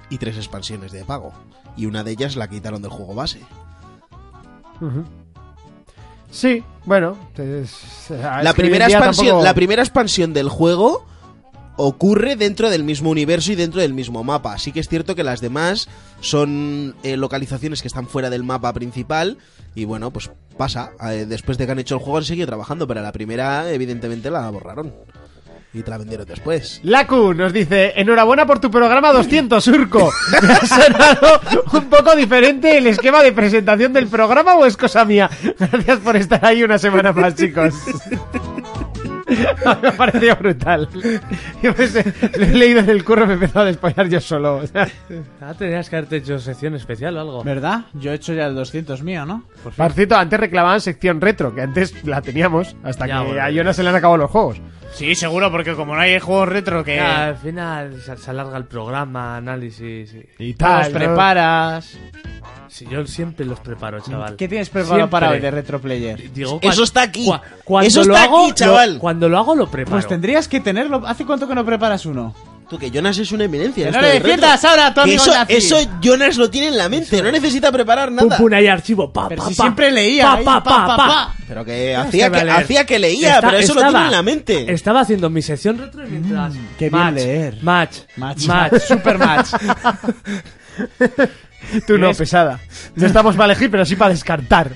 Y tres expansiones de pago. Y una de ellas la quitaron del juego base. Sí, bueno. es- es- la Ah, es que primera hoy en día expansión, tampoco- la primera expansión del juego ocurre dentro del mismo universo y dentro del mismo mapa. Así que es cierto que las demás son eh, localizaciones que están fuera del mapa principal y bueno, pues pasa. Eh, después de que han hecho el juego han seguido trabajando, pero la primera evidentemente la borraron y te la vendieron después. Laku nos dice, enhorabuena por tu programa 200, Surco. Me ha sonado un poco diferente el esquema de presentación del programa o es cosa mía. Gracias por estar ahí una semana más, chicos. Me ha parecido brutal. Yo me sé- lo he leído en el curro y me he empezado a despollar yo solo. o sea. Ah, tenías que haberte hecho sección especial o algo. ¿Verdad? Yo he hecho ya el 200 mío, ¿no? Marcito, antes reclamaban sección retro, que antes la teníamos, hasta Ya, que bueno. a Jonas se le han acabado los juegos. Sí, seguro, porque como no hay juegos retro que... Ya, al final se, se alarga el programa, análisis. y- Y Los ¿no? preparas. Si yo siempre los preparo, chaval. ¿Qué tienes preparado para hoy Siempre. de Retro Player? Digo, Eso cuan- está aquí. cua- cuando Eso lo está hago, aquí, lo- chaval. cuando lo hago, lo preparo. Pues tendrías que tenerlo. ¿Hace cuánto que no preparas uno? Tú que Jonas es una eminencia. Que en no esto le del retro. defiendas ahora a tu Que amigo eso, nazi. eso Jonas lo tiene en la mente, no necesita preparar nada. Pum, pum, ahí archivo, pa, Pero pa, si pa. siempre leía. Pa, ahí, pa, pa, pa. Pero que hacía Este va a que, leer. hacía que leía, Está- pero eso lo estaba- tiene en la mente. Mm, Estaba haciendo mi sesión retro y mientras. qué bien match, leer. Match, Match, match, match, super match. Tú no, ¿Crees? pesada. No estamos para elegir, pero sí para descartar.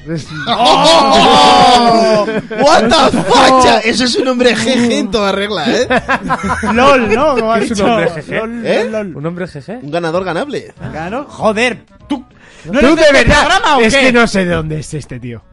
¡Oh! What the fuck? cha- Eso es un hombre jeje en toda regla, ¿eh? LOL, ¿no? Como ha Es un dicho. hombre jeje. LOL, ¿Eh? LOL. Un hombre jeje. Un ganador ganable. Claro. Joder, tú. ¿No Tú eres de de este verdad. programa o es qué? que no sé de dónde es este tío.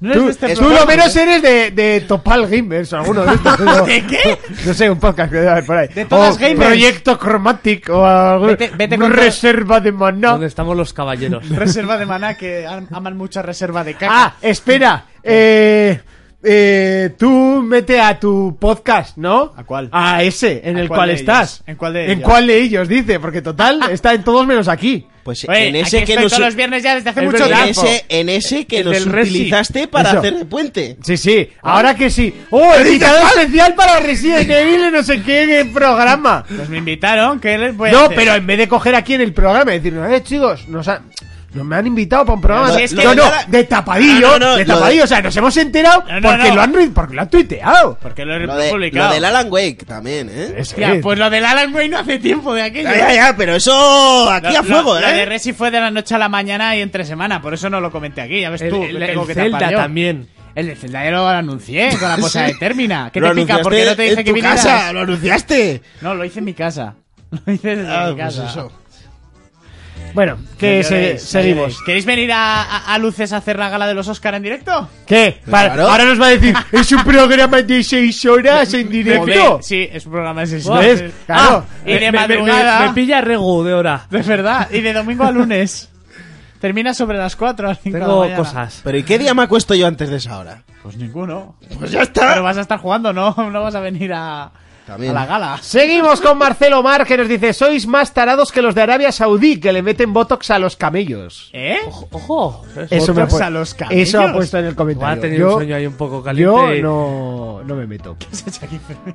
No eres Tú, de este tú programa, lo menos ¿eh? eres de, de Topal Gamers o alguno de estos. ¿no? ¿De qué? No sé, un podcast que debe haber por ahí. De todas O gamers. Proyecto Chromatic o algo. Vete- vete con- Reserva de maná. Donde estamos los caballeros. Reserva de maná que am- aman mucha reserva de caca. Ah, espera. Eh, eh, tú mete a tu podcast, ¿no? ¿A cuál? A ese, en ¿A el cuál cual de estás. ellos? ¿En cuál de Ah. ¿En ellos? cuál de ellos? Dice, porque total, está en todos menos aquí. Pues Oye, en ese aquí que estoy nos, todos los viernes ya desde hace Es mucho verdad. en tiempo. ese, en ese que El nos del Resi. utilizaste para Eso. hacer de puente. Sí, sí, Ah. ahora que sí. ¡Oh, invitado especial para Resident Evil en no sé qué programa! Pues me invitaron, que les voy a No, hacer? pero en vez de coger aquí en el programa y decirnos, eh, chicos, nos han... Nos me han invitado para un programa No, de, es que- no, no, de tapadillo, No, no, no, de lo tapadillo, de- o sea, nos hemos enterado No, no, porque, no. Lo han, ru- porque lo han tuiteado. Porque lo he Lo, de, publicado. lo del Alan Wake también, ¿eh? Eso Hostia, es. pues lo del Alan Wake no hace tiempo de aquello. Ya, ya, ya, pero eso aquí Lo- a fuego, lo, ¿eh? Lo de Resi fue de la noche a la mañana y entre semana, por eso no lo comenté aquí, ya ves El, tú. el- que tengo el que tapar Zelda yo. también. El de Zelda ya lo anuncié con la cosa de términa. ¿Qué Lo te pica? anunciaste ¿Por qué no te dije en que tu vinieras? casa, lo anunciaste. No, lo hice en mi casa. Lo hice desde Ah, mi pues casa. eso. Bueno, que No se- lloréis, no seguimos. lloréis. ¿Queréis venir a, a- a Luces a hacer la gala de los Oscar en directo? ¿Qué? Para- claro. Ahora nos va a decir, es un programa de 6 horas en directo. Joder, sí, es un programa de seis Buah, horas. ¿ves? Claro. Ah, y Me- de me- me- madrugada. Me, pilla regu de hora. De verdad, y de domingo a lunes. Termina sobre las 4 a cinco de la Tengo mañana. cosas. Pero ¿y qué día me acuesto yo antes de esa hora? Pues ninguno. Pues ya Pero está. vas a estar jugando, ¿no? No vas a venir a, a También. la gala. Seguimos con Marcelo Mar que nos dice, sois más tarados que los de Arabia Saudí que le meten botox a los camellos. ¿Eh? Ojo. Eso me ha ¿Botox pu- a los camellos? Eso ha puesto en el Igual ha comentario. tenido Yo- un sueño ahí un poco Yo caliente. y- no, no me meto.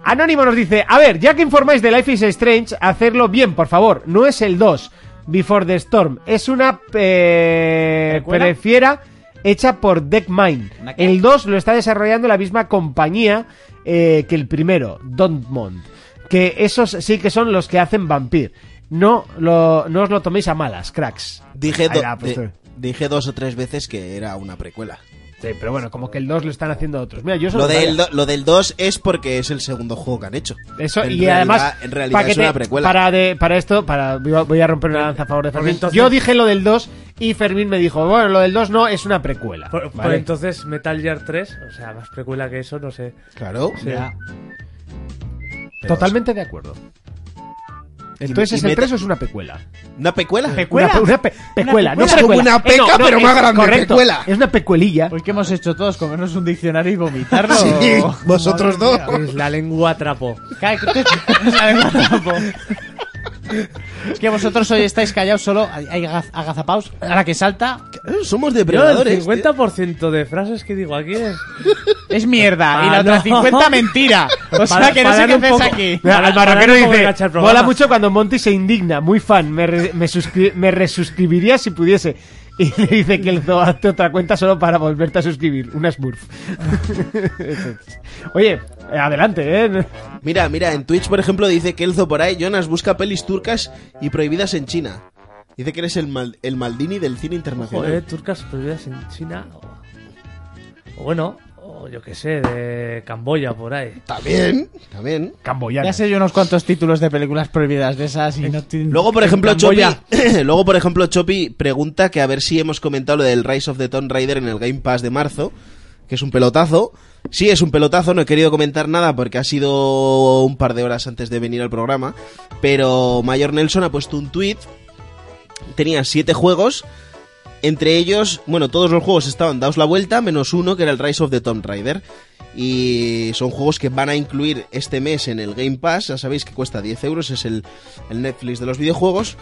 Anónimo nos dice, a ver, ya que informáis de Life is Strange, hacerlo bien, por favor. No es el 2, Before the Storm. Es una eh, ¿Precuela? prefiera hecha por DeckMind. ¿Una qué? El 2 lo está desarrollando la misma compañía eh, que el primero, Dontmond. Que esos sí que son los que hacen Vampir. No, lo- no os lo toméis a malas, cracks. Dije, Ahí pues do- la ha puesto. de- dije dos o tres veces que era una precuela. Sí, pero bueno, como que el 2 lo están haciendo otros. Mira, yo eso Lo no sabía. del, do- lo del 2 es porque es el segundo juego que han hecho. Eso, En y realidad- además, En realidad pa' que es una te- precuela. Para, de- para esto, para, voy a- voy a romper una lanza a favor de Fermín. entonces- Yo dije lo del 2 y Fermín me dijo, bueno, lo del 2 no, es una precuela. Por, por Vale. entonces Metal Gear 3, o sea, más precuela que eso, no sé. Claro. Sí. Totalmente de acuerdo. Entonces, y ¿es el meta- 3 o es una pecuela? ¿Una precuela? ¿Pecuela? Una, pe- pecuela, no Es como precuela. Eh, una peca, no, no, pero más es- grande, correcto, pecuela. Es una pecuelilla. Hoy que hemos hecho todos comernos un diccionario y vomitarlo. Sí, vosotros dos. Es la lengua trapo. Cae- es la lengua trapo. Es que vosotros hoy estáis callados solo, hay, hay agaz- agazapaos. Ahora que salta, Eh, Somos Yo, depredadores. el 50% de frases que digo aquí es. es mierda. y la Ah, otra no. 50 mentira. O sea Para- que no sé qué para darle un haces poco- aquí. Mira, Para- al para marroquero no poder dice, cachar programas. mola mucho cuando Monty se indigna, muy fan, me, re- me, suscri- me resuscribiría si pudiese. Y le dice que el zoo hace otra cuenta solo para volverte a suscribir, una Smurf. Oye, eh, adelante, ¿eh? Mira, mira, en Twitch, por ejemplo, dice que Elzo por ahí, Jonas busca pelis turcas y prohibidas en China. Dice que eres el, mal- el Maldini del cine internacional. Joder, turcas prohibidas en China. O, o bueno, o yo qué sé, de Camboya por ahí. También, también. Camboyana. Ya sé yo unos cuantos títulos de películas prohibidas de esas y no tienen- Luego, por ejemplo, Chopi, Camboya. luego, por ejemplo, Chopi pregunta que a ver si hemos comentado lo del Rise of the Tomb Raider en el Game Pass de marzo, que es un pelotazo. Sí, es un pelotazo, no he querido comentar nada porque ha sido un par de horas antes de venir al programa, pero Mayor Nelson ha puesto un tweet. Tenía siete juegos, entre ellos, bueno, todos los juegos estaban dados la vuelta, menos uno que era el Rise of the Tomb Raider. Y son juegos que van a incluir este mes en el Game Pass. Ya sabéis que cuesta 10 euros, es el, el Netflix de los videojuegos.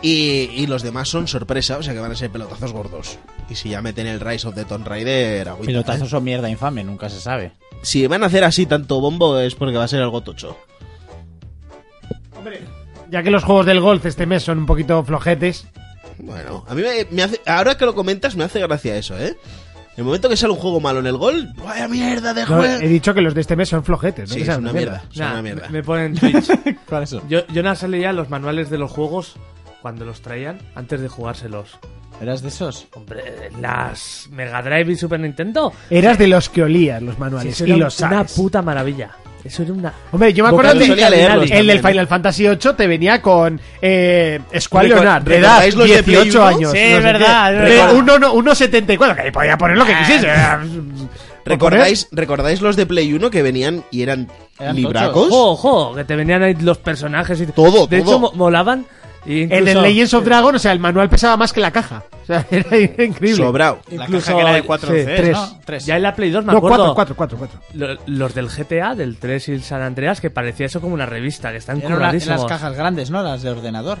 Y, y los demás son sorpresa, o sea que van a ser pelotazos gordos. Y si ya meten el Rise of the Tomb Raider, agüita, ¿eh? Pelotazos o mierda infame, nunca se sabe. Si van a hacer así tanto bombo es porque va a ser algo tocho. Ya que los juegos del golf este mes son un poquito flojetes. Bueno, a mí me, me hace, ahora que lo comentas me hace gracia eso, ¿eh? El momento que sale un juego malo en el gol, vaya mierda de No, juego. he dicho que los de este mes son flojetes, ¿no? Sí, Que es sean una mierda. es Nah, una mierda. Me, me ponen Twitch. ¿Cuáles son? Yo, yo nada leía los manuales de los juegos cuando los traían antes de jugárselos. ¿Eras de esos? Hombre, las Mega Drive y Super Nintendo. Eras de los que olías los manuales eso y era los una sabes. puta maravilla. Eso era una. Hombre, yo me Boca acuerdo de solía leerlos el del también, ¿eh? Final Fantasy VIII te venía con eh, Squall Reco- Leonard, de edad, ¿recordáis los de 18 Play uno? años. Sí, no sé verdad, qué. es De verdad. Ah, uno- no- 1.74, que le podía poner lo que quisiese. ¿Recordáis, ¿Recordáis los de Play 1 que venían y eran, Eran libracos? ¡Jo, jo! Que te venían ahí los personajes y Todo, De todo. hecho, mo- molaban. y El de incluso- Legends of Dragon, o sea, el manual pesaba más que la caja. O sea, era increíble. Sobrao. La Incluso- caja que era de sí, 4 tres. ¿no? Tres. Ya en la Play 2 me No, acuerdo. 4, 4, 4, 4. lo- Los del GTA, del 3 y el San Andreas, que parecía eso como una revista, que están Eran una- eran curradísimos. las cajas grandes, ¿no? Las de ordenador.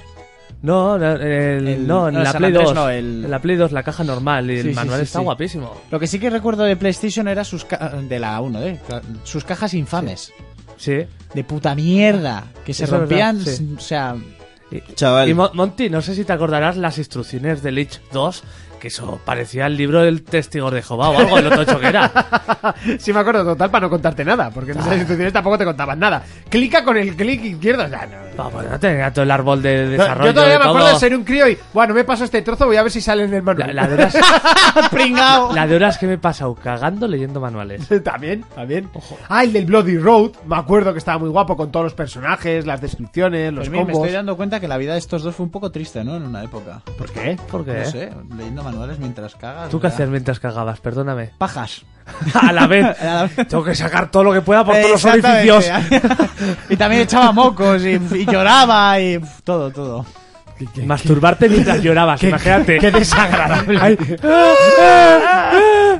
No, no, el- El- no, en no, el la San Play Andrés 2. no, el- En la Play 2, la caja normal, y el Sí, sí, manual sí, está sí. guapísimo. Lo que sí que recuerdo de PlayStation era sus ca- de la 1, ¿eh? Sus cajas infames. Sí. De puta mierda. Que se Eso es rompían, verdad, sí. o sea... Chaval. Y Mo- Monty, no sé si te acordarás las instrucciones del Lich 2, que eso parecía el libro del testigo de Jehová o algo, lo tocho que era. Sí me acuerdo total para no contarte nada, porque en Ah. esas instituciones tampoco te contaban nada. Clica con el clic izquierdo, o sea, no. Vamos, no tenía todo el árbol de No, desarrollo. yo todavía de me acuerdo todo. de ser un crío y, bueno, me paso este trozo, voy a ver si sale en el La, manual. la de horas, Pringao. la de horas que me he pasado cagando leyendo manuales. También, también. Ah, el del Bloody Road, me acuerdo que estaba muy guapo con todos los personajes, las descripciones, los Pues mira, me combos. estoy dando cuenta que la vida de estos dos fue un poco triste, ¿no? En una época. ¿Por qué? ¿Por qué? No sé, leyendo manuales mientras cagas. ¿Tú qué ¿verdad? hacías mientras cagabas? Perdóname. Pajas. A la vez. A la vez. Tengo que sacar todo lo que pueda por todos los Exactamente. orificios. y también echaba mocos y, y lloraba y pf, todo, todo. Masturbarte mientras llorabas, imagínate. Qué desagradable. Ay.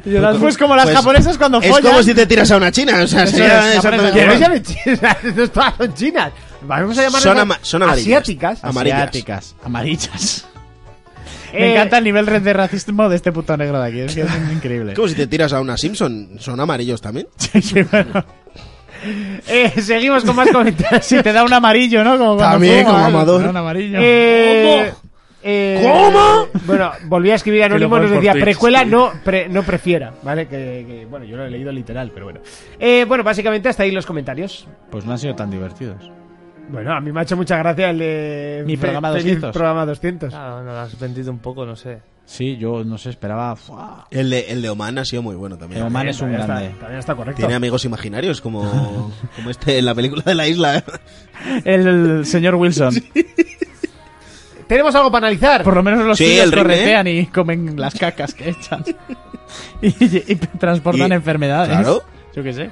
Llorando. Pues como las Pues, japonesas cuando Es follan. como si te tiras a una china. O sea, Eso sería es, aparece- exactamente Que no igual. llamen chinas, no todas son chinas. Vamos a llamarlas Son a- ama- son amarillas. asiáticas. Ama- amarillas. Asiáticas, amarillas. Eh, Me encanta el nivel de racismo de este puto negro de aquí. Es que es increíble. Es como si te tiras a una Simpson. Son amarillos también. Sí, bueno, Eh, seguimos con más comentarios. si te da un amarillo, ¿no? Como cuando También, fumas, como amador. te da Un amarillo. Eh, eh, ¿Cómo? Bueno, volví a escribir lo anónimo, pones nos por decía Twitch, precuela sí. no, pre- no prefiera, ¿vale? Que, que, bueno, yo lo he leído literal, pero bueno. Eh, bueno, básicamente hasta ahí los comentarios. Pues no han sido tan divertidos. Bueno, a mí me ha hecho mucha gracia el de Mi fe- programa feliz 200. programa 200. Ah, no, has vendido un poco, no sé. Sí, yo no sé, esperaba. ¡fua! El de, el de Oman ha sido muy bueno también. El Oman es un También está- grande. también está correcto. Tiene amigos imaginarios como, como este en la película de la isla. El, señor Wilson. Tenemos algo para analizar. Por lo menos los Sí, tíos el ring, corretean y comen las cacas que echan. y, y transportan Y- enfermedades. claro. Yo qué sé.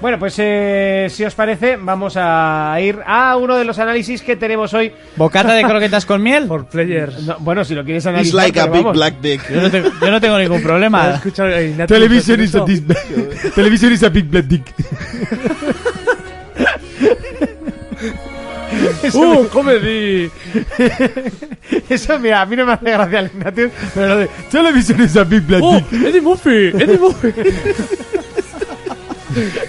Bueno, pues eh, si os parece, vamos a ir a uno de los análisis que tenemos hoy. Bocata de croquetas con miel. Por players. No, bueno, si lo quieres It's analizar. like a pero big vamos. black dick. Yo no, tengo, yo no tengo ningún ¿Has problema. escuchado a eh, Ignacio Televisión decir eso? Televisión is a big black dick. ¡Uh, comedy! Eso, mira, a mí no me hace gracia el Ignatius, pero lo de ¡Uh! Televisión is a big black ¡Oh, dick. Eddie Murphy! ¡Eddie Murphy!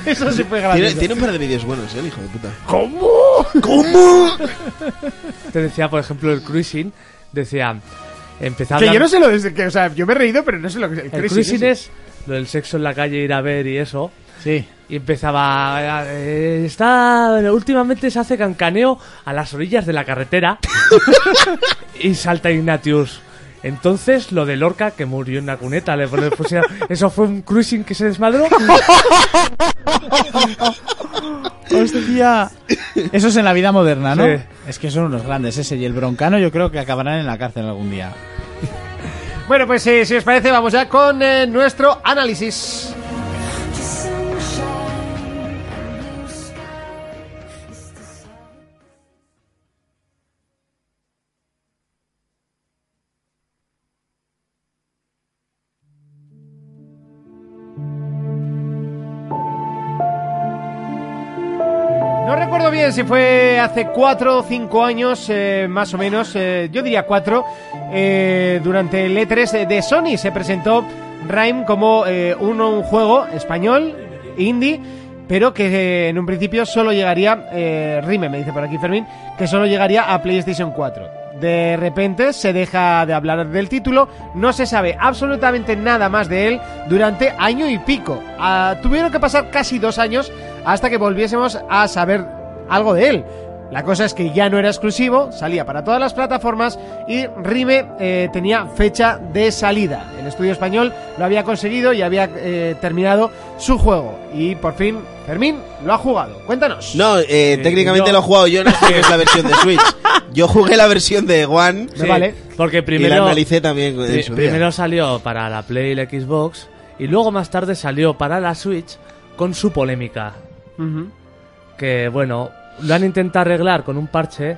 Eso sí fue Tiene, gracioso. tiene un par de vídeos buenos, ¿eh, el hijo de puta. Te decía, por ejemplo, el cruising. Decía, empezaba. Que yo no sé lo de... Que, o sea, yo me he reído, pero no sé lo que El cruising es lo del sexo en la calle, ir a ver y eso. Sí. Y empezaba. eh, está. Últimamente se hace cancaneo a las orillas de la carretera. y salta Ignatius. Entonces, lo de Lorca, que murió en una cuneta, le le pusieron- Eso fue un cruising que se desmadró. Hostia. Eso es en la vida moderna, ¿no? Sí. Es que son unos grandes ese y el broncano. Yo creo que acabarán en la cárcel algún día. Bueno, pues eh, si os parece, vamos ya con eh, nuestro análisis. No recuerdo bien si fue hace cuatro o cinco años, eh, más o menos, eh, yo diría cuatro, eh, durante el E3 de Sony se presentó Rime como eh, uno- un juego español, indie, pero que eh, en un principio solo llegaría, eh, Rime me dice por aquí Fermín, que solo llegaría a PlayStation 4. De repente se deja de hablar del título, no se sabe absolutamente nada más de él durante año y pico. Ah, tuvieron que pasar casi dos años hasta que volviésemos a saber algo de él. La cosa es que ya no era exclusivo, salía para todas las plataformas y Rime eh, tenía fecha de salida. El estudio español lo había conseguido y había eh, terminado su juego. Y por fin, Fermín lo ha jugado. Cuéntanos. No, eh, técnicamente yo- lo he jugado yo, no es porque es la versión de Switch. Yo jugué la versión de One. Me vale. Porque Y la primero. analicé también en pri- su día. primero salió para la Play y la Xbox. Y luego más tarde salió para la Switch con su polémica. Ujú. Que bueno, lo han intentado arreglar con un parche.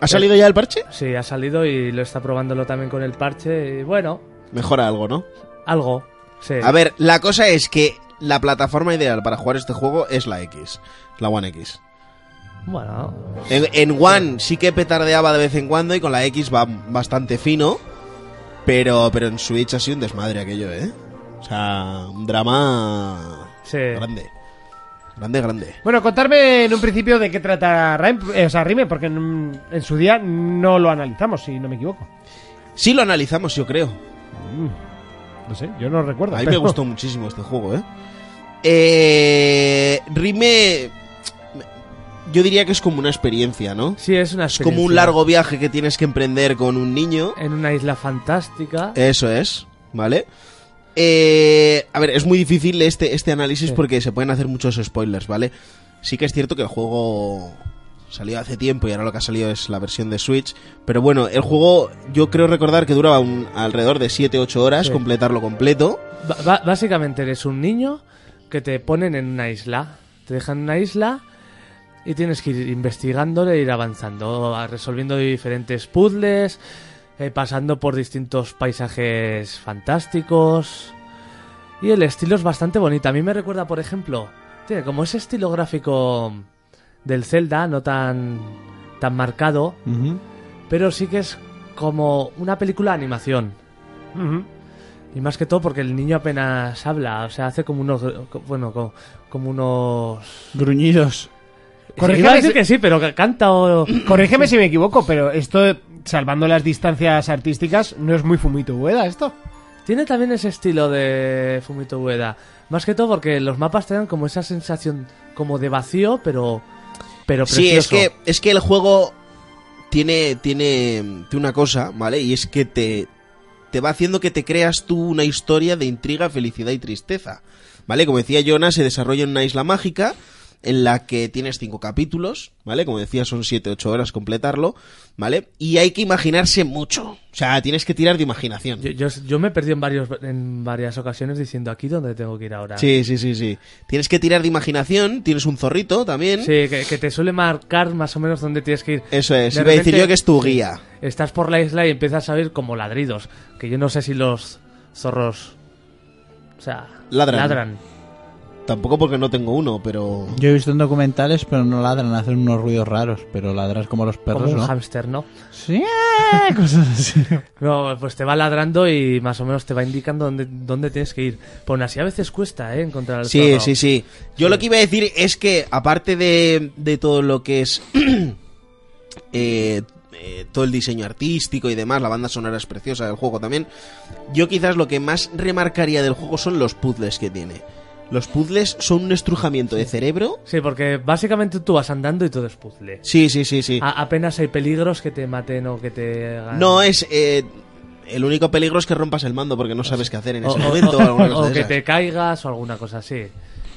¿Ha salido ya el parche? Sí, ha salido y lo está probándolo también con el parche. Y bueno, Mejora algo, ¿no? algo. Sí. A ver, la cosa es que la plataforma ideal para jugar este juego es la X, la One X. Bueno, En, en One sí que petardeaba de vez en cuando y con la X va bastante fino, pero, pero en Switch ha sido un desmadre aquello, ¿eh? O sea, un drama sí. grande. Grande, grande. Bueno, contarme en un principio de qué trata Raim, eh, o sea, Rime, porque en, en su día no lo analizamos, si no me equivoco. Sí lo analizamos, yo creo. No sé, yo no recuerdo. A mí me pero- gustó muchísimo este juego, ¿eh? Eh, Rime... Yo diría que es como una experiencia, ¿no? Sí, es una Es como un experiencia. largo viaje que tienes que emprender con un niño. En una isla fantástica. Eso es, ¿vale? Eh, a ver, es muy difícil este, este análisis Sí. porque se pueden hacer muchos spoilers, ¿vale? Sí que es cierto que el juego salió hace tiempo y ahora lo que ha salido es la versión de Switch. Pero bueno, el juego yo creo recordar que duraba un- alrededor de 7-8 horas Sí. completarlo completo. Ba- ba- básicamente eres un niño que te ponen en una isla. Te dejan en una isla y tienes que ir investigando e ir avanzando, a- resolviendo diferentes puzzles, eh, pasando por distintos paisajes fantásticos. Y el estilo es bastante bonito. A mí me recuerda, por ejemplo, tiene como ese estilo gráfico del Zelda, no tan, tan marcado, pero sí que es como una película de animación. Ujú. Y más que todo porque el niño apenas habla, o sea, hace como unos... co- Bueno, co- como, unos... Gruñidos. Corrígeme Iba a decir si- que sí, pero que canta o... Corrígeme si me equivoco, pero esto, salvando las distancias artísticas, no es muy fumito hueda esto. Tiene también ese estilo de Fumito Ueda. Más que todo porque los mapas te dan como esa sensación como de vacío, pero... Pero Sí, es precioso. que, es que el juego tiene, tiene, tiene una cosa, ¿vale? Y es que te, te va haciendo que te creas tú una historia de intriga, felicidad y tristeza. ¿Vale? Como decía Jonas, se desarrolla en una isla mágica en la que tienes cinco capítulos, ¿vale? Como decía, son siete, ocho horas completarlo, ¿vale? Y hay que imaginarse mucho. O sea, tienes que tirar de imaginación. Yo, yo, yo me perdí en, varios, en varias ocasiones diciendo aquí donde tengo que ir ahora. Sí, sí, sí, sí. Tienes que tirar de imaginación, tienes un zorrito también. Sí, que, que te suele marcar más o menos dónde tienes que ir. Eso es, De iba a decir repente- yo que es tu sí, guía. Estás por la isla y empiezas a oír como ladridos. Que yo no sé si los zorros. O sea. Ladran. Tampoco porque no tengo uno, pero... Yo he visto en documentales, pero no ladran, hacen unos ruidos raros, pero ladras como los Como perros, un ¿no? hámster, ¿no? Sí, eh, cosas así. No, pues te va ladrando y más o menos te va indicando dónde, dónde tienes que ir. Pero aún así a veces cuesta, ¿eh? Encontrar al Sí, zorro. sí, sí. Yo lo que iba a decir es que, aparte de, de todo lo que es eh, eh, todo el diseño artístico y demás, la banda sonora es preciosa del juego también, yo quizás lo que más remarcaría del juego son los puzzles que tiene. Los puzzles son un estrujamiento de cerebro. Sí, porque básicamente tú vas andando y todo es puzzle. Sí, sí, sí, sí. A- apenas hay peligros que te maten o que te. hagan- No es... eh, el único peligro es que rompas el mando porque no sabes qué hacer en Ah, O- ese o- momento. o- o alguna cosa o de que esas. te caigas o alguna cosa así.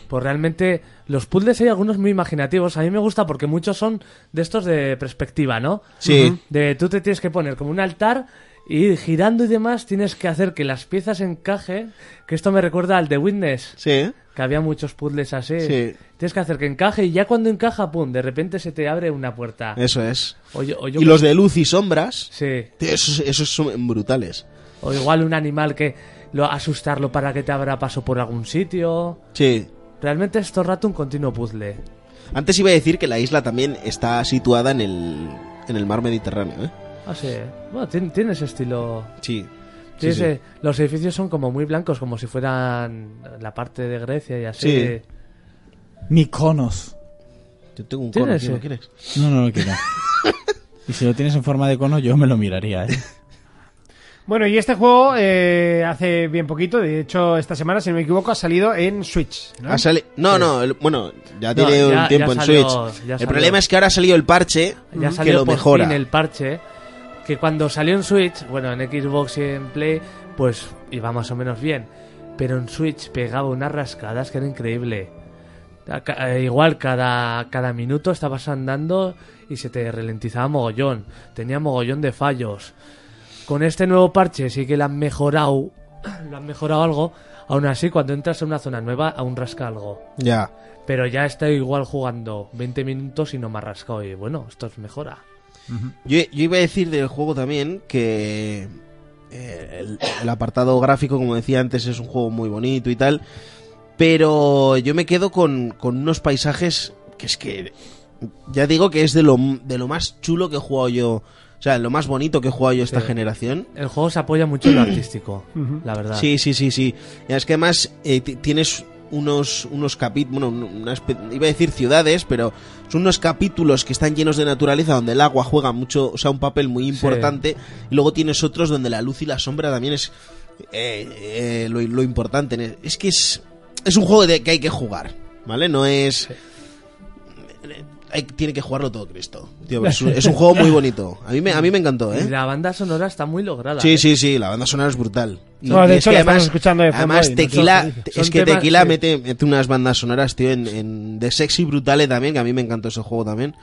Pues realmente los puzzles hay algunos muy imaginativos. A mí me gusta porque muchos son de estos de perspectiva, ¿no? Sí. Ujú. De tú te tienes que poner como un altar y ir girando y demás tienes que hacer que las piezas encajen. Que esto me recuerda al de Witness, Sí, ¿eh? que había muchos puzzles así. Sí. Tienes que hacer que encaje y ya cuando encaja, pum, de repente se te abre una puerta. eso es. O yo- o Ah. yo- Y los de luz y sombras, Sí. esos, esos son brutales. O igual un animal que lo asustarlo para que te abra paso por algún sitio. Sí. Realmente es todo el rato un continuo puzzle. ¿eh? Antes iba a decir que la isla también está situada en el, en el mar Mediterráneo, ¿eh? Ah, sí. Bueno, tien- tiene ese estilo. Sí. Tiene sí. ese- Los edificios son como muy blancos, como si fueran la parte de Grecia y así. Sí. Miconos. Yo tengo un ¿Tiene cono, eso? ¿quieres? ¿quieres? No, no lo quiero. y si lo tienes en forma de cono, yo me lo miraría, ¿eh? Bueno, y este juego eh, hace bien poquito, de hecho esta semana, si no me equivoco, ha salido en Switch. ¿no? Ha sali- Ah, No, no, el- bueno, ya No, tiene ya- un ya tiempo en salió- ya Switch. salió. El problema es que ahora ha salido el parche Ya que salió lo por mejora. fin el parche. ¿eh? Que cuando salió en Switch, bueno, en Xbox y en Play, pues iba más o menos bien. Pero en Switch pegaba unas rascadas que era increíble. A ca- eh, Igual cada, cada minuto estabas andando y se te ralentizaba mogollón. Tenía mogollón de fallos. Con este nuevo parche sí que lo han mejorado. Lo han mejorado algo. Aún así, cuando entras a una zona nueva, aún rasca algo. Ya. Pero ya está igual jugando 20 minutos y no me ha rascado. Y bueno, esto es mejora. Yo, yo iba a decir del juego también que eh, el, el apartado gráfico, como decía antes, es un juego muy bonito y tal. Pero yo me quedo con, con unos paisajes que es que. Ya digo que es de lo, de lo más chulo que he jugado yo. O sea, lo más bonito que he jugado yo esta Sí. generación. El juego se apoya mucho en lo artístico, la verdad. Sí, sí, sí, sí. Y es que además eh, ti- tienes unos, unos capítulos, bueno, un- unas pe- iba a decir ciudades, pero son unos capítulos que están llenos de naturaleza donde el agua juega mucho, o sea, un papel muy importante. Y luego tienes otros donde la luz y la sombra también es eh, eh, lo, lo importante. Es que es, es un juego de, que hay que jugar, ¿vale? No es... eh, hay- tiene que jugarlo todo Cristo. Tío, pero es, un, es un juego muy bonito. A mí me, a mí me encantó, ¿eh? Y la banda sonora está muy lograda. Sí, ¿eh? sí, sí, la banda sonora es brutal. No, de hecho, la estamos escuchando de fondo además y no Tequila, se nos te- Son es que temas Tequila que- mete, mete unas bandas sonoras, tío, en, en de sexy brutales también, que a mí me encantó ese juego también.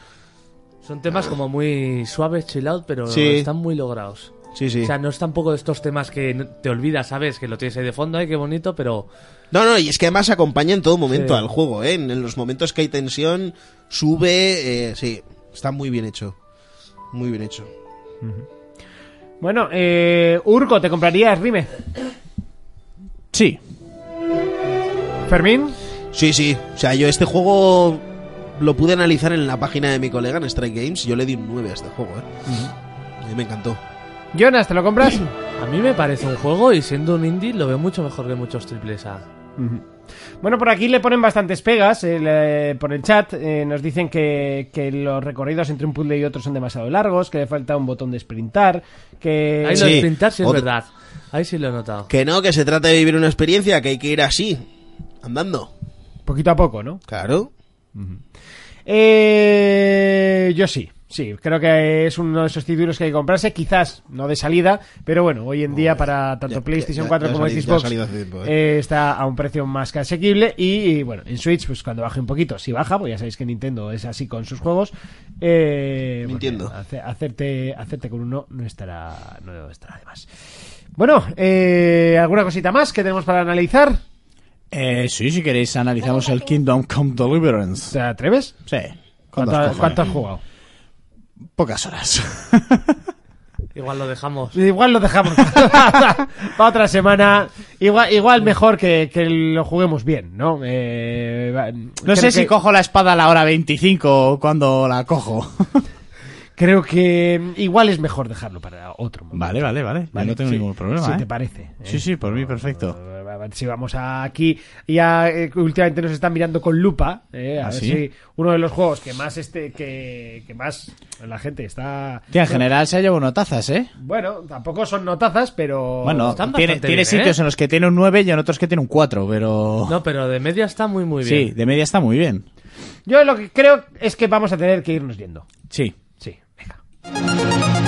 Son temas como muy suaves, chill out, pero Sí. están muy logrados. Sí, sí. O sea, no es tampoco de estos temas que no- te olvidas, ¿sabes? Que lo tienes ahí de fondo, ¡ay, qué bonito! Pero No, no, y es que además acompaña en todo momento Sí. al juego, ¿eh? En, en los momentos que hay tensión, sube, eh, sí, está muy bien hecho. Muy bien hecho. Bueno, eh, Urco, ¿te comprarías Rime? Sí. Fermín, Sí, sí. O sea, yo este juego lo pude analizar en la página de mi colega en Strike Games. Yo le di un 9 a este juego, ¿eh? A mí me encantó. Jonas, ¿te lo compras? a mí me parece un juego y siendo un indie lo veo mucho mejor que muchos triples A. Bueno, por aquí le ponen bastantes pegas eh, le- por el chat. eh, nos dicen que, que los recorridos entre un puzzle y otro son demasiado largos, que le falta un botón de sprintar, que... Ahí Sí. lo de pintar sí es Otro- verdad. Ahí sí lo he notado. Que no, que se trata de vivir una experiencia, que hay que ir así, andando. Poquito a poco, ¿no? Claro. Eh, yo sí, sí, creo que es uno de esos títulos que hay que comprarse, quizás no de salida, pero bueno, hoy en día para tanto ya- PlayStation ya- 4 ya como ha salido- ya ha Xbox salido hace tiempo, eh, está a un precio más que asequible y, y, bueno, en Switch pues cuando baje un poquito, si baja, pues ya sabéis que Nintendo es así con sus juegos, eh, bueno, Nintendo. hace- hacerte, hacerte con uno no estará, no estará de más. Bueno, eh, ¿alguna cosita más que tenemos para analizar? Eh, sí, si queréis, analizamos el Kingdom Come Deliverance. ¿Te atreves? Sí. con ¿Cuánto, dos cojones. cuánto has jugado? Pocas horas. Igual lo dejamos. Pues Igual lo dejamos para otra semana. Igual, igual mejor que, que lo juguemos bien, ¿no? Eh, va- No creo sé si que- cojo la espada a la hora 25 o cuando la cojo. Creo que igual es mejor dejarlo para otro momento. Vale, vale, vale. Yo no tengo sí, ningún problema. Si ¿eh? te parece. ¿eh? Sí, sí, por mí perfecto. Si vamos a- aquí, ya eh, últimamente nos están mirando con lupa. eh, a ¿Ah, ver sí? si uno de los juegos que más este que, que más la gente está. Tía, en general se lleva notazas, ¿eh? Bueno, tampoco son notazas, pero. Bueno, Pues están tiene, bastante tiene bien, sitios ¿eh? en los que tiene un 9 y en otros que tiene un 4, pero... No, pero de media está muy, muy bien. sí, de media está muy bien. Yo lo que creo es que vamos a tener que irnos yendo. Sí. Sí, venga.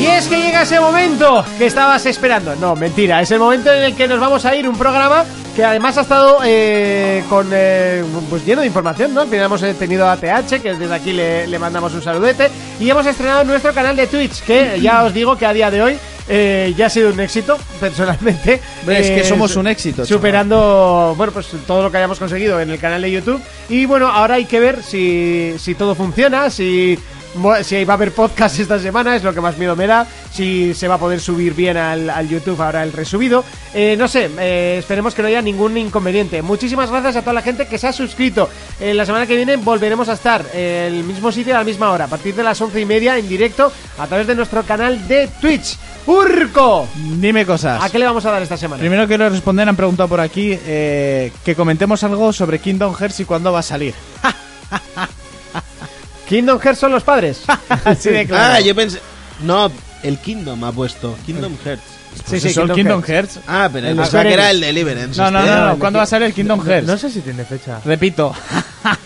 Y es que llega ese momento que estabas esperando. No, mentira, es el momento en el que nos vamos a ir un programa que además ha estado eh, con eh, pues lleno de información, ¿no? Al final hemos eh, tenido a TH, que desde aquí le, le mandamos un saludete, y hemos estrenado nuestro canal de Twitch, que ya os digo que a día de hoy eh, ya ha sido un éxito, personalmente. Hombre, es que Eh, somos su- un éxito, chaval. Superando, bueno, pues todo lo que hayamos conseguido en el canal de YouTube. Y bueno, ahora hay que ver si, si todo funciona, si, bueno, si va a haber podcast esta semana, es lo que más miedo me da, si se va a poder subir bien al, al YouTube ahora el resubido. Eh, no sé, eh, esperemos que no haya ningún inconveniente. Muchísimas gracias a toda la gente que se ha suscrito. Eh, la semana que viene volveremos a estar en el mismo sitio a la misma hora, a partir de las once y media en directo a través de nuestro canal de Twitch. Urco. Dime cosas. ¿A qué le vamos a dar esta semana? Primero quiero responder, han preguntado por aquí eh, que comentemos algo sobre Kingdom Hearts y cuándo va a salir. Kingdom Hearts son los padres. Así de claro. Ah, yo pensé. No, el Kingdom ha puesto. Kingdom Hearts. Sí, sí, pues Eso, el Kingdom, Hearts. Ah, pero El o sea, que Deliverance. era el Deliverance. No, no, este. no, no, ¿Cuándo va a salir el Kingdom Pues. Hearts? No sé si tiene fecha. Repito.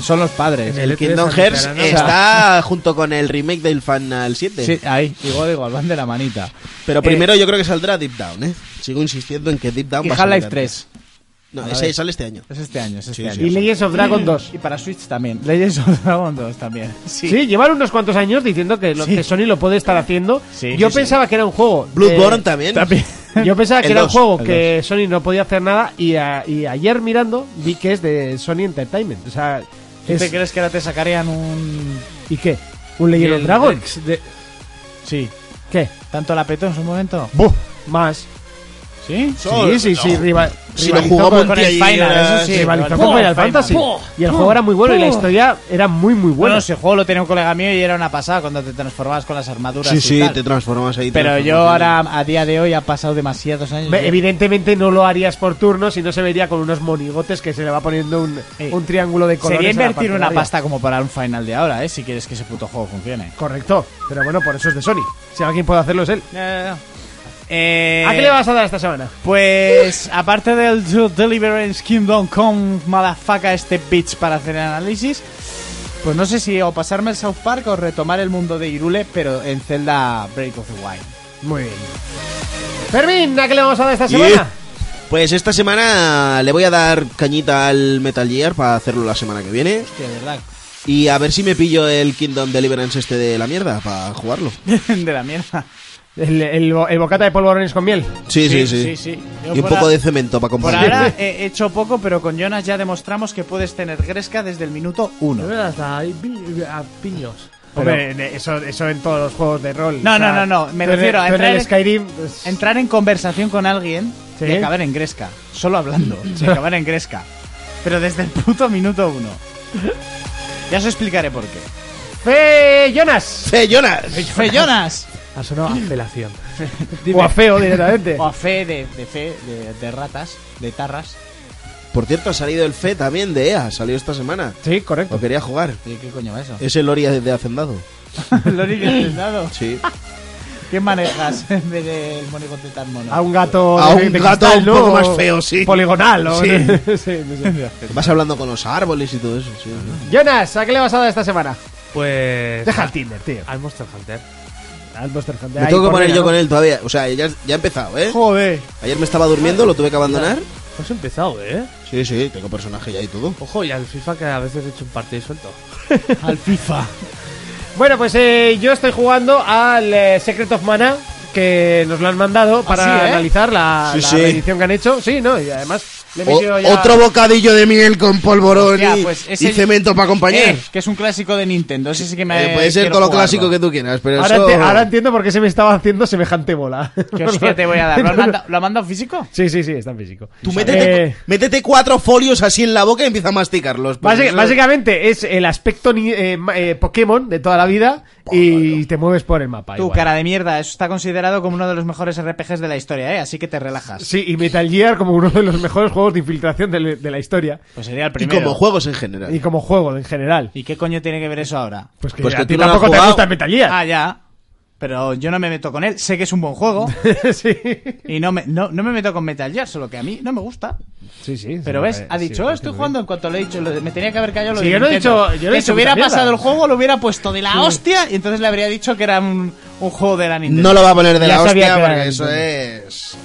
Son los padres. En el E3 Kingdom Hearts anunciarán algo. está junto con el remake del Final 7. Sí, Eh, ahí. Igual, igual, van de la manita. Pero primero yo creo que saldrá Deep Down, ¿eh? Sigo insistiendo en que Deep Down Y va a salir Half-Life antes. 3. No, A ese ver. sale este año. Es este año, es este Sí, año. sí. Y Legends of Dragon 2. Y para Switch también. Legends of Dragon 2 también. Sí. llevan unos cuantos años diciendo que, lo, Sí. que Sony lo puede estar haciendo. Sí, yo sí, sí. pensaba que era un juego. Bloodborne eh, también. También. Yo pensaba que El era dos, un juego el que Sony no podía hacer nada y, a- y ayer mirando vi que es de Sony Entertainment. O sea, ¿Tú es- te crees que ahora te sacarían un. ¿y qué? ¿Un Legend of el Dragon? Rex de- Sí. ¿Qué? ¿Tanto la petó en su momento? ¡Buh! Más. ¿Sí? Sí, sí, sí, rival, Si lo rivalizó jugó con- Monty con el ayer, Final, eso sí, sí, rivalizó vale. con Pum, Final Final. Fantasy. Pum, Y el juego era muy bueno y la pum. historia era muy, muy Bueno, buena. ese juego lo tenía un colega mío y era una pasada cuando te transformabas con las armaduras. Sí, y sí, tal. te transformas ahí. Pero yo transformas. ahora, a día de hoy, ha pasado demasiados años. Ve- Evidentemente no lo harías por turno, si no se vería con unos monigotes que se le va poniendo un, Sí. un triángulo de colores. Sería a la invertir parte una de arriba. pasta como para un final de ahora, ¿eh? Si quieres que ese puto juego funcione. Correcto, pero bueno, por eso es de Sony. Si alguien puede hacerlo es él. Eh, ¿A qué le vas a dar esta semana? Pues, aparte del The Deliverance Kingdom Come, madafaca este bitch para hacer el análisis, pues no sé si o pasarme el South Park o retomar el mundo de Irule, pero en Zelda Break of the Wild. Muy bien. Fermín, ¿a qué le vamos a dar esta Yeah. semana? Pues esta semana le voy a dar cañita al Metal Gear para hacerlo la semana que viene. Hostia, de verdad. Y a ver si me pillo el Kingdom Deliverance este de la mierda para jugarlo. de la mierda. El, el bo- el bocata de polvorones con miel. Sí, sí, sí. sí, sí. Yo Y un por poco a- de cemento para Por comprar. ahora he hecho poco, pero con Jonas ya demostramos que puedes tener gresca desde el minuto De 1. verdad, hasta ahí pi- a piños. Hombre, en- eso, eso en todos los juegos de rol. No, no, no, no, me tú en- refiero a tú en entrar el en- Skyrim. pues, Entrar en conversación con alguien Sí. y acabar en gresca. Solo hablando. y acabar en gresca. Pero desde el puto minuto 1. Ya os explicaré por qué. ¡Fe, Jonas! ¡Eh, Jonas! ¡Fe Jonas! Ha sonado apelación. O a Feo directamente. O a fe de, de fe de, de ratas, de tarras. Por cierto, ha salido el FE también de EA. Salió esta semana. sí, correcto. Lo quería jugar. Oye, ¿Qué coño va eso? Es el Oria de Hacendado. Lori, ¿qué has dado? Sí. ¿Qué manejas en vez del monigote tan mono? A un gato. A de- un de gato cristal, un ¿no? poco O más feo, sí. Poligonal, ¿o? Sí. Sí, no sé. Vas hablando con los árboles y todo eso. sí, ¿no? Jonas, ¿a qué le vas a dar esta semana? Pues. Deja el Tinder, tío. Al Monster Hunter. Al Monster Hunter. Me Ahí tengo que por poner ella, yo ¿no? con él todavía. O sea, ya, ya he empezado, ¿eh? Joder. Ayer me estaba durmiendo, lo tuve que abandonar. Has empezado, ¿eh? Sí, sí, tengo personaje ya y todo. Ojo, y al FIFA que a veces he hecho un partido y suelto. Al FIFA. Bueno, pues eh, yo estoy jugando al eh, Secret of Mana que nos lo han mandado para sí, ¿eh? analizar la, Sí, la sí. edición que han hecho. Sí, no, y además le he O- metido ya... Otro bocadillo de miel con polvorón Hostia, y, pues y ese- cemento para acompañar. Eh, que es un clásico de Nintendo. Ese sí que me. Eh, puede ser quiero todo lo jugarlo. clásico que tú quieras, pero Ahora, eso... enti- ahora entiendo por qué se me estaba haciendo semejante bola. ¿Qué hostia te voy a dar? ¿Lo han manda- lo han mandado físico? Sí, sí, sí, está en físico. Tú métete, Eh, métete cuatro folios así en la boca y empieza a masticarlos. porque básica- eso- básicamente es el aspecto ni- eh, ma- eh, Pokémon de toda la vida y te mueves por el mapa. Tu igual. cara de mierda, eso está considerado como uno de los mejores RPGs de la historia, ¿eh? Así que te relajas. Sí, y Metal Gear como uno de los mejores juegos de infiltración del- de, la historia Pues sería el Y primero. como juegos en general. y como juego en general. ¿Y qué coño tiene que ver eso ahora? Pues que, Pues que a ti tú no lo has tampoco te jugado. gusta Metal Gear. Ah, ya. Pero yo no me meto con él. Sé que es un buen juego. sí. y no me, no, no me meto con Metal Gear, solo que a mí no me gusta. Sí, sí. Pero sí, ves, eh, ha sí, dicho, sí, "Oh, estoy sí, jugando en cuanto lo he dicho. lo- me tenía que haber callado lo Sí, de yo no he Nintendo. dicho- yo no he que dicho si hubiera puta mierda. pasado el juego, lo hubiera puesto de la hostia. Y entonces le habría dicho que era un, un juego de la Nintendo. No lo va a poner de Ya la sabía hostia que era porque el eso es...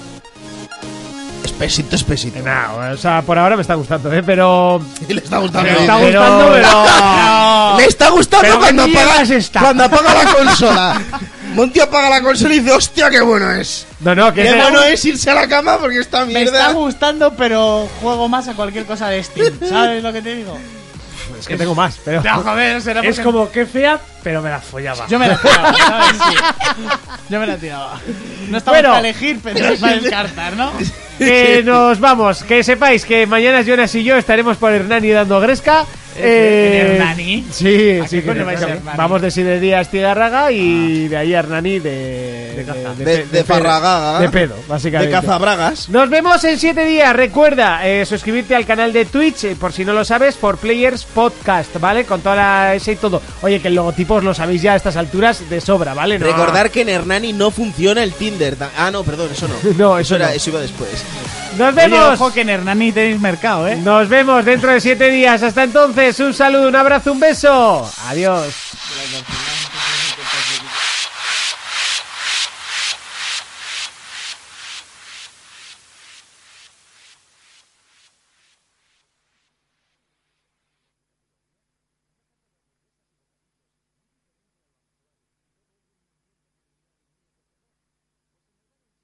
Espesito, espesito. Eh, nah, o sea, por ahora me está gustando, ¿eh? Pero... Y le está gustando. Me ¿eh? está gustando, pero... Le está gustando Pero cuando qué mierda apaga, es esta. cuando apaga la consola. Monty apaga la consola y dice, hostia, qué bueno es. No, no, que Qué es de- bueno eh. es irse a la cama porque esta Me está mierda... gustando, pero juego más a cualquier cosa de Steam. ¿Sabes lo que te digo? Es que tengo más, pero... joder, será Es como que fea, pero me la follaba. Yo me la tiraba, ¿sabes? Sí. Yo me la tiraba. No estaba Bueno. para elegir, pero es para descartar, ¿no? que nos vamos. Que sepáis que mañana Jonas y yo estaremos por Hernani dando gresca. Eh, Hernani? Sí, sí. coño que- vais a Hernani? Ah. Vamos de Sinería a Estigarraga y de ahí a Hernani de. De De- de pedo. Farragaga. De pedo, básicamente. De Cazabragas. Nos vemos en siete días. Recuerda eh, suscribirte al canal de Twitch, eh, por si no lo sabes, por Players Podcast, ¿vale? Con toda la S y todo. Oye, que el logotipo os lo sabéis ya a estas alturas de sobra, ¿vale? No. Recordar que en Hernani no funciona el Tinder. Ta- Ah, no, perdón, eso no. No, eso era, no. eso iba después. Nos Oye, vemos. ojo que en Hernani tenéis mercado, ¿eh? Nos vemos dentro de siete días. Hasta entonces, un saludo, un abrazo, un beso. Adiós.